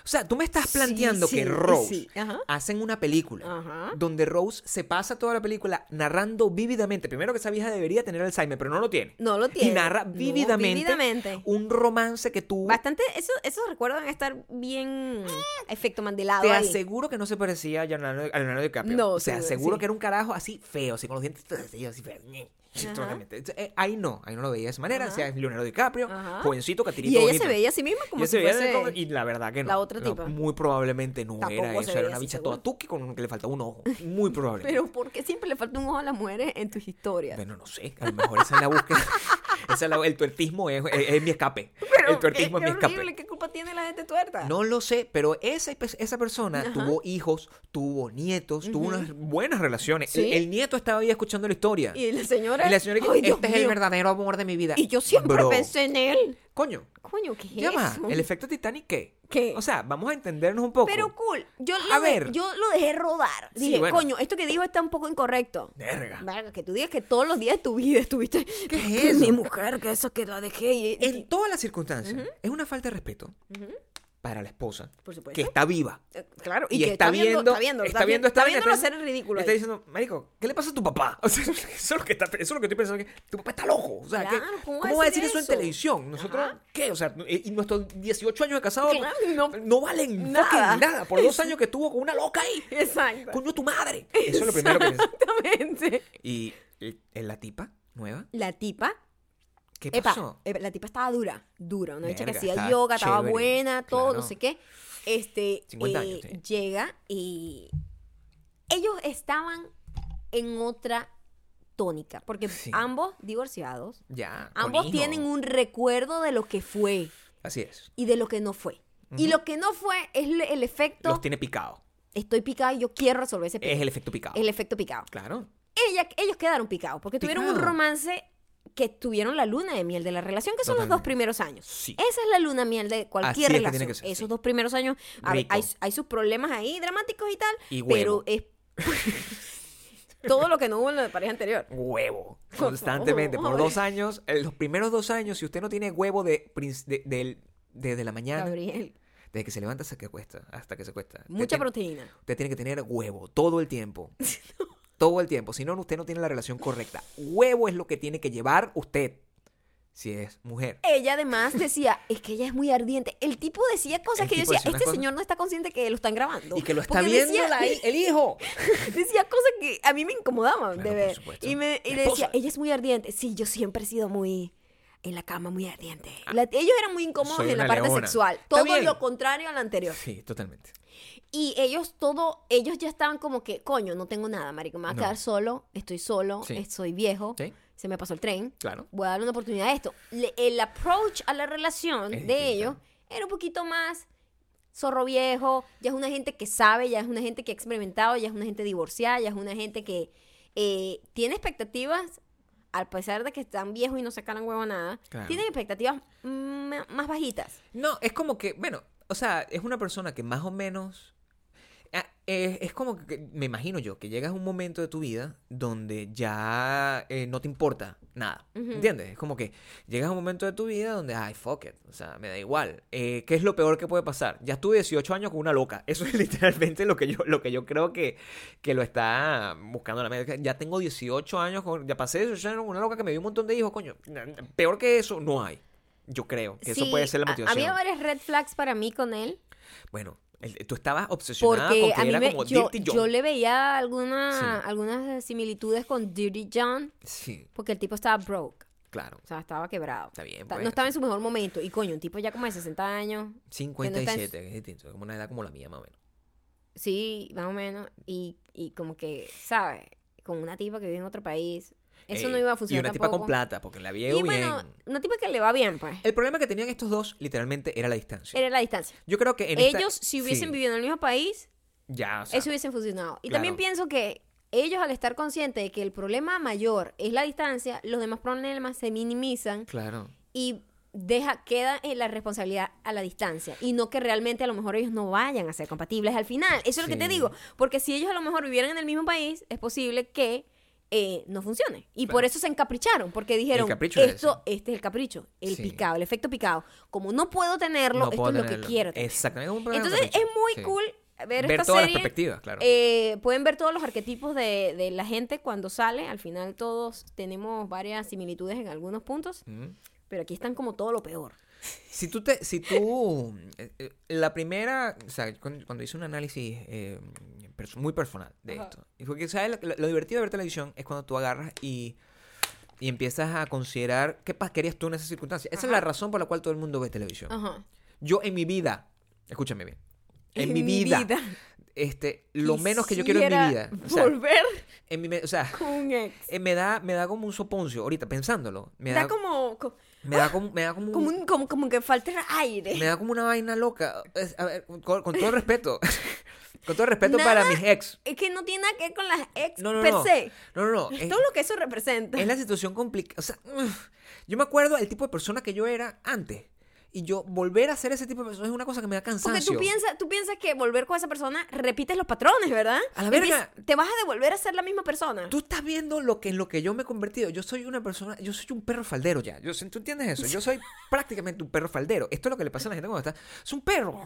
Speaker 2: O sea, tú me estás
Speaker 1: Sí,
Speaker 2: planteando
Speaker 1: sí,
Speaker 2: que Rose
Speaker 1: sí, ajá.
Speaker 2: hacen una película
Speaker 1: Ajá.
Speaker 2: donde Rose se pasa toda la película narrando vívidamente. Primero que esa vieja debería tener Alzheimer, pero no lo tiene.
Speaker 1: No lo tiene.
Speaker 2: Y narra
Speaker 1: No,
Speaker 2: vívidamente,
Speaker 1: vívidamente.
Speaker 2: un romance que tuvo
Speaker 1: Bastante, eso, esos recuerdos van a estar bien efecto mandelado.
Speaker 2: Te
Speaker 1: ahí.
Speaker 2: aseguro que no se parecía a Leonardo, a Leonardo DiCaprio.
Speaker 1: No,
Speaker 2: o sea,
Speaker 1: seguro,
Speaker 2: aseguro
Speaker 1: sí.
Speaker 2: que era un carajo así feo, así con los dientes todos así, así feo. ñe, así,
Speaker 1: Ajá.
Speaker 2: totalmente. Entonces, eh, ahí no, ahí no lo veía de esa manera. O sea, es Leonardo DiCaprio,
Speaker 1: Ajá.
Speaker 2: jovencito, catirito
Speaker 1: Y ella
Speaker 2: bonito.
Speaker 1: se veía a sí misma como
Speaker 2: Ella
Speaker 1: si
Speaker 2: se veía
Speaker 1: fuese...
Speaker 2: de- y la verdad que no.
Speaker 1: la otra
Speaker 2: No,
Speaker 1: tipa.
Speaker 2: muy probablemente no
Speaker 1: Tampoco
Speaker 2: era
Speaker 1: se
Speaker 2: eso.
Speaker 1: veía
Speaker 2: Era una
Speaker 1: así,
Speaker 2: bicha
Speaker 1: seguro.
Speaker 2: toda tuqui con que le faltaba un ojo. Muy probablemente.
Speaker 1: Pero ¿por qué siempre le falta un ojo a las mujeres en tus historias?
Speaker 2: Bueno, no sé. A lo mejor esa es la búsqueda. esa es la- el tuertismo es, es- es mi escape.
Speaker 1: Pero
Speaker 2: el tuertismo
Speaker 1: qué,
Speaker 2: es
Speaker 1: qué
Speaker 2: mi escape.
Speaker 1: horrible, ¿qué culpa tiene la gente tuerta?
Speaker 2: No lo sé, pero esa, pe- esa persona tuvo hijos, tuvo nietos, tuvo unas buenas relaciones.
Speaker 1: Sí.
Speaker 2: El, el nieto estaba ahí escuchando la historia. Y,
Speaker 1: Y la señora...
Speaker 2: la señora dijo,
Speaker 1: ¡Ay,
Speaker 2: este
Speaker 1: Dios
Speaker 2: es el
Speaker 1: mío!
Speaker 2: verdadero amor de mi vida.
Speaker 1: Y yo siempre
Speaker 2: Bro,
Speaker 1: pensé en él.
Speaker 2: Coño,
Speaker 1: Coño, ¿qué es
Speaker 2: ya va,
Speaker 1: eso?
Speaker 2: ¿el efecto Titanic qué?
Speaker 1: ¿Qué?
Speaker 2: O sea, vamos a entendernos un poco.
Speaker 1: Pero cool, yo lo,
Speaker 2: A
Speaker 1: de-
Speaker 2: ver.
Speaker 1: yo lo dejé rodar.
Speaker 2: Sí,
Speaker 1: Dije,
Speaker 2: bueno.
Speaker 1: coño, esto que dijo está un poco incorrecto.
Speaker 2: Verga.
Speaker 1: Verga, que tú digas que todos los días de tu vida estuviste.
Speaker 2: ¿Qué es
Speaker 1: que
Speaker 2: eso?
Speaker 1: Mi mujer, que eso que la dejé. y-
Speaker 2: En todas las circunstancias, es una falta de respeto para la esposa,
Speaker 1: Por supuesto.
Speaker 2: que está viva.
Speaker 1: Eh, Claro, y,
Speaker 2: Y,
Speaker 1: que
Speaker 2: está, viendo,
Speaker 1: está viendo,
Speaker 2: está viendo,
Speaker 1: está
Speaker 2: esta
Speaker 1: viendo
Speaker 2: vaina,
Speaker 1: hacer el ridículo.
Speaker 2: Está
Speaker 1: ahí.
Speaker 2: diciendo, marico, ¿qué le pasa a tu papá? O sea, eso es lo que, está- eso es lo que estoy pensando, que tu papá está loco. O sea,
Speaker 1: Claro,
Speaker 2: que-
Speaker 1: ¿cómo
Speaker 2: ¿cómo,
Speaker 1: va a
Speaker 2: va a
Speaker 1: decir
Speaker 2: decir eso, en
Speaker 1: eso?
Speaker 2: televisión? Nosotros, ¿qué? O sea, eh, y y nuestros 18 años de casado
Speaker 1: Claro, no-
Speaker 2: no, valen
Speaker 1: nada.
Speaker 2: nada. nada por dos años que estuvo con una loca ahí.
Speaker 1: Exacto.
Speaker 2: Coño, tu madre. Eso es lo primero que pensé.
Speaker 1: Exactamente.
Speaker 2: Y eh, la tipa nueva,
Speaker 1: La tipa,
Speaker 2: ¿qué
Speaker 1: epa,
Speaker 2: pasó?
Speaker 1: epa, la tipa estaba dura, dura, una dicha que
Speaker 2: Verga,
Speaker 1: hacía
Speaker 2: estaba
Speaker 1: yoga, estaba
Speaker 2: chévere,
Speaker 1: buena, todo, no
Speaker 2: claro.
Speaker 1: sé qué. Este,
Speaker 2: 50
Speaker 1: eh,
Speaker 2: años, sí.
Speaker 1: llega y ellos estaban en otra tónica, porque
Speaker 2: Sí.
Speaker 1: ambos divorciados,
Speaker 2: Ya. con
Speaker 1: ambos
Speaker 2: hijo.
Speaker 1: tienen un recuerdo de lo que fue
Speaker 2: Así es.
Speaker 1: y de lo que no fue. Y lo que no fue es lo- el efecto,
Speaker 2: Los tiene picado.
Speaker 1: estoy picada y yo quiero resolver ese
Speaker 2: Es
Speaker 1: pecado.
Speaker 2: el efecto picado.
Speaker 1: el efecto picado.
Speaker 2: Claro.
Speaker 1: ella, ellos quedaron picados porque tuvieron un
Speaker 2: Picado.
Speaker 1: romance que tuvieron la luna de miel de la relación, que son los dos
Speaker 2: Totalmente.
Speaker 1: primeros años.
Speaker 2: Sí.
Speaker 1: Esa es la luna miel de cualquier
Speaker 2: Así es que
Speaker 1: relación.
Speaker 2: tiene que ser,
Speaker 1: Esos
Speaker 2: sí.
Speaker 1: dos primeros años, a ver,
Speaker 2: Rico.
Speaker 1: hay, hay sus problemas ahí dramáticos y tal,
Speaker 2: Y
Speaker 1: pero
Speaker 2: huevo.
Speaker 1: es todo lo que no hubo en la pareja anterior.
Speaker 2: huevo constantemente por dos años eh, los primeros dos años si usted no tiene huevo de, prin- de- del- desde la mañana
Speaker 1: Gabriel,
Speaker 2: desde que se levanta hasta que cuesta hasta que se cuesta Usted
Speaker 1: mucha
Speaker 2: tiene-
Speaker 1: proteína.
Speaker 2: usted tiene que tener huevo todo el tiempo todo el tiempo si no usted no tiene la relación correcta huevo es lo que tiene que llevar usted si es mujer
Speaker 1: Ella además decía, es que ella es muy ardiente. El tipo decía cosas
Speaker 2: El
Speaker 1: que yo
Speaker 2: tipo
Speaker 1: decía,
Speaker 2: decía unas
Speaker 1: este
Speaker 2: cosas-
Speaker 1: señor no está consciente que lo están grabando.
Speaker 2: y que lo está
Speaker 1: Eh, Porque
Speaker 2: viendo
Speaker 1: decía-
Speaker 2: la hi- el hijo
Speaker 1: decía cosas que a mí me incomodaban de
Speaker 2: Claro, por
Speaker 1: ver.
Speaker 2: supuesto.
Speaker 1: Y, me, y
Speaker 2: La
Speaker 1: le decía,
Speaker 2: esposa.
Speaker 1: ella es muy ardiente. Sí, yo siempre he sido muy en la cama, muy ardiente. La- ellos eran muy incómodos
Speaker 2: Ah. Soy
Speaker 1: en la
Speaker 2: una
Speaker 1: parte
Speaker 2: leona.
Speaker 1: sexual.
Speaker 2: Está
Speaker 1: Todo
Speaker 2: bien.
Speaker 1: lo contrario a lo anterior.
Speaker 2: sí totalmente
Speaker 1: Y ellos todo, ellos ya estaban como que, coño, no tengo nada, marico, me voy a
Speaker 2: No.
Speaker 1: quedar solo, estoy solo,
Speaker 2: Sí.
Speaker 1: eh, soy viejo,
Speaker 2: Sí.
Speaker 1: se me pasó el tren,
Speaker 2: Claro.
Speaker 1: voy a darle una oportunidad a esto. Le- el approach a la relación
Speaker 2: Es
Speaker 1: de
Speaker 2: distinta.
Speaker 1: ellos era un poquito más zorro viejo, ya es una gente que sabe, ya es una gente que ha experimentado, ya es una gente divorciada, ya es una gente que eh, tiene expectativas, al pesar de que están viejos y no sacaran huevo a nada,
Speaker 2: Claro.
Speaker 1: tienen expectativas mm, más bajitas.
Speaker 2: No, es como que, bueno, o sea, es una persona que más o menos. Ah, eh, es como que me imagino yo que llegas a un momento de tu vida donde ya eh, no te importa nada.
Speaker 1: Ujú.
Speaker 2: ¿Entiendes? Es como que llegas a un momento de tu vida donde, ay, fuck it. O sea, me da igual. Eh, ¿Qué es lo peor que puede pasar? Ya estuve 18 años con una loca. Eso es literalmente lo que yo, lo que yo creo que, que lo está buscando la médica. Ya tengo 18 años, con, ya pasé 18 años con una loca que me dio un montón de hijos, coño. na- na- Peor que eso no hay. Yo creo que eso
Speaker 1: Sí,
Speaker 2: puede ser la
Speaker 1: a-
Speaker 2: motivación.
Speaker 1: Había varias red flags para mí con él.
Speaker 2: Bueno, el- tú estabas obsesionada
Speaker 1: Porque
Speaker 2: con
Speaker 1: a
Speaker 2: que
Speaker 1: mí
Speaker 2: era
Speaker 1: me-
Speaker 2: como
Speaker 1: yo,
Speaker 2: Dirty John.
Speaker 1: yo le veía alguna,
Speaker 2: Sí.
Speaker 1: algunas similitudes con Dirty John
Speaker 2: Sí,
Speaker 1: porque el tipo estaba broke.
Speaker 2: claro.
Speaker 1: O sea, estaba quebrado.
Speaker 2: Está bien,
Speaker 1: Ta-
Speaker 2: pues.
Speaker 1: No estaba en su mejor momento. Y coño, un tipo ya como de 60 años. que no está en
Speaker 2: 57, que es distinto, es como una edad como la mía, más o menos.
Speaker 1: Sí, más o menos. Y, y como que, ¿sabes? Con una tipa que vive en otro país. Eso
Speaker 2: Ey,
Speaker 1: no iba a funcionar
Speaker 2: Eh, Y una tipa
Speaker 1: tampoco.
Speaker 2: con plata, porque la vio
Speaker 1: y
Speaker 2: bien.
Speaker 1: bueno, una tipa que le va bien, pues.
Speaker 2: El problema que tenían estos dos, literalmente, era la distancia.
Speaker 1: Era la distancia.
Speaker 2: Yo creo que en esta-
Speaker 1: ellos, si hubiesen
Speaker 2: sí,
Speaker 1: vivido en el mismo país,
Speaker 2: Ya, o sea,
Speaker 1: eso hubiesen funcionado. Y
Speaker 2: claro.
Speaker 1: también pienso que ellos, al estar conscientes de que el problema mayor es la distancia, los demás problemas se minimizan
Speaker 2: Claro.
Speaker 1: y deja queda en la responsabilidad a la distancia y no que realmente a lo mejor ellos no vayan a ser compatibles al final eso es lo que te
Speaker 2: Sí.
Speaker 1: digo porque si ellos a lo mejor vivieran en el mismo país es posible que eh, no funcione y por
Speaker 2: Claro.
Speaker 1: eso se encapricharon porque dijeron
Speaker 2: capricho es
Speaker 1: esto
Speaker 2: ese.
Speaker 1: este es el capricho el
Speaker 2: Sí.
Speaker 1: picado el efecto picado como no puedo tenerlo
Speaker 2: no
Speaker 1: esto
Speaker 2: puedo
Speaker 1: es lo que
Speaker 2: tenerlo.
Speaker 1: quiero tener.
Speaker 2: Exactamente. es un problema
Speaker 1: entonces
Speaker 2: de
Speaker 1: es
Speaker 2: capricho,
Speaker 1: muy
Speaker 2: sí.
Speaker 1: cool ver,
Speaker 2: Ver
Speaker 1: esta
Speaker 2: todas las
Speaker 1: serie.
Speaker 2: perspectivas, claro.
Speaker 1: Eh, pueden ver todos los arquetipos de, de la gente cuando sale al final todos tenemos varias similitudes en algunos puntos
Speaker 2: Mm.
Speaker 1: pero aquí están como todo lo peor.
Speaker 2: Si tú te, si tú, eh, eh, la primera, o sea, cuan- cuando, hice un análisis eh, perso- muy personal de
Speaker 1: Ajá.
Speaker 2: esto, y porque sabes lo, lo- lo divertido de ver televisión es cuando tú agarras y, y empiezas a considerar qué pa- querías tú en esas circunstancias. Esa es la razón por la cual todo el mundo ve televisión.
Speaker 1: Ajá.
Speaker 2: Yo en mi vida, escúchame bien, en, mi, vida, este, lo menos que yo quiero en mi vida,
Speaker 1: Quisiera
Speaker 2: o sea,
Speaker 1: volver
Speaker 2: en mi, me- o sea,
Speaker 1: con un ex.
Speaker 2: eh, me da, me da como un soponcio ahorita pensándolo, me da,
Speaker 1: Da como, co-
Speaker 2: me da como, me da como un-
Speaker 1: como, un- como, como que falta aire.
Speaker 2: Me da como una vaina loca. Es- a ver, con, con todo el respeto. con todo el respeto
Speaker 1: Nada-
Speaker 2: para mis ex.
Speaker 1: Es que no tiene nada que ver con las ex
Speaker 2: No, no,
Speaker 1: per
Speaker 2: no.
Speaker 1: se.
Speaker 2: No, no, no. Es,
Speaker 1: Todo lo que eso representa.
Speaker 2: es la situación complicada. O sea, uf. yo me acuerdo del tipo de persona que yo era antes. Y yo volver a ser ese tipo de persona es una cosa que me da
Speaker 1: Porque
Speaker 2: cansancio.
Speaker 1: tú piensas, tú piensas que volver con esa persona repites los patrones, ¿verdad?
Speaker 2: A la verga.
Speaker 1: Empiezas- Te vas a devolver a ser la misma persona.
Speaker 2: Tú estás viendo lo que en lo que yo me he convertido. Yo soy una persona, yo soy un perro faldero ya. Yo, sé- ¿Tú entiendes eso? Yo soy prácticamente un perro faldero. Esto es lo que le pasa a la gente cuando está. Es un perro.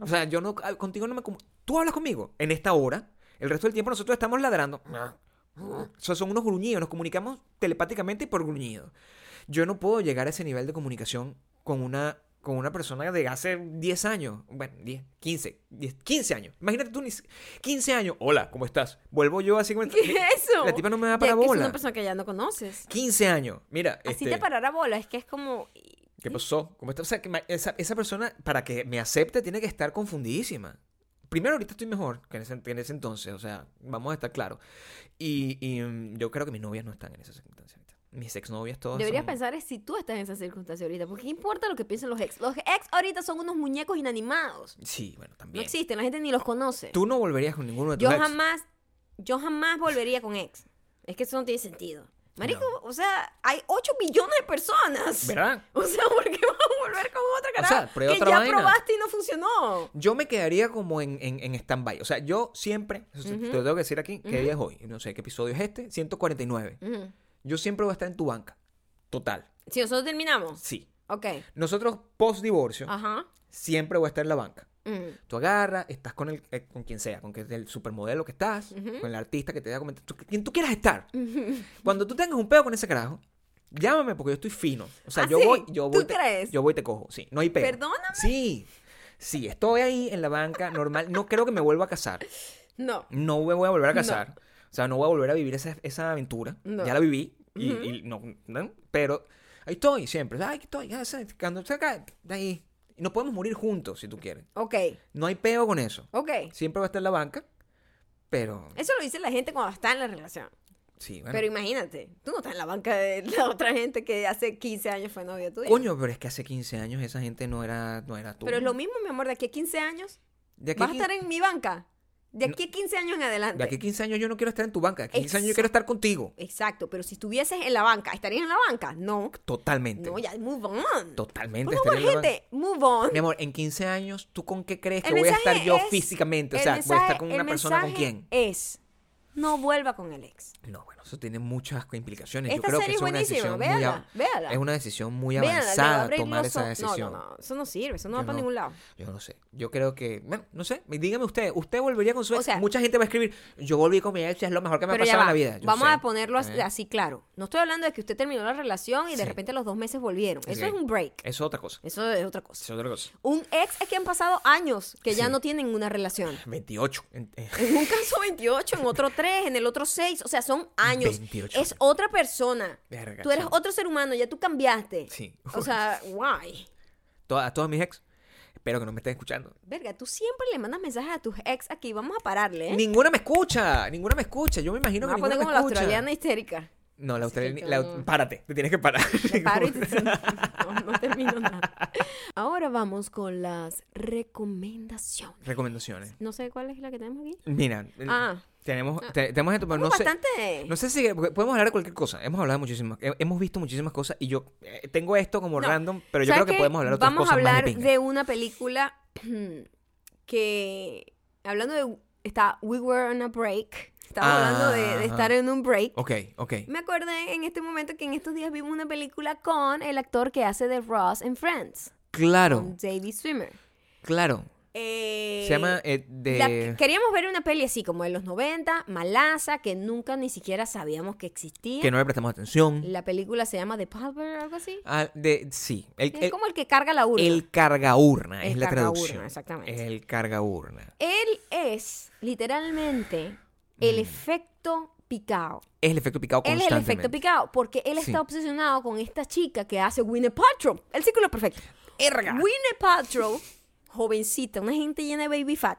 Speaker 2: O sea, yo no ah, contigo no me como. Tú hablas conmigo en esta hora. El resto del tiempo nosotros estamos ladrando. O sea, son unos gruñidos. Nos comunicamos telepáticamente y por gruñido. Yo no puedo llegar a ese nivel de comunicación con una con una persona de hace 10 años, bueno, 10, 15, 10, 15 años. Imagínate tú, ni si- 15 años. Hola, ¿cómo estás? Vuelvo yo así como...
Speaker 1: ¿Qué es eso?
Speaker 2: La tipa no me da
Speaker 1: Ya
Speaker 2: para
Speaker 1: que Es
Speaker 2: bola.
Speaker 1: una persona que ya no conoces.
Speaker 2: 15 años. Mira,
Speaker 1: Así
Speaker 2: este,
Speaker 1: te parará bola, es que es como...
Speaker 2: ¿qué pasó? ¿Cómo está? O sea, que ma- esa, esa persona, para que me acepte, tiene que estar confundidísima. Primero, ahorita estoy mejor que en ese, que en ese entonces, o sea, vamos a estar claros. Y, y, mm, yo creo que mis novias no están en esa circunstancia ahorita. Mis exnovias todas
Speaker 1: Deberías
Speaker 2: son-
Speaker 1: pensar es si tú estás en esa circunstancia ahorita, porque ¿qué importa lo que piensen los ex? Los ex ahorita son unos muñecos inanimados.
Speaker 2: Sí, bueno, también.
Speaker 1: No existen, la gente ni los conoce.
Speaker 2: Tú no volverías con ninguno de tus
Speaker 1: yo
Speaker 2: ex.
Speaker 1: jamás, yo jamás volvería con ex. Es que eso no tiene sentido. Marico, o sea, hay 8 billones de personas.
Speaker 2: ¿Verdad?
Speaker 1: O sea, ¿por qué vas a volver con otra
Speaker 2: sea,
Speaker 1: caraja
Speaker 2: prueba
Speaker 1: que
Speaker 2: otra
Speaker 1: ya
Speaker 2: vaina.
Speaker 1: probaste y no funcionó?
Speaker 2: Yo me quedaría como en, en, en stand-by. O sea, yo siempre, eso te-
Speaker 1: Ujú.
Speaker 2: te lo tengo que decir aquí, ¿qué día es hoy? No sé, ¿qué episodio es este? 149.
Speaker 1: Ujú.
Speaker 2: Yo siempre voy a estar en tu banca. Total.
Speaker 1: Si nosotros terminamos,
Speaker 2: Sí.
Speaker 1: ok,
Speaker 2: Nosotros, post divorcio,
Speaker 1: ajá.
Speaker 2: siempre voy a estar en la banca.
Speaker 1: Mm.
Speaker 2: Tú agarras, estás con el, eh, con quien sea, con que el supermodelo que estás,
Speaker 1: Ujú.
Speaker 2: con el artista que te da comentar, tú- quien tú quieras estar. Cuando tú tengas un pedo con ese carajo, llámame porque yo estoy fino. O sea,
Speaker 1: ¿Ah,
Speaker 2: yo
Speaker 1: sí?
Speaker 2: voy, yo
Speaker 1: ¿Tú
Speaker 2: voy, te-
Speaker 1: crees?
Speaker 2: yo voy y te cojo. Sí, no hay pedo.
Speaker 1: Perdóname.
Speaker 2: Sí. Sí, estoy ahí en la banca normal. No creo que me vuelva a casar.
Speaker 1: No.
Speaker 2: No me voy a volver a
Speaker 1: No.
Speaker 2: casar. O sea, no voy a volver a vivir esa, esa aventura.
Speaker 1: No.
Speaker 2: Ya la viví. Y, y no, no, Pero ahí estoy siempre. Ay, aquí estoy. ya sé, Cuando se acabe, de ahí. Y Nos podemos morir juntos si tú quieres.
Speaker 1: Ok,
Speaker 2: No hay peo con eso.
Speaker 1: ok.
Speaker 2: Siempre va a estar en la banca. Pero.
Speaker 1: Eso lo dice la gente cuando está en la relación.
Speaker 2: Sí, bueno.
Speaker 1: Pero imagínate, tú no estás en la banca de la otra gente que hace 15 años fue novia tuya.
Speaker 2: Coño, pero es que hace 15 años esa gente no era, no era tú.
Speaker 1: Pero es lo mismo, mi amor, de aquí a 15 años
Speaker 2: De aquí
Speaker 1: vas a
Speaker 2: quin-
Speaker 1: estar en mi banca. De aquí a 15 años en adelante.
Speaker 2: De aquí a 15 años yo no quiero estar en tu banca. De aquí a 15 años yo quiero estar contigo.
Speaker 1: Exacto, pero si estuvieses en la banca, ¿estarías en la banca? No.
Speaker 2: Totalmente.
Speaker 1: No, ya, move on.
Speaker 2: Totalmente.
Speaker 1: Por
Speaker 2: estar
Speaker 1: favor,
Speaker 2: en la banca.
Speaker 1: gente, move on.
Speaker 2: Mi amor, en 15 años, ¿tú con qué crees que
Speaker 1: El
Speaker 2: voy a
Speaker 1: mensaje
Speaker 2: estar yo
Speaker 1: es-
Speaker 2: físicamente? O
Speaker 1: el
Speaker 2: sea, voy a estar
Speaker 1: mensaje-
Speaker 2: con
Speaker 1: el
Speaker 2: una persona con
Speaker 1: mensaje
Speaker 2: quién.
Speaker 1: Es, no vuelva con el ex.
Speaker 2: No, bueno, eso tiene muchas implicaciones.
Speaker 1: Esta
Speaker 2: yo creo que
Speaker 1: serie
Speaker 2: es
Speaker 1: es
Speaker 2: una
Speaker 1: buenísima,
Speaker 2: decisión muy
Speaker 1: véala,
Speaker 2: av-
Speaker 1: véala.
Speaker 2: Es una decisión muy
Speaker 1: Véanla, le va a
Speaker 2: avanzada
Speaker 1: abrir
Speaker 2: tomar
Speaker 1: los
Speaker 2: esa
Speaker 1: ojos. No,
Speaker 2: decisión.
Speaker 1: No, no, eso no sirve, eso no
Speaker 2: Yo
Speaker 1: va para
Speaker 2: no.
Speaker 1: ningún lado.
Speaker 2: Yo no sé. Yo creo que, bueno, no sé. Dígame usted, usted volvería con su ex.
Speaker 1: O sea-
Speaker 2: Mucha gente va a escribir, yo volví con mi ex, es lo mejor que me ha
Speaker 1: Pero ya
Speaker 2: pasado en
Speaker 1: va,
Speaker 2: la vida. Yo
Speaker 1: vamos
Speaker 2: sé.
Speaker 1: a ponerlo as-
Speaker 2: Ok.
Speaker 1: así, claro. No estoy hablando de que usted terminó la relación y de
Speaker 2: Sí.
Speaker 1: repente a los dos meses volvieron. Eso
Speaker 2: Ok.
Speaker 1: es un break.
Speaker 2: Eso Eh, es otra cosa.
Speaker 1: Eso es otra cosa.
Speaker 2: Eso es otra cosa.
Speaker 1: Un ex es que han pasado años que ya
Speaker 2: Sí.
Speaker 1: no tienen una relación.
Speaker 2: 28. En- eh,
Speaker 1: En un caso 28, en otro 3, en el otro 6. O sea, son años.
Speaker 2: 28.
Speaker 1: Es otra persona.
Speaker 2: Verga,
Speaker 1: tú eres
Speaker 2: sí.
Speaker 1: otro ser humano, ya tú cambiaste.
Speaker 2: Sí.
Speaker 1: O sea, guay.
Speaker 2: toda- a todos mis ex. Espero que no me estén escuchando.
Speaker 1: Verga, tú siempre le mandas mensajes a tus ex aquí. Vamos a pararle, ¿eh?
Speaker 2: Ninguna me escucha. Ninguna me escucha. Yo me imagino
Speaker 1: Vamos
Speaker 2: que
Speaker 1: a poner
Speaker 2: ninguna
Speaker 1: como
Speaker 2: me
Speaker 1: la
Speaker 2: escucha.
Speaker 1: australiana histérica.
Speaker 2: No, la australiana.
Speaker 1: yo
Speaker 2: la-
Speaker 1: no.
Speaker 2: Párate, te tienes que parar.
Speaker 1: Me paro y te- no, no termino nada. Ahora vamos con las recomendaciones.
Speaker 2: Recomendaciones.
Speaker 1: No sé cuál es la que tenemos aquí.
Speaker 2: Mira, el-
Speaker 1: Ah.
Speaker 2: tenemos, te- tenemos esto, pero
Speaker 1: Como
Speaker 2: no sé,
Speaker 1: bastante.
Speaker 2: no sé si porque podemos hablar de cualquier cosa. Hemos hablado de muchísimas, he- hemos visto muchísimas cosas y yo eh, tengo esto como
Speaker 1: No.
Speaker 2: random, pero yo
Speaker 1: ¿Sabes
Speaker 2: creo que
Speaker 1: qué?
Speaker 2: podemos hablar de otras
Speaker 1: Vamos
Speaker 2: cosas
Speaker 1: a hablar
Speaker 2: más de, pinga.
Speaker 1: de una película que. Hablando de. Está We Were on a Break. Estaba
Speaker 2: Ah,
Speaker 1: hablando de, de
Speaker 2: ajá.
Speaker 1: estar en un break.
Speaker 2: Ok, ok.
Speaker 1: Me acordé en este momento que en estos días vimos una película con el actor que hace de Ross en Friends,
Speaker 2: Claro,
Speaker 1: con David Swimmer.
Speaker 2: claro.
Speaker 1: Eh,
Speaker 2: Se llama eh,
Speaker 1: la que-
Speaker 2: de
Speaker 1: queríamos ver una peli así como de los 90, malaza, que nunca ni siquiera sabíamos que existía.
Speaker 2: que no le prestamos atención.
Speaker 1: La película se llama The Palmer, algo así.
Speaker 2: Ah, de sí, el,
Speaker 1: Es
Speaker 2: el,
Speaker 1: como el que carga la urna.
Speaker 2: el cargaurna es
Speaker 1: El
Speaker 2: la
Speaker 1: cargaurna,
Speaker 2: traducción.
Speaker 1: exactamente.
Speaker 2: El cargaurna.
Speaker 1: Él es
Speaker 2: Mm.
Speaker 1: literalmente el efecto picado.
Speaker 2: Es el efecto picado
Speaker 1: Él es el
Speaker 2: constantemente.
Speaker 1: efecto picado porque él
Speaker 2: Sí.
Speaker 1: está obsesionado con esta chica que hace Winnie Paltrow. El círculo perfecto.
Speaker 2: Erga.
Speaker 1: Winnie Paltrow, jovencita, una gente llena de baby fat.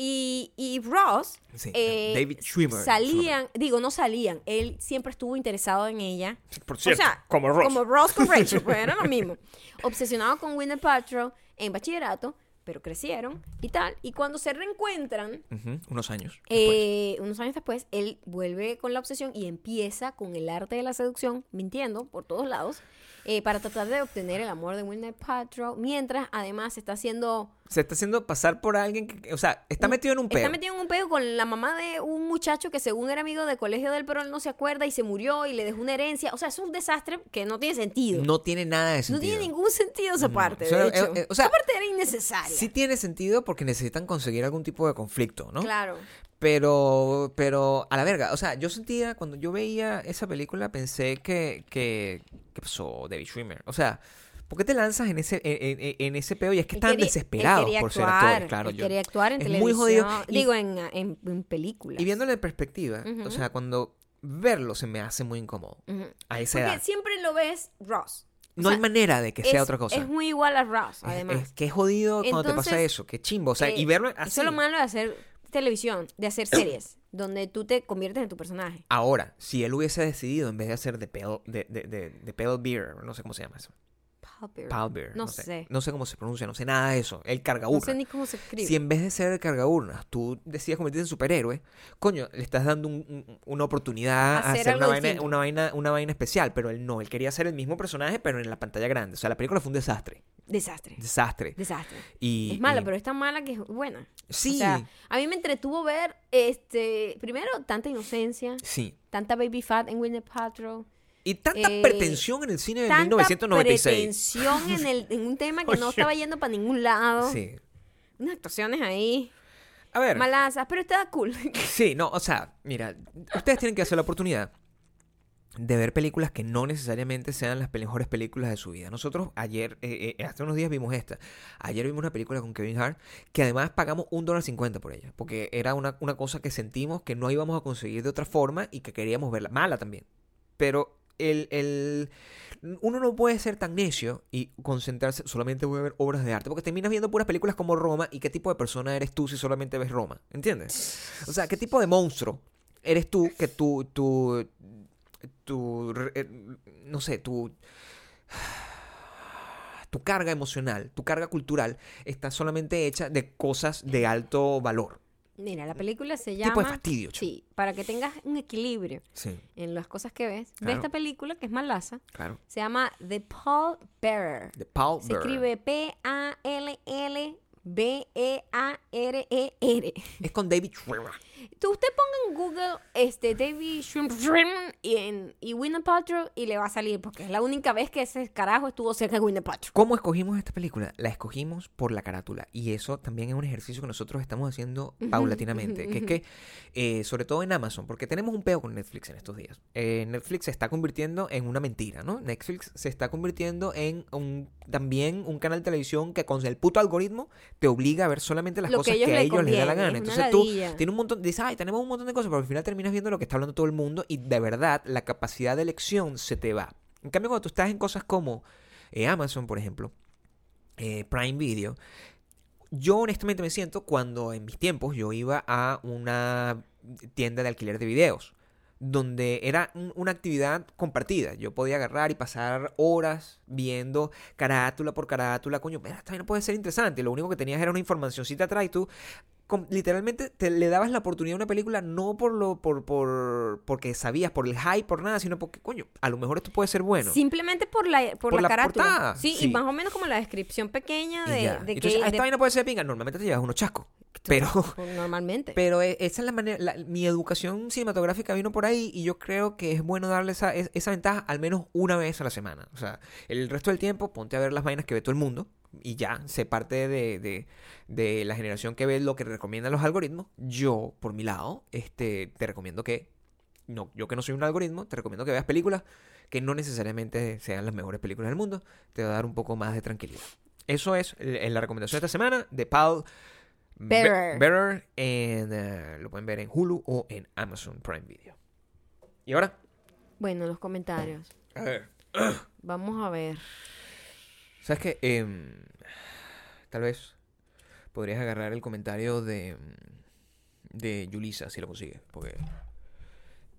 Speaker 1: Y, y Ross eh,
Speaker 2: Sí, David Schwimmer.
Speaker 1: salían, digo, no salían. Él siempre estuvo interesado en ella.
Speaker 2: Por cierto,
Speaker 1: o sea,
Speaker 2: como Ross.
Speaker 1: Como Ross con Rachel, pues era lo mismo. Obsesionado con Winnie Paltrow en bachillerato, pero crecieron y tal. Y cuando se reencuentran,
Speaker 2: Ujú, Unos años. después.
Speaker 1: eh, unos años después, él vuelve con la obsesión y empieza con el arte de la seducción, mintiendo por todos lados, eh, para tratar de obtener el amor de Winnie Paltrow, mientras además está haciendo...
Speaker 2: Se está haciendo pasar por alguien que, o sea, está metido en un pedo.
Speaker 1: Está metido en un pedo con la mamá de un muchacho que según era amigo de colegio del él, pero él no se acuerda y se murió y le dejó una herencia. O sea, es un desastre que no tiene sentido. No,
Speaker 2: No tiene nada de sentido.
Speaker 1: tiene ningún sentido esa parte,
Speaker 2: O sea,
Speaker 1: de
Speaker 2: eh,
Speaker 1: hecho.
Speaker 2: eh, o sea,
Speaker 1: esa parte era innecesaria.
Speaker 2: Sí tiene sentido porque necesitan conseguir algún tipo de conflicto, ¿no?
Speaker 1: Claro.
Speaker 2: Pero, pero, a la verga. O sea, yo sentía, cuando yo veía esa película, pensé que, que, ¿qué pasó, David Schwimmer? O sea, ¿por qué te lanzas en ese, en, en- en ese peo? Y es que
Speaker 1: Él
Speaker 2: están
Speaker 1: quería- él
Speaker 2: desesperados
Speaker 1: quería
Speaker 2: por ser
Speaker 1: actuar,
Speaker 2: actores, claro.
Speaker 1: él
Speaker 2: yo-
Speaker 1: quería actuar en
Speaker 2: es
Speaker 1: televisión.
Speaker 2: muy jodido. Y-
Speaker 1: Digo, en, en, en películas.
Speaker 2: Y viéndolo en perspectiva, o
Speaker 1: Ujú.
Speaker 2: sea, cuando verlo se me hace muy incómodo.
Speaker 1: Ujú.
Speaker 2: A esa
Speaker 1: Porque
Speaker 2: edad.
Speaker 1: siempre lo ves Ross. O
Speaker 2: No
Speaker 1: sea,
Speaker 2: hay manera de que sea
Speaker 1: es-
Speaker 2: otra cosa.
Speaker 1: Es muy igual a Ross,
Speaker 2: Es-
Speaker 1: además.
Speaker 2: Es, que es jodido cuando te pasa
Speaker 1: Entonces,
Speaker 2: eso, que chimbo. O sea,
Speaker 1: Eh,
Speaker 2: y verlo así.
Speaker 1: Eso es lo malo de hacer televisión, de hacer series, donde tú te conviertes en tu personaje.
Speaker 2: Ahora, si él hubiese decidido, en vez de hacer de Pale, de, de, de, de Pale Beer, no sé cómo se llama eso.
Speaker 1: Palmer.
Speaker 2: Pale Bear,
Speaker 1: No
Speaker 2: sé.
Speaker 1: sé.
Speaker 2: No sé cómo se pronuncia, no sé nada de eso. El
Speaker 1: No
Speaker 2: cargaurnas.
Speaker 1: sé ni cómo se escribe.
Speaker 2: si en vez de ser el cargaurnas, tú decides convertirte en superhéroe, coño, le estás dando un- un- una oportunidad a
Speaker 1: Hacer
Speaker 2: hacer una
Speaker 1: algo
Speaker 2: vaina,
Speaker 1: distinto.
Speaker 2: una, vaina, una vaina especial. Pero él no, él quería ser el mismo personaje, pero en la pantalla grande. O sea, la película fue un desastre.
Speaker 1: Desastre.
Speaker 2: Desastre.
Speaker 1: Desastre.
Speaker 2: Y,
Speaker 1: es mala,
Speaker 2: y-
Speaker 1: pero es tan mala que es buena.
Speaker 2: Sí,
Speaker 1: O sea, a mí me entretuvo ver, este, primero, tanta inocencia,
Speaker 2: sí.
Speaker 1: tanta baby fat en Winnie Paltrow,
Speaker 2: Y tanta
Speaker 1: eh,
Speaker 2: pretensión en el cine de
Speaker 1: tanta
Speaker 2: 1996.
Speaker 1: pretensión en, el, en un tema que no
Speaker 2: Oye.
Speaker 1: estaba yendo para ningún lado.
Speaker 2: Sí.
Speaker 1: Unas actuaciones ahí,
Speaker 2: A ver.
Speaker 1: malazas, pero estaba cool.
Speaker 2: Sí, no, o sea, mira, ustedes tienen que hacer la oportunidad de ver películas que no necesariamente sean las mejores películas de su vida. Nosotros ayer, eh, eh, hace unos días vimos esta. Ayer vimos una película con Kevin Hart que además pagamos un dólar cincuenta por ella, porque era una, una cosa que sentimos que no íbamos a conseguir de otra forma y que queríamos verla mala también. Pero el, el- uno no puede ser tan necio y concentrarse solamente voy a ver obras de arte, porque terminas viendo puras películas como Roma y qué tipo de persona eres tú si solamente ves Roma, ¿entiendes? O sea, qué tipo de monstruo eres tú que tú, tú, tu, re- eh, no sé, tu, tu carga emocional, tu carga cultural está solamente hecha de cosas de alto valor.
Speaker 1: Mira, la película se llama...
Speaker 2: Mm. Tipo de fastidio, chamo.
Speaker 1: Sí, para que tengas un equilibrio
Speaker 2: Sí,
Speaker 1: en las cosas que ves. Ve
Speaker 2: Claro.
Speaker 1: esta película, que es malaza,
Speaker 2: claro.
Speaker 1: se llama The Paul Bearer.
Speaker 2: De Paul
Speaker 1: Se
Speaker 2: Bearer.
Speaker 1: escribe E P-A-L-L-B-E-A-R-E-R.
Speaker 2: Es con David Schwimmer.
Speaker 1: E Tú usted ponga en Google este David Shrimp, Shrimp y, en, y Gwyneth Paltrow y le va a salir porque es la única vez que ese carajo estuvo cerca de Gwyneth Paltrow.
Speaker 2: ¿Cómo escogimos esta película? La escogimos por la carátula. Y eso también es un ejercicio que nosotros estamos haciendo paulatinamente. que es que, eh, sobre todo en Amazon, porque tenemos un peo con Netflix en estos días. Eh, Netflix se está convirtiendo en una mentira, ¿no? Netflix se está convirtiendo en un, también un canal de televisión que con el puto algoritmo te obliga a ver solamente las
Speaker 1: Lo que
Speaker 2: cosas que,
Speaker 1: ellos
Speaker 2: a
Speaker 1: le
Speaker 2: ellos les da la
Speaker 1: conviene,
Speaker 2: gana.
Speaker 1: es una
Speaker 2: Entonces tú
Speaker 1: ladilla.
Speaker 2: tienes un montón, dices, ay, tenemos un montón de cosas, pero al final terminas viendo lo que está hablando todo el mundo y de verdad la capacidad de elección se te va. En cambio, cuando tú estás en cosas como eh, Amazon, por ejemplo, eh, Prime Video, yo honestamente me siento cuando en mis tiempos yo iba a una tienda de alquiler de videos, donde era un- una actividad compartida. Yo podía agarrar y pasar horas viendo carátula por carátula, coño, mira, esta no puede ser interesante. Lo único que tenías era una informacióncita atrás y tú com- literalmente te le dabas la oportunidad a una película no por lo por, por porque sabías por el hype por nada sino porque coño a lo mejor esto puede ser bueno
Speaker 1: Simplemente por la, por
Speaker 2: Por
Speaker 1: la,
Speaker 2: la
Speaker 1: carátula.
Speaker 2: portada,
Speaker 1: Sí,
Speaker 2: sí.
Speaker 1: y más o menos como la descripción pequeña
Speaker 2: Y ya.
Speaker 1: de, de
Speaker 2: Entonces,
Speaker 1: que. de- pues,
Speaker 2: "Ah, esta vaina puede ser pinga. Normalmente te llevas unos chascos. Pero,
Speaker 1: Normalmente.
Speaker 2: pero e- esa es la manera. la- mi educación cinematográfica vino por ahí y yo creo que es bueno darle esa, es- esa ventaja al menos una vez a la semana. O sea, el resto del tiempo ponte a ver las vainas que ve todo el mundo y ya, se parte de, de- de la generación que ve lo que recomiendan los algoritmos. Yo, por mi lado, este, te recomiendo que. No, yo que no soy un algoritmo, te recomiendo que veas películas que no necesariamente sean las mejores películas del mundo. Te va a dar un poco más de tranquilidad. Eso es eh, la recomendación de esta semana de Paul Be-
Speaker 1: Bearer.
Speaker 2: Bearer, en, eh, lo pueden ver en Hulu o en Amazon Prime Video. Y ahora,
Speaker 1: Bueno, los comentarios.
Speaker 2: a ver,
Speaker 1: Vamos a ver.
Speaker 2: ¿sabes qué? Em, tal vez podrías agarrar el comentario de, de Yulisa, si lo consigues, porque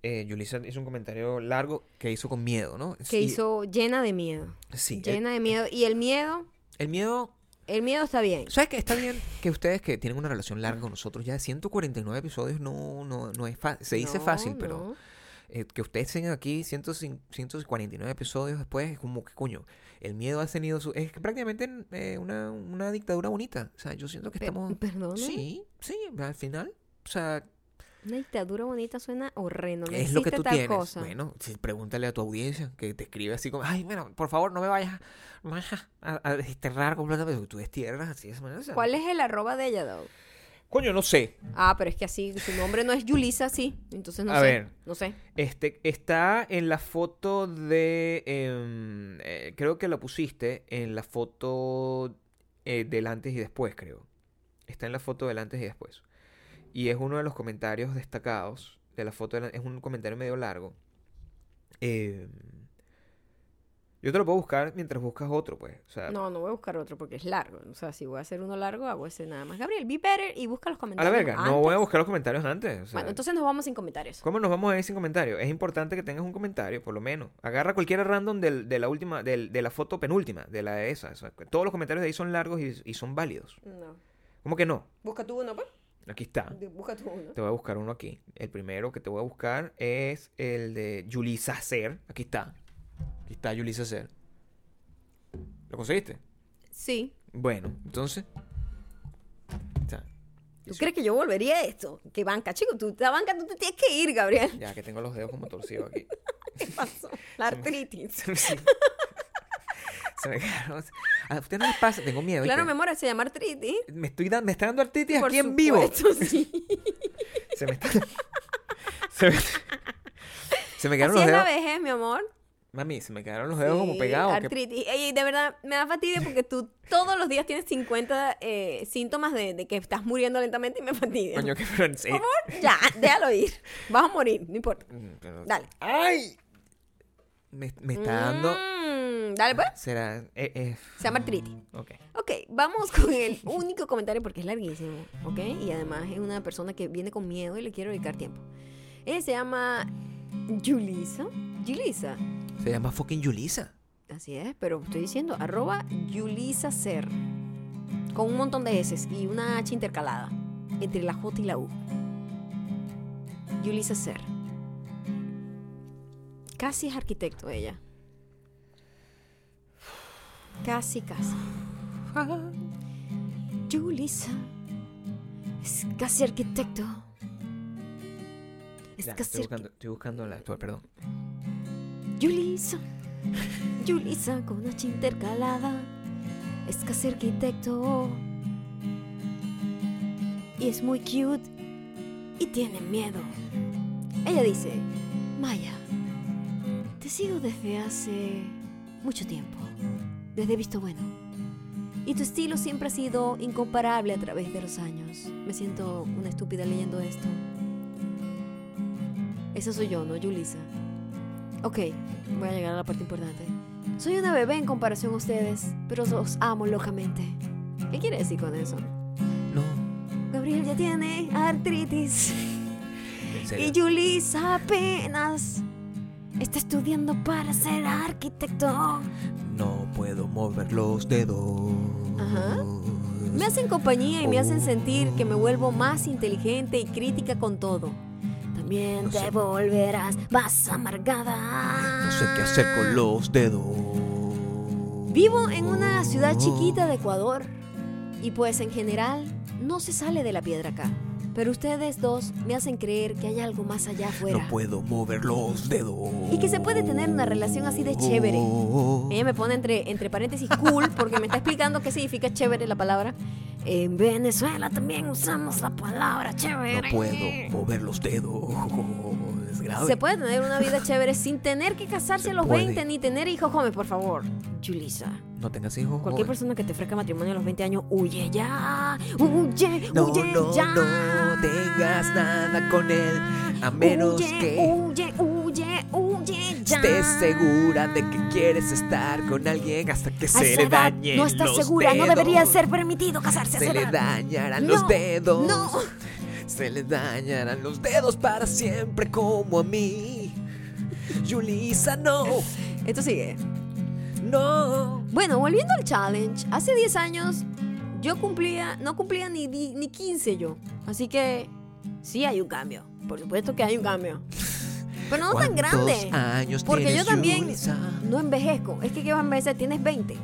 Speaker 2: eh, Yulisa hizo un comentario largo que hizo con miedo, ¿no?
Speaker 1: Que
Speaker 2: Y-
Speaker 1: hizo llena de miedo.
Speaker 2: Sí, el,
Speaker 1: Llena de miedo. Y el miedo,
Speaker 2: el miedo
Speaker 1: el miedo está bien.
Speaker 2: ¿Sabes que Está bien que ustedes que tienen una relación larga con nosotros, ya de 149 episodios no, no, no es fácil. Se dice
Speaker 1: No,
Speaker 2: fácil, pero
Speaker 1: no.
Speaker 2: eh, que ustedes tengan aquí 105 149 episodios después es como que, coño, el miedo ha tenido su... Es que prácticamente eh, una, una dictadura bonita. O sea, yo siento que
Speaker 1: Pe-
Speaker 2: estamos...
Speaker 1: Perdón.
Speaker 2: Sí, sí, al final. O sea,
Speaker 1: Una dictadura bonita suena horrendo. No
Speaker 2: es lo que
Speaker 1: existe
Speaker 2: tú
Speaker 1: tal
Speaker 2: tienes.
Speaker 1: cosa.
Speaker 2: Bueno, si pregúntale a tu audiencia que te escribe así como, ay, bueno, por favor, no me vayas, no me vayas a, a desterrar completamente. porque Tú destierras así de esa manera. o sea,
Speaker 1: ¿Cuál es el arroba de ella, Doug?
Speaker 2: Coño, no sé.
Speaker 1: Ah, pero es que así, su nombre no es Yulisa, sí. Entonces no
Speaker 2: A
Speaker 1: sé.
Speaker 2: ver.
Speaker 1: No sé.
Speaker 2: Este, está en la foto de. em, eh, creo que la pusiste en la foto eh, del antes y después, creo. Está en la foto del antes y después. Y es uno de los comentarios destacados de la foto. del an- es un comentario medio largo. Em, yo te lo puedo buscar mientras buscas otro, pues. O sea,
Speaker 1: No, no voy a buscar otro porque es largo. O sea, si voy a hacer uno largo, hago ese nada más. Gabriel, be better y busca los
Speaker 2: a la
Speaker 1: comentarios.
Speaker 2: verga, no
Speaker 1: antes.
Speaker 2: voy a buscar los comentarios antes. o sea,
Speaker 1: Bueno, entonces nos vamos sin comentarios.
Speaker 2: ¿Cómo nos vamos a ir sin comentarios? Es importante que tengas un comentario, por lo menos. Agarra cualquiera random del- de la última, del- de la foto penúltima, de la de esa. O sea, todos los comentarios de ahí son largos y, y son válidos.
Speaker 1: No.
Speaker 2: ¿Cómo Ah. que no?
Speaker 1: Busca tú uno, pues.
Speaker 2: Aquí está.
Speaker 1: Busca tú uno.
Speaker 2: Te voy a buscar uno aquí. El primero que te voy a buscar es el de Yulisa Sacer. Aquí está. Aquí está Yulisa Sacer. ¿Lo conseguiste?
Speaker 1: Sí.
Speaker 2: Bueno, entonces. O sea,
Speaker 1: ¿Tú crees que yo volvería a esto? ¿Qué banca, chico? Tú, la banca tú te tienes que ir, Gabriel.
Speaker 2: ya que tengo los dedos como torcidos aquí.
Speaker 1: ¿Qué pasó? La artritis.
Speaker 2: Se me, se me quedaron. Ah, A usted no les pasa, tengo miedo.
Speaker 1: Claro, mi
Speaker 2: ¿viste?
Speaker 1: amor, se llama artritis.
Speaker 2: me estoy dando, me está dando artritis
Speaker 1: Por
Speaker 2: aquí en vivo.
Speaker 1: supuesto, sí.
Speaker 2: Se me está. Se me, se me quedaron
Speaker 1: Así
Speaker 2: los
Speaker 1: es la
Speaker 2: dedos.
Speaker 1: vejez, mi amor.
Speaker 2: Mami, se me quedaron los dedos como
Speaker 1: Sí,
Speaker 2: pegados. ¿qué-
Speaker 1: Artritis. Ey, de verdad, me da fastidio porque tú todos los días tienes 50 eh, síntomas de, de que estás muriendo lentamente y me fastidia.
Speaker 2: Coño, eh. qué pero en serio.
Speaker 1: Ya, déjalo ir. Vas a morir, no importa.
Speaker 2: Mm, pero-
Speaker 1: Dale.
Speaker 2: ¡Ay! Me, me está dando.
Speaker 1: Mm, dale, pues.
Speaker 2: Será. eh, eh,
Speaker 1: Se llama artritis.
Speaker 2: Ok.
Speaker 1: Ok, vamos con el único comentario porque es larguísimo, ¿ok? Y además es una persona que viene con miedo y le quiero dedicar tiempo. Ella se llama Julisa. Julisa.
Speaker 2: Se llama fucking Yulisa.
Speaker 1: Así es, pero estoy diciendo, arroba Yulisa Ser. Con un montón de S y una H intercalada. entre la J y la U. Yulisa Ser. Casi es arquitecto ella. Casi, casi. Ah, Yulisa es casi arquitecto. Es
Speaker 2: Ya,
Speaker 1: casi arquitecto.
Speaker 2: estoy, buscando, estoy buscando la actual, perdón.
Speaker 1: Yulisa, Yulisa con H intercalada, es casi arquitecto. Y es muy cute y tiene miedo. Ella dice, Maya, te sigo desde hace mucho tiempo, desde Visto Bueno. Y tu estilo siempre ha sido incomparable a través de los años. Me siento una estúpida leyendo esto. Esa soy yo, ¿no, Yulisa? Ok, voy a llegar a la parte importante. Soy una bebé en comparación a ustedes, pero los amo locamente. ¿Qué quiere decir con eso?
Speaker 2: No,
Speaker 1: Gabriel ya tiene artritis
Speaker 2: en
Speaker 1: y
Speaker 2: serio.
Speaker 1: Julisa apenas está estudiando para ser arquitecto.
Speaker 2: No puedo mover los dedos.
Speaker 1: Ajá. Me hacen compañía y me
Speaker 2: Oh.
Speaker 1: hacen sentir que me vuelvo más inteligente y crítica con todo. También
Speaker 2: No
Speaker 1: te
Speaker 2: sé.
Speaker 1: volverás más amargada.
Speaker 2: No sé qué hacer con los dedos.
Speaker 1: Vivo en una
Speaker 2: Oh.
Speaker 1: ciudad chiquita de Ecuador y pues en general no se sale de la piedra acá. Pero ustedes dos me hacen creer que hay algo más allá afuera.
Speaker 2: No puedo mover los dedos. Oh,
Speaker 1: Y que se puede tener una relación así de chévere. Ella me pone entre, entre paréntesis cool porque me está explicando qué significa chévere la palabra. En Venezuela también usamos la palabra
Speaker 2: No
Speaker 1: chévere.
Speaker 2: puedo mover los dedos. Es grave.
Speaker 1: Se puede tener una vida chévere sin tener que casarse
Speaker 2: Se
Speaker 1: a los
Speaker 2: puede.
Speaker 1: 20 ni tener hijos, joven, por favor. Julisa.
Speaker 2: No tengas hijos.
Speaker 1: Cualquier
Speaker 2: joven.
Speaker 1: persona que te ofrezca matrimonio a los 20 años, huye ya, huye,
Speaker 2: No,
Speaker 1: huye
Speaker 2: no,
Speaker 1: ya.
Speaker 2: no tengas nada con él. A menos
Speaker 1: huye,
Speaker 2: que
Speaker 1: Huye, huye, huye ya.
Speaker 2: estés segura de que quieres estar con alguien hasta que
Speaker 1: A
Speaker 2: se
Speaker 1: esa
Speaker 2: le
Speaker 1: edad
Speaker 2: dañen
Speaker 1: No estás
Speaker 2: los
Speaker 1: segura, no
Speaker 2: dedos.
Speaker 1: debería ser permitido casarse a
Speaker 2: Se
Speaker 1: esa
Speaker 2: le
Speaker 1: edad.
Speaker 2: dañarán
Speaker 1: No,
Speaker 2: los dedos.
Speaker 1: no.
Speaker 2: Se le dañarán los dedos para siempre como a mí. Yulisa, no,
Speaker 1: Esto sigue.
Speaker 2: no.
Speaker 1: Bueno, volviendo al challenge, hace 10 años yo cumplía, no cumplía ni, di- ni 15 yo. Así que sí hay un cambio. Por supuesto que hay un cambio. Pero no tan
Speaker 2: ¿Cuántos
Speaker 1: grande.
Speaker 2: años
Speaker 1: Porque yo
Speaker 2: tienes,
Speaker 1: también-
Speaker 2: Yulisa?
Speaker 1: No envejezco. Es que ¿qué vas a envejecer? Tienes 20.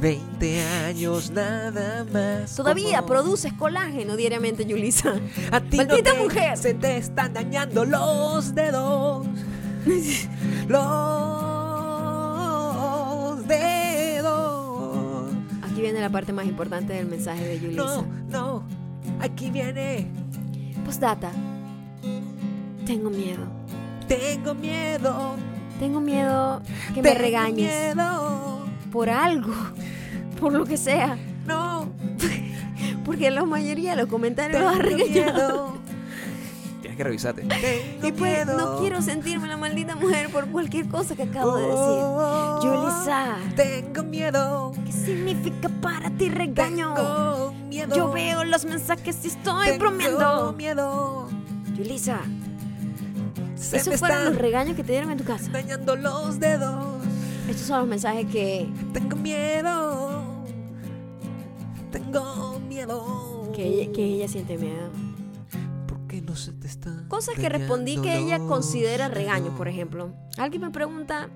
Speaker 2: 20 años nada más.
Speaker 1: Todavía
Speaker 2: como-
Speaker 1: produces colágeno diariamente, Yulisa.
Speaker 2: A ti
Speaker 1: Maldita
Speaker 2: no te-
Speaker 1: mujer.
Speaker 2: Se te están dañando los dedos. Los dedos.
Speaker 1: Aquí viene la parte más importante del mensaje de Yulisa.
Speaker 2: No, no. Aquí viene.
Speaker 1: Postdata. Tengo miedo.
Speaker 2: Tengo miedo.
Speaker 1: Tengo miedo que me
Speaker 2: tengo
Speaker 1: regañes
Speaker 2: miedo.
Speaker 1: por algo, por lo que sea,
Speaker 2: No.
Speaker 1: porque la mayoría de los comentarios los ha
Speaker 2: tengo
Speaker 1: regañado.
Speaker 2: miedo. Tienes que revisarte. Tengo
Speaker 1: Y pues no
Speaker 2: miedo.
Speaker 1: quiero sentirme la maldita mujer por cualquier cosa que acabo de decir.
Speaker 2: Oh,
Speaker 1: Yulisa,
Speaker 2: Tengo miedo.
Speaker 1: ¿qué significa para ti regaño?
Speaker 2: Tengo miedo.
Speaker 1: Yo veo los mensajes y estoy
Speaker 2: Tengo
Speaker 1: bromeando.
Speaker 2: miedo.
Speaker 1: Yulisa,
Speaker 2: Se me
Speaker 1: esos fueron
Speaker 2: están
Speaker 1: los regaños que te dieron en tu casa.
Speaker 2: dañando los dedos.
Speaker 1: Estos son los mensajes que,
Speaker 2: Tengo miedo. Tengo miedo.
Speaker 1: que, ella, que ella siente miedo.
Speaker 2: ¿Por qué no se te está?
Speaker 1: Cosas que respondí que ella considera regaño, por ejemplo. Alguien me pregunta,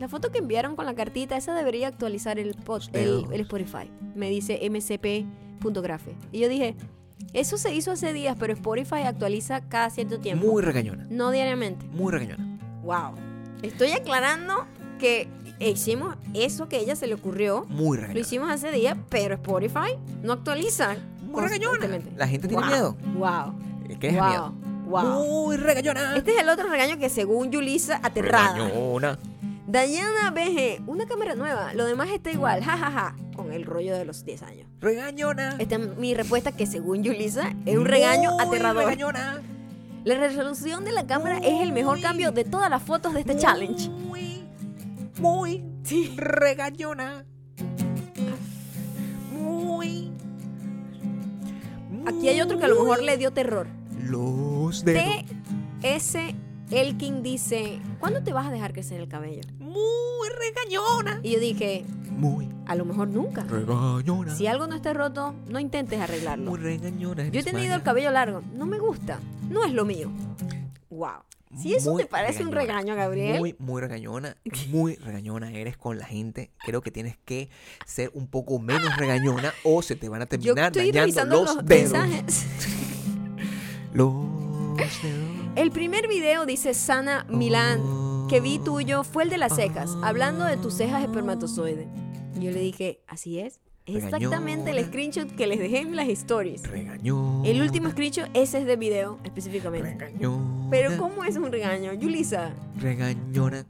Speaker 1: la foto que enviaron con la cartita, esa debería actualizar el, pod- el, el Spotify. Me dice mcp.grafe. Y yo dije, eso se hizo hace días, pero Spotify actualiza cada cierto tiempo.
Speaker 2: Muy regañona.
Speaker 1: No diariamente.
Speaker 2: Muy regañona.
Speaker 1: Wow. Estoy aclarando que hicimos eso que a ella se le ocurrió.
Speaker 2: Muy
Speaker 1: Lo
Speaker 2: regañona.
Speaker 1: hicimos hace días, pero Spotify no actualiza.
Speaker 2: Muy regañona.
Speaker 1: constantemente.
Speaker 2: La gente tiene
Speaker 1: Wow,
Speaker 2: miedo.
Speaker 1: Wow.
Speaker 2: El que es
Speaker 1: wow.
Speaker 2: miedo.
Speaker 1: Wow.
Speaker 2: Muy regañona.
Speaker 1: Este es el otro regaño que según Yulisa, aterrada.
Speaker 2: Regañona.
Speaker 1: Dayana BG, una cámara nueva, lo demás está igual, jajaja, con el rollo de los 10 años.
Speaker 2: Regañona.
Speaker 1: Esta es mi respuesta que según Yulisa es un regaño
Speaker 2: Muy
Speaker 1: aterrador.
Speaker 2: Regañona.
Speaker 1: La resolución de la cámara es el mejor
Speaker 2: Muy.
Speaker 1: cambio de todas las fotos de este challenge.
Speaker 2: Muy, muy regañona. Muy.
Speaker 1: Aquí hay otro que a lo mejor le dio terror.
Speaker 2: Los dedos.
Speaker 1: T.S. Elkin dice, ¿cuándo te vas a dejar crecer el cabello?
Speaker 2: Muy regañona.
Speaker 1: Y yo dije,
Speaker 2: Muy
Speaker 1: A lo mejor nunca.
Speaker 2: Regañona.
Speaker 1: Si algo no está roto, no intentes arreglarlo.
Speaker 2: Muy regañona.
Speaker 1: Yo he tenido el cabello largo, no me gusta, no es lo mío. Wow. Si eso te parece un regaño, Gabriel.
Speaker 2: Muy, muy regañona. Muy regañona eres con la gente. Creo que tienes que ser un poco menos regañona o se te van a
Speaker 1: Yo
Speaker 2: terminar
Speaker 1: estoy
Speaker 2: dañando
Speaker 1: revisando
Speaker 2: los,
Speaker 1: los
Speaker 2: dedos.
Speaker 1: mensajes.
Speaker 2: Los dedos.
Speaker 1: El primer video dice Sana Milán que vi tuyo fue el de las cejas, hablando de tus cejas espermatozoide. Yo le dije, así es. Es exactamente el
Speaker 2: Regañona.
Speaker 1: screenshot que les dejé en las stories.
Speaker 2: Regañona.
Speaker 1: El último screenshot, ese es de video específicamente.
Speaker 2: Regañona.
Speaker 1: Pero ¿cómo es un regaño? Yulisa,
Speaker 2: Regañona.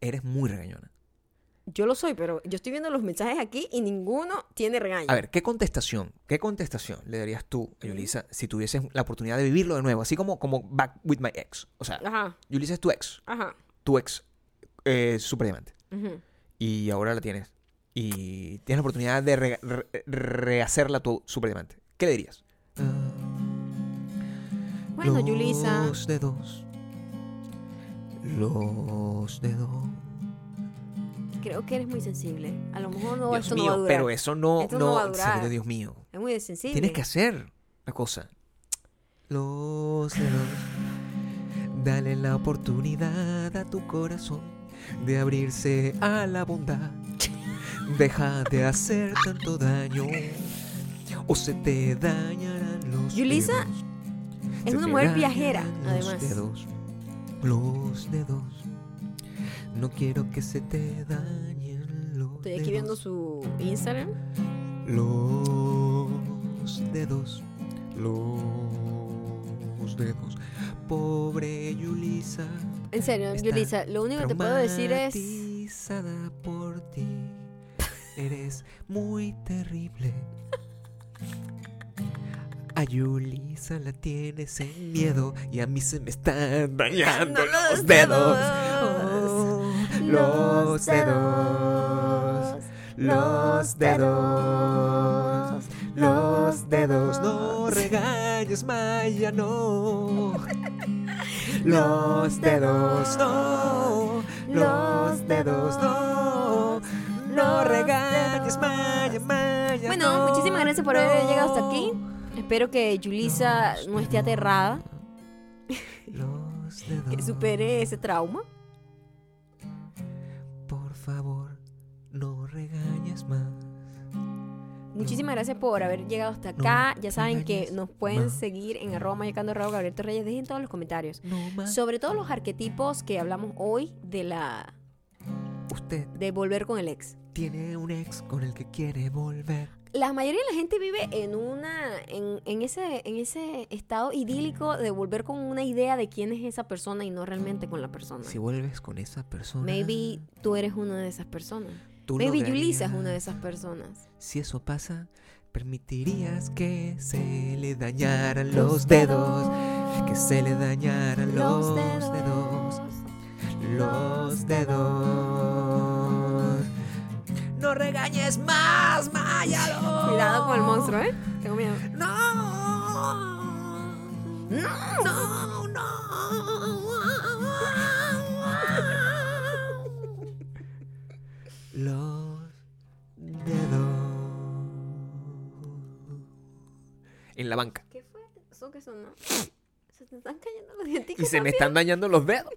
Speaker 2: Eres muy regañona.
Speaker 1: yo lo soy, pero yo estoy viendo los mensajes aquí y ninguno tiene regaño.
Speaker 2: A ver, ¿qué contestación, qué contestación le darías tú a Yulisa si tuvieses la oportunidad de vivirlo de nuevo? Así como, como Back with My Ex. O sea,
Speaker 1: Ajá,
Speaker 2: Yulisa es tu ex,
Speaker 1: ajá.
Speaker 2: tu ex eh, super diamante.
Speaker 1: ujú.
Speaker 2: Y ahora la tienes. Y tienes la oportunidad de re- re- rehacerla tu super diamante. ¿Qué le dirías?
Speaker 1: Bueno, Yulisa,
Speaker 2: Los dedos. Los dedos.
Speaker 1: creo que eres muy sensible. A lo mejor no,
Speaker 2: Dios
Speaker 1: esto
Speaker 2: mío,
Speaker 1: no va a durar.
Speaker 2: pero eso no,
Speaker 1: Esto no
Speaker 2: no,
Speaker 1: va a
Speaker 2: en
Speaker 1: durar.
Speaker 2: serio, Dios mío.
Speaker 1: Es muy sensible.
Speaker 2: Tienes que hacer la cosa. Los dedos. Dale la oportunidad a tu corazón de abrirse a la bondad. Deja de hacer tanto daño o se te dañarán los
Speaker 1: Yulisa
Speaker 2: dedos.
Speaker 1: es
Speaker 2: Se
Speaker 1: una
Speaker 2: te
Speaker 1: mujer
Speaker 2: dañarán
Speaker 1: viajera,
Speaker 2: los
Speaker 1: además.
Speaker 2: Dedos, los dedos. No quiero que se te dañen los
Speaker 1: Estoy aquí viendo
Speaker 2: dedos.
Speaker 1: su Instagram.
Speaker 2: Los dedos, los dedos. Pobre Yulisa.
Speaker 1: En serio,
Speaker 2: Está
Speaker 1: Yulisa, lo único que te puedo decir es...
Speaker 2: traumatizada por ti. Eres muy terrible. A Yulisa la tienes en miedo y a mí se me están dañando
Speaker 1: No, los
Speaker 2: los dedos.
Speaker 1: dedos.
Speaker 2: Oh, los dedos. Los dedos, los dedos, no regañes, Maya, no. Los dedos, no, los dedos, no. No regañes, Maya, Maya.
Speaker 1: Bueno,
Speaker 2: no,
Speaker 1: muchísimas gracias por haber
Speaker 2: no.
Speaker 1: llegado hasta aquí. Espero que Yulisa
Speaker 2: Los
Speaker 1: no esté
Speaker 2: dedos.
Speaker 1: aterrada,
Speaker 2: Los dedos.
Speaker 1: que supere ese trauma.
Speaker 2: Por favor, no regañes más.
Speaker 1: Muchísimas gracias por haber llegado hasta
Speaker 2: No
Speaker 1: acá. Ya
Speaker 2: te
Speaker 1: saben que
Speaker 2: engañes,
Speaker 1: nos pueden
Speaker 2: ma.
Speaker 1: seguir en arroba mayocando arroba Gabriel Torreyes. Dejen todos los comentarios.
Speaker 2: No más.
Speaker 1: Sobre todo los arquetipos que hablamos hoy de la
Speaker 2: Usted
Speaker 1: de volver con el ex.
Speaker 2: tiene un ex con el que quiere volver.
Speaker 1: La mayoría de la gente vive en una en, en ese en ese estado idílico de volver con una idea de quién es esa persona y no realmente con la persona.
Speaker 2: Si vuelves con esa persona.
Speaker 1: Maybe tú eres una de esas personas.
Speaker 2: tú
Speaker 1: Maybe
Speaker 2: lograrías-
Speaker 1: Yulisa es una de esas personas.
Speaker 2: Si eso pasa, permitirías que se le dañaran los dedos. Que se le dañaran los dedos. Los dedos. No regañes más, Mayalo.
Speaker 1: Cuidado con el monstruo, ¿eh? Tengo miedo.
Speaker 2: No. No, no. Los dedos. En la banca.
Speaker 1: ¿Qué fue eso que sonó? Se te están cayendo los dientes.
Speaker 2: Y se me están dañando los dedos.